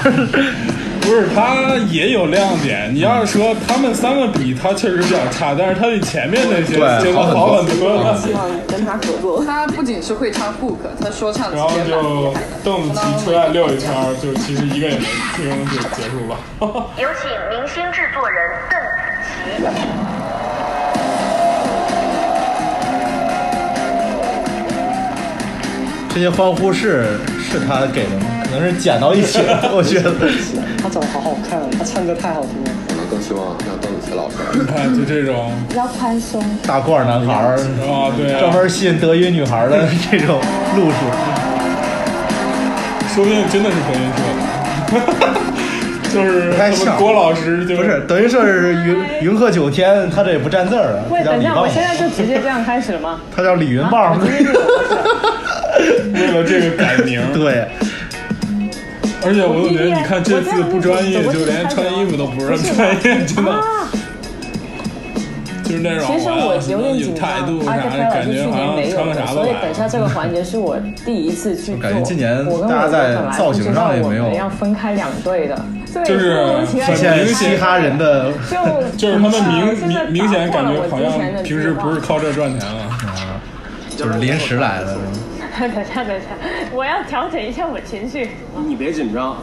Speaker 2: 不是，他也有亮点。你要是说他们三个比，他确实比较差，但是他比前面那些
Speaker 1: 对
Speaker 2: 结果
Speaker 1: 好
Speaker 2: 好
Speaker 1: 很
Speaker 2: 很
Speaker 1: 多
Speaker 2: 多了。
Speaker 8: 希望跟他合作。他不仅是会唱 hook，他说唱
Speaker 2: 然后
Speaker 8: 直接蛮厉
Speaker 2: 就
Speaker 8: 害
Speaker 2: 凳子骑车呀溜一圈儿，就其实一个也没听就结束了。
Speaker 41: 有请明星制作人邓紫棋。
Speaker 1: 这些欢呼是是他给的吗？可能是剪到一起了，我觉得。
Speaker 38: 他长得好好看，他唱歌太好听了。
Speaker 42: 可能更希望让邓紫棋老师。
Speaker 2: 哎，就这种
Speaker 38: 比较宽松。
Speaker 1: 大罐儿男孩儿
Speaker 2: 啊，对啊
Speaker 1: 专门吸引德云女孩儿 的这种路数。
Speaker 2: 说不定真的是德云社的， 就是
Speaker 1: 不太
Speaker 2: 他
Speaker 1: 像
Speaker 2: 们郭老师就
Speaker 1: 不是德云社是云云鹤九天，他这也不占字儿啊，
Speaker 8: 喂，
Speaker 1: 他叫
Speaker 8: 等一
Speaker 1: 李
Speaker 8: 下，
Speaker 1: 棒
Speaker 8: 我，现在就直接这样开始了吗？
Speaker 1: 他叫李云 棒，
Speaker 2: 为了这个改名。
Speaker 1: 对，
Speaker 2: 而且我总觉得你看这次不专业，就连穿衣服都不是很专业，真的。就是那种
Speaker 8: 啊
Speaker 2: 哎
Speaker 8: 其实我有点紧张，
Speaker 2: 态度啥
Speaker 8: 而且潘老
Speaker 2: 的，感
Speaker 8: 师
Speaker 2: 觉
Speaker 8: 去
Speaker 2: 好
Speaker 8: 年没
Speaker 2: 像
Speaker 8: 有
Speaker 2: 穿个
Speaker 8: 的，
Speaker 2: 啥
Speaker 8: 所
Speaker 2: 都
Speaker 8: 以
Speaker 2: 来
Speaker 8: 等一下这个环节是我第一次去做。
Speaker 1: 感觉今年
Speaker 8: 我跟
Speaker 1: 大家
Speaker 8: 我
Speaker 1: 在
Speaker 8: 哥本来
Speaker 1: 造
Speaker 8: 不
Speaker 1: 型
Speaker 8: 知
Speaker 1: 上
Speaker 8: 道
Speaker 1: 也
Speaker 8: 我
Speaker 1: 没有
Speaker 8: 们要分开两队 的，对
Speaker 2: 就是
Speaker 8: 莫名其妙
Speaker 1: 体现嘻哈人的，
Speaker 8: 就
Speaker 2: 就是他们明
Speaker 8: 就是
Speaker 2: 明明显感觉
Speaker 8: 打
Speaker 2: 好
Speaker 8: 破了我之前的
Speaker 2: 像平时
Speaker 8: 计划
Speaker 2: 不是靠这赚钱啊了，
Speaker 1: 就是临时来的。
Speaker 11: 等一下，等一下，我要调整一下我情绪。
Speaker 17: 你别紧张，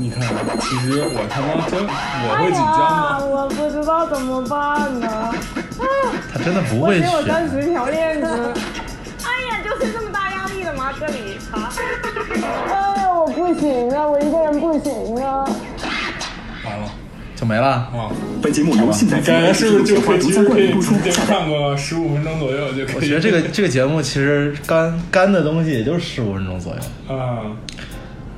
Speaker 2: 你看，其实我他妈真我
Speaker 11: 哎
Speaker 2: 会
Speaker 11: 呀，
Speaker 2: 紧张吗？
Speaker 11: 我不知道怎么办呢。啊，
Speaker 1: 他真的不
Speaker 11: 我
Speaker 1: 会
Speaker 11: 给我
Speaker 1: 选，
Speaker 11: 当时条链子。 哎呀，就是这么大压力的吗？这里 啊。啊，我不行啊，我一个人不行啊。
Speaker 1: 就没了
Speaker 2: 啊！
Speaker 1: 本节目
Speaker 2: 好吧感觉是不是就可以其实可以提前 看个十五分钟左右就可以？
Speaker 1: 我觉得这个这个节目其实干干的东西也就是十五分钟左右。
Speaker 2: 啊，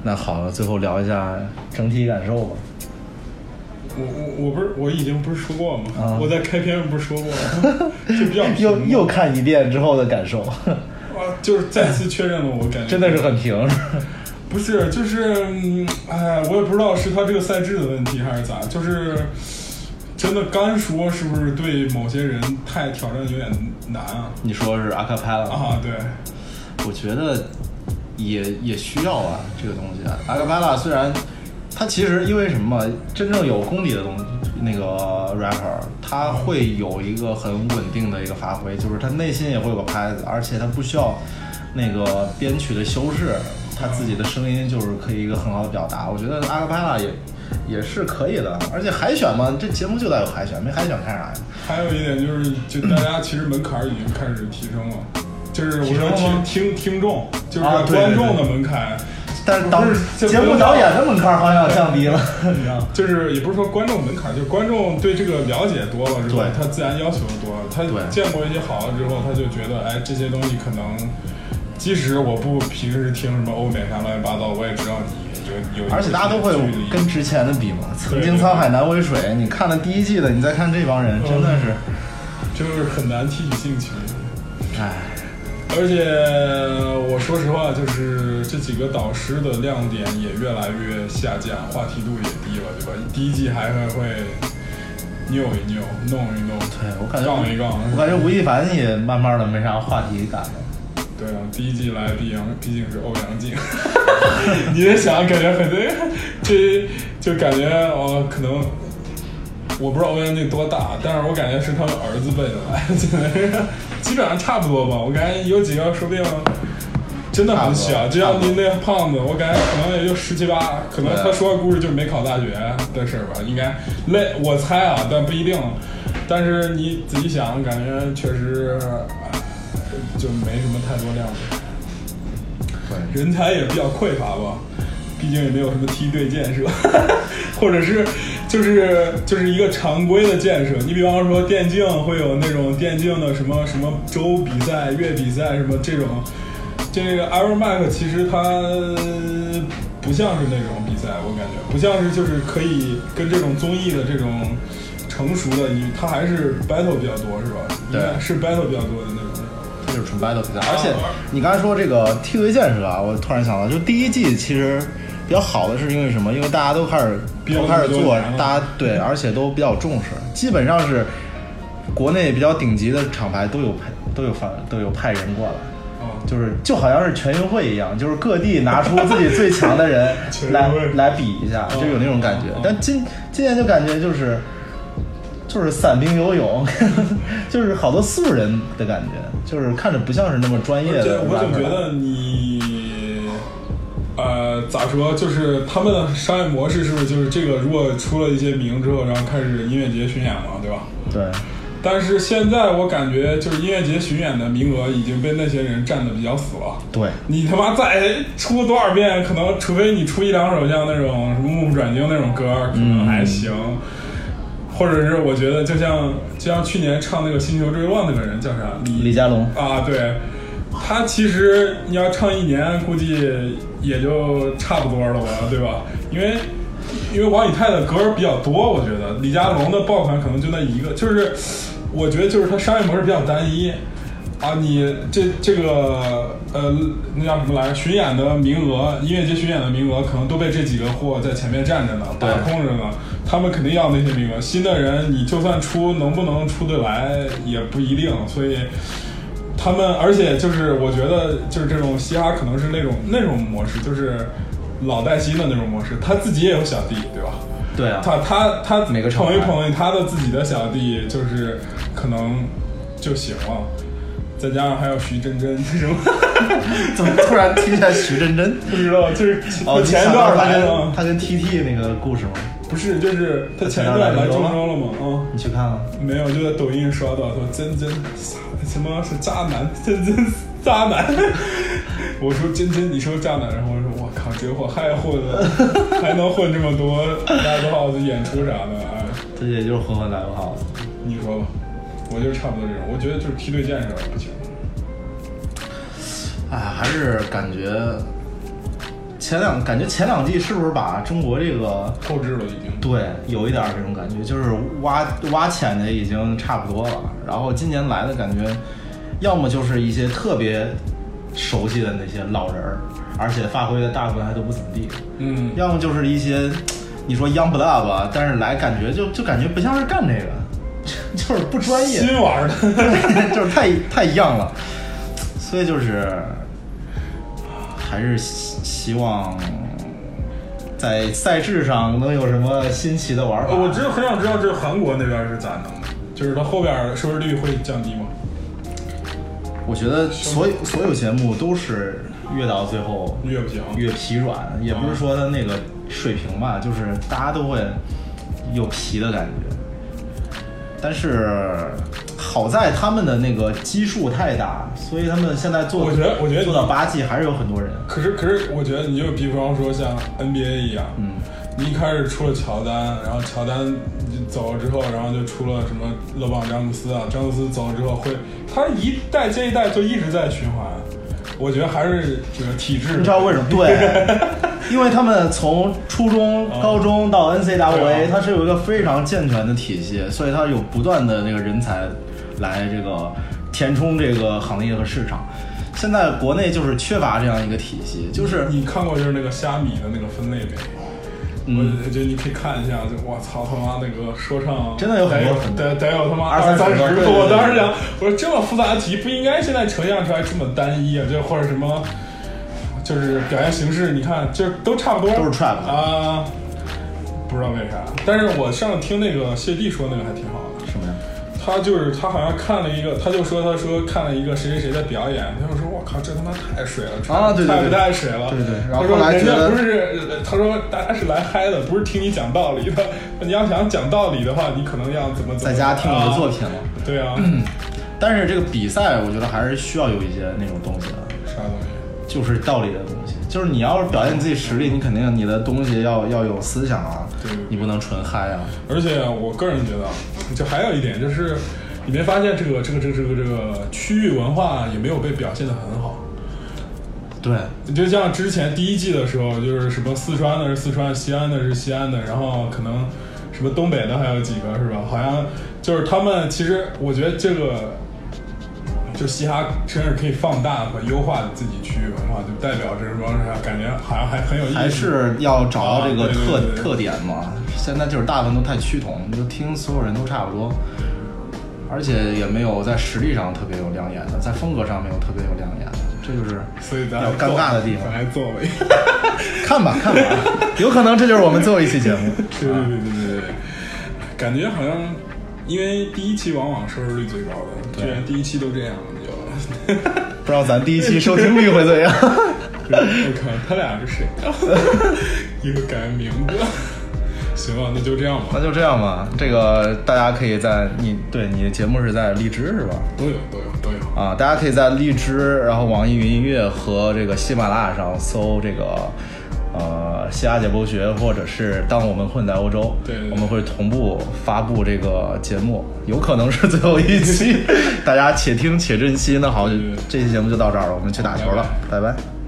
Speaker 1: 那好了，最后聊一下整体感受吧。
Speaker 2: 我我我不是我已经不是说过吗？
Speaker 1: 啊
Speaker 2: 我在开篇不是说过吗？
Speaker 1: 又又看一遍之后的感受，
Speaker 2: 啊，就是再次确认了我感觉
Speaker 1: 真的是很平。
Speaker 2: 不是，就是，嗯哎，我也不知道是他这个赛制的问题还是咋，就是真的干说是不是对某些人太挑战有点难啊？
Speaker 1: 你说是阿卡拍了
Speaker 2: 啊，对，
Speaker 1: 我觉得也也需要啊，这个东西啊，阿卡贝拉虽然它其实因为什么，真正有功底的东西，那个 rapper 他会有一个很稳定的一个发挥，就是他内心也会有个拍子，而且他不需要那个编曲的修饰，他自己的声音就是可以一个很好的表达。我觉得阿卡贝拉也也是可以的，而且海选嘛，这节目就得有海选，没海选看啥呀？
Speaker 2: 还有一点就是，就大家其实门槛儿已经开始提升了，就是我说
Speaker 1: 提升了吗
Speaker 2: 听听听众，就是
Speaker 1: 啊对
Speaker 2: 观
Speaker 1: 对
Speaker 2: 众的
Speaker 1: 对
Speaker 2: 门槛。
Speaker 1: 但是
Speaker 2: 不
Speaker 1: 导
Speaker 2: 是就
Speaker 1: 节
Speaker 2: 不
Speaker 1: 目
Speaker 2: 是
Speaker 1: 导演的门槛好像降低了，你知道吗？
Speaker 2: 就是也不是说观众门槛，就观众对这个了解多了之后
Speaker 1: 对，
Speaker 2: 他自然要求多了。他见过一些好的之后，他就觉得，哎，这些东西可能，即使我不平时听什么欧美啥乱七八糟，我也知道你有有。
Speaker 1: 而且大家都会
Speaker 2: 有一些距离
Speaker 1: 跟之前的比嘛，曾经沧海难为水。你看了第一季的，你再看这帮人，真的是，
Speaker 2: 就是很难提取兴趣。嗯
Speaker 1: 唉，
Speaker 2: 而且我说实话，就是这几个导师的亮点也越来越下降，话题度也低了，对吧？第一季还会会扭一扭，弄一弄，
Speaker 1: 对我感觉
Speaker 2: 杠一杠。
Speaker 1: 我感觉吴亦凡也慢慢的没啥话题感了。
Speaker 2: 对啊，第一季来毕竟毕竟是欧阳靖， 你也想感觉很对，这就感觉哦，可能我不知道欧阳靖多大，但是我感觉是他们儿子辈的来，真的 基本上差不多吧。我感觉有几个说不定真的很小，就像您那个胖子，我感觉可能也就十七八，可能他说的故事就是没考大学的事儿吧，应该类我猜啊，但不一定。但是你仔细想，感觉确实呃就没什么太多亮点。对，人才也比较匮乏吧，毕竟也没有什么梯队建设， 或者是就是就是一个常规的建设。你比方说电竞会有那种电竞的什么什么周比赛、月比赛什么这种，这个 Ironmac 其实它不像是那种比赛，我感觉不像是就是可以跟这种综艺的这种成熟的，你它还是 battle 比较多是吧？
Speaker 1: 对
Speaker 2: 应该是 battle 比较多的那种。
Speaker 1: 这就是纯 battle 比赛。而且你刚才说这个梯队建设啊，我突然想到，就第一季其实比较好的是因为什么？因为大家都开始
Speaker 2: 较
Speaker 1: 都开始
Speaker 2: 多
Speaker 1: 做
Speaker 2: 元了，
Speaker 1: 大家对，而且都比较重视，基本上是国内比较顶级的厂牌都有派都有发都有派人过来。
Speaker 2: 啊
Speaker 1: 就是就好像是全运会一样，就是各地拿出自己最强的人来来比一下，就有那种感觉。但今今年就感觉就是就是散兵游泳， 就是好多素人的感觉，就是看着不像是那么专业
Speaker 2: 对，
Speaker 1: 的 rapper。
Speaker 2: 我总觉得你，呃，咋说？就是他们的商业模式是不是就是这个？如果出了一些名之后，然后开始音乐节巡演嘛，对吧？
Speaker 1: 对，
Speaker 2: 但是现在我感觉就是音乐节巡演的名额已经被那些人占的比较死了。
Speaker 1: 对，
Speaker 2: 你他妈再出多少遍，可能除非你出一两首像那种什么目不转睛那种歌，可能还行。或者是我觉得，就像就像去年唱那个《星球追梦》那个人叫啥？李
Speaker 1: 李 佳隆
Speaker 2: 啊，对，他其实你要唱一年，估计也就差不多了吧，对吧？因为因为王以太的歌儿比较多，我觉得李佳隆的爆款可能就那一个，就是我觉得就是他商业模式比较单一，啊，你这这个呃，那叫什么来？巡演的名额，音乐节巡演的名额，可能都被这几个货在前面站着呢，打空着呢。他们肯定要那些名额，新的人你就算出，能不能出得来也不一定。所以他们，而且就是我觉得，就是这种嘻哈可能是那种那种模式，就是老带新的那种模式。他自己也有小弟，对吧？
Speaker 1: 对啊，
Speaker 2: 他他他
Speaker 1: 每个
Speaker 2: 捧一捧他的自己的小弟，就是可能就行了。再加上还有徐真真什么？
Speaker 1: 怎么突然提起来徐真真？
Speaker 2: 不知道，就是
Speaker 1: 哦，
Speaker 2: 前一段来
Speaker 1: 了、哦，他跟 TT 那个故事吗？
Speaker 2: 不是，就是他前一段来中州了吗？啊、嗯，
Speaker 1: 你去看了？
Speaker 2: 没有，就在抖音刷到说真真啥什么是渣男， 真真渣男。 我说真真，你说渣男，然后我说我靠，这货还混了， 还能混这么多 live house 演出啥的，哎，
Speaker 1: 这也就是混混 live house。
Speaker 2: 你说吧。我就是差不多这种，我觉得就是梯队建设不行。
Speaker 1: 哎，还是感觉前两感觉前两季是不是把中国这个
Speaker 2: 透支了？已经
Speaker 1: 对，有一点这种感觉，就是挖挖浅的已经差不多了。然后今年来的感觉，要么就是一些特别熟悉的那些老人儿，而且发挥的大部分还都不怎么地。
Speaker 2: 嗯，
Speaker 1: 要么就是一些你说 Young Blood 吧，但是来感觉就就感觉不像是干这个。 就是不专业，
Speaker 2: 新玩的，
Speaker 1: 就是太太一样了，所以就是还是希望在赛制上能有什么新奇的玩法。
Speaker 2: 呃我真的很想知道，这韩国那边是咋弄的？就是它后边收视率会降低吗？
Speaker 1: 我觉得所有所有节目都是越到最后
Speaker 2: 越不啊行，
Speaker 1: 越疲软，也不是说它那个水平吧，就是大家都会有疲的感觉。但是好在他们的那个基数太大，所以他们现在做，
Speaker 2: 我觉得我觉得
Speaker 1: 做到八季还是有很多人。
Speaker 2: 可是可是，我觉得你就比方说像 NBA 一样，嗯，你一开始出了乔丹，然后乔丹走了之后，然后就出了什么勒布朗詹姆斯啊，詹姆斯走了之后会，他一代接一代就一直在循环。我觉得还是这个体制，
Speaker 1: 你知道为什么？对， 因为他们从初中、高中到 NCAA，、嗯、它是有一个非常健全的体系，所以它有不断的那个人才来这个填充这个行业和市场。现在国内就是缺乏这样一个体系，就是
Speaker 2: 你看过就是那个虾米的那个分类没？
Speaker 1: 嗯
Speaker 2: 我觉得你可以看一下，就我操他妈那个说唱，
Speaker 1: 真的有很多，
Speaker 2: 得得有他妈二
Speaker 1: 三
Speaker 2: 十个。我当时想，我说这么复杂的题不应该现在呈现出来这么单一啊，就或者什么，就是表现形式，你看就都差不多，
Speaker 1: 都是 trap
Speaker 2: 啊，不知道为啥。但是我上次听那个谢帝说那个还挺好
Speaker 1: 的，什么呀？
Speaker 2: 他就是他好像看了一个，他就说他说看了一个谁谁谁的表演，他就说我靠这他妈太水了，
Speaker 1: 啊对对
Speaker 2: 太不太水了，
Speaker 1: 对对。
Speaker 2: 然后
Speaker 1: 后来
Speaker 2: 人家不是呃他说大家是来嗨的，不是听你讲道理的。你要想讲道理的话，你可能要怎么
Speaker 1: 在家听我的作品了。
Speaker 2: 啊对 啊、
Speaker 1: 嗯，但是这个比赛我觉得还是需要有一些那种东西的，
Speaker 2: 啥东西？
Speaker 1: 就是道理的东西。就是你要是表现自己实力，你肯定你的东西要要有思想啊，
Speaker 2: 对对对
Speaker 1: 你不能纯嗨啊。
Speaker 2: 而且我个人觉得，啊就还有一点就是，你没发现这个这个这个这个这个区域文化也没有被表现的很好。
Speaker 1: 对，
Speaker 2: 你就像之前第一季的时候，就是什么四川的是四川，西安的是西安的，然后可能什么东北的还有几个是吧？好像就是他们其实我觉得这个。就嘻哈真是可以放大和优化自己区域文化，就代表着什么？感觉好像还很有意思。
Speaker 1: 还是要找到这个特、啊、特点嘛。现在就是大部分都太趋同，你就听所有人都差不多，而且也没有在实力上特别有亮眼的，在风格上没有特别有亮眼的，这就是
Speaker 2: 所以
Speaker 1: 比较尴尬的地方。
Speaker 2: 来作为
Speaker 1: 看吧看吧， 有可能这就是我们最后一期节目。
Speaker 2: 对对对对对，感觉好像。因为第一期往往收视率最高的，居然第一期都这样，就
Speaker 1: 不知道咱第一期收听率会怎样。
Speaker 2: 我靠，他俩是谁？啊 一个改名字。行吧，那就这样吧。
Speaker 1: 那就这样吧。这个大家可以在你对你的节目是在荔枝是吧？
Speaker 2: 都有都有都有
Speaker 1: 啊！大家可以在荔枝，然后网易云音乐和这个喜马拉雅上搜这个。呃，西亚解剖学，或者是当我们混在欧洲，
Speaker 2: 对,对,对，
Speaker 1: 我们会同步发布这个节目，有可能是最后一 期，大家且听且珍惜。那好，
Speaker 2: 对
Speaker 1: 这期节目就到这儿了，我们去打球了，拜拜。拜拜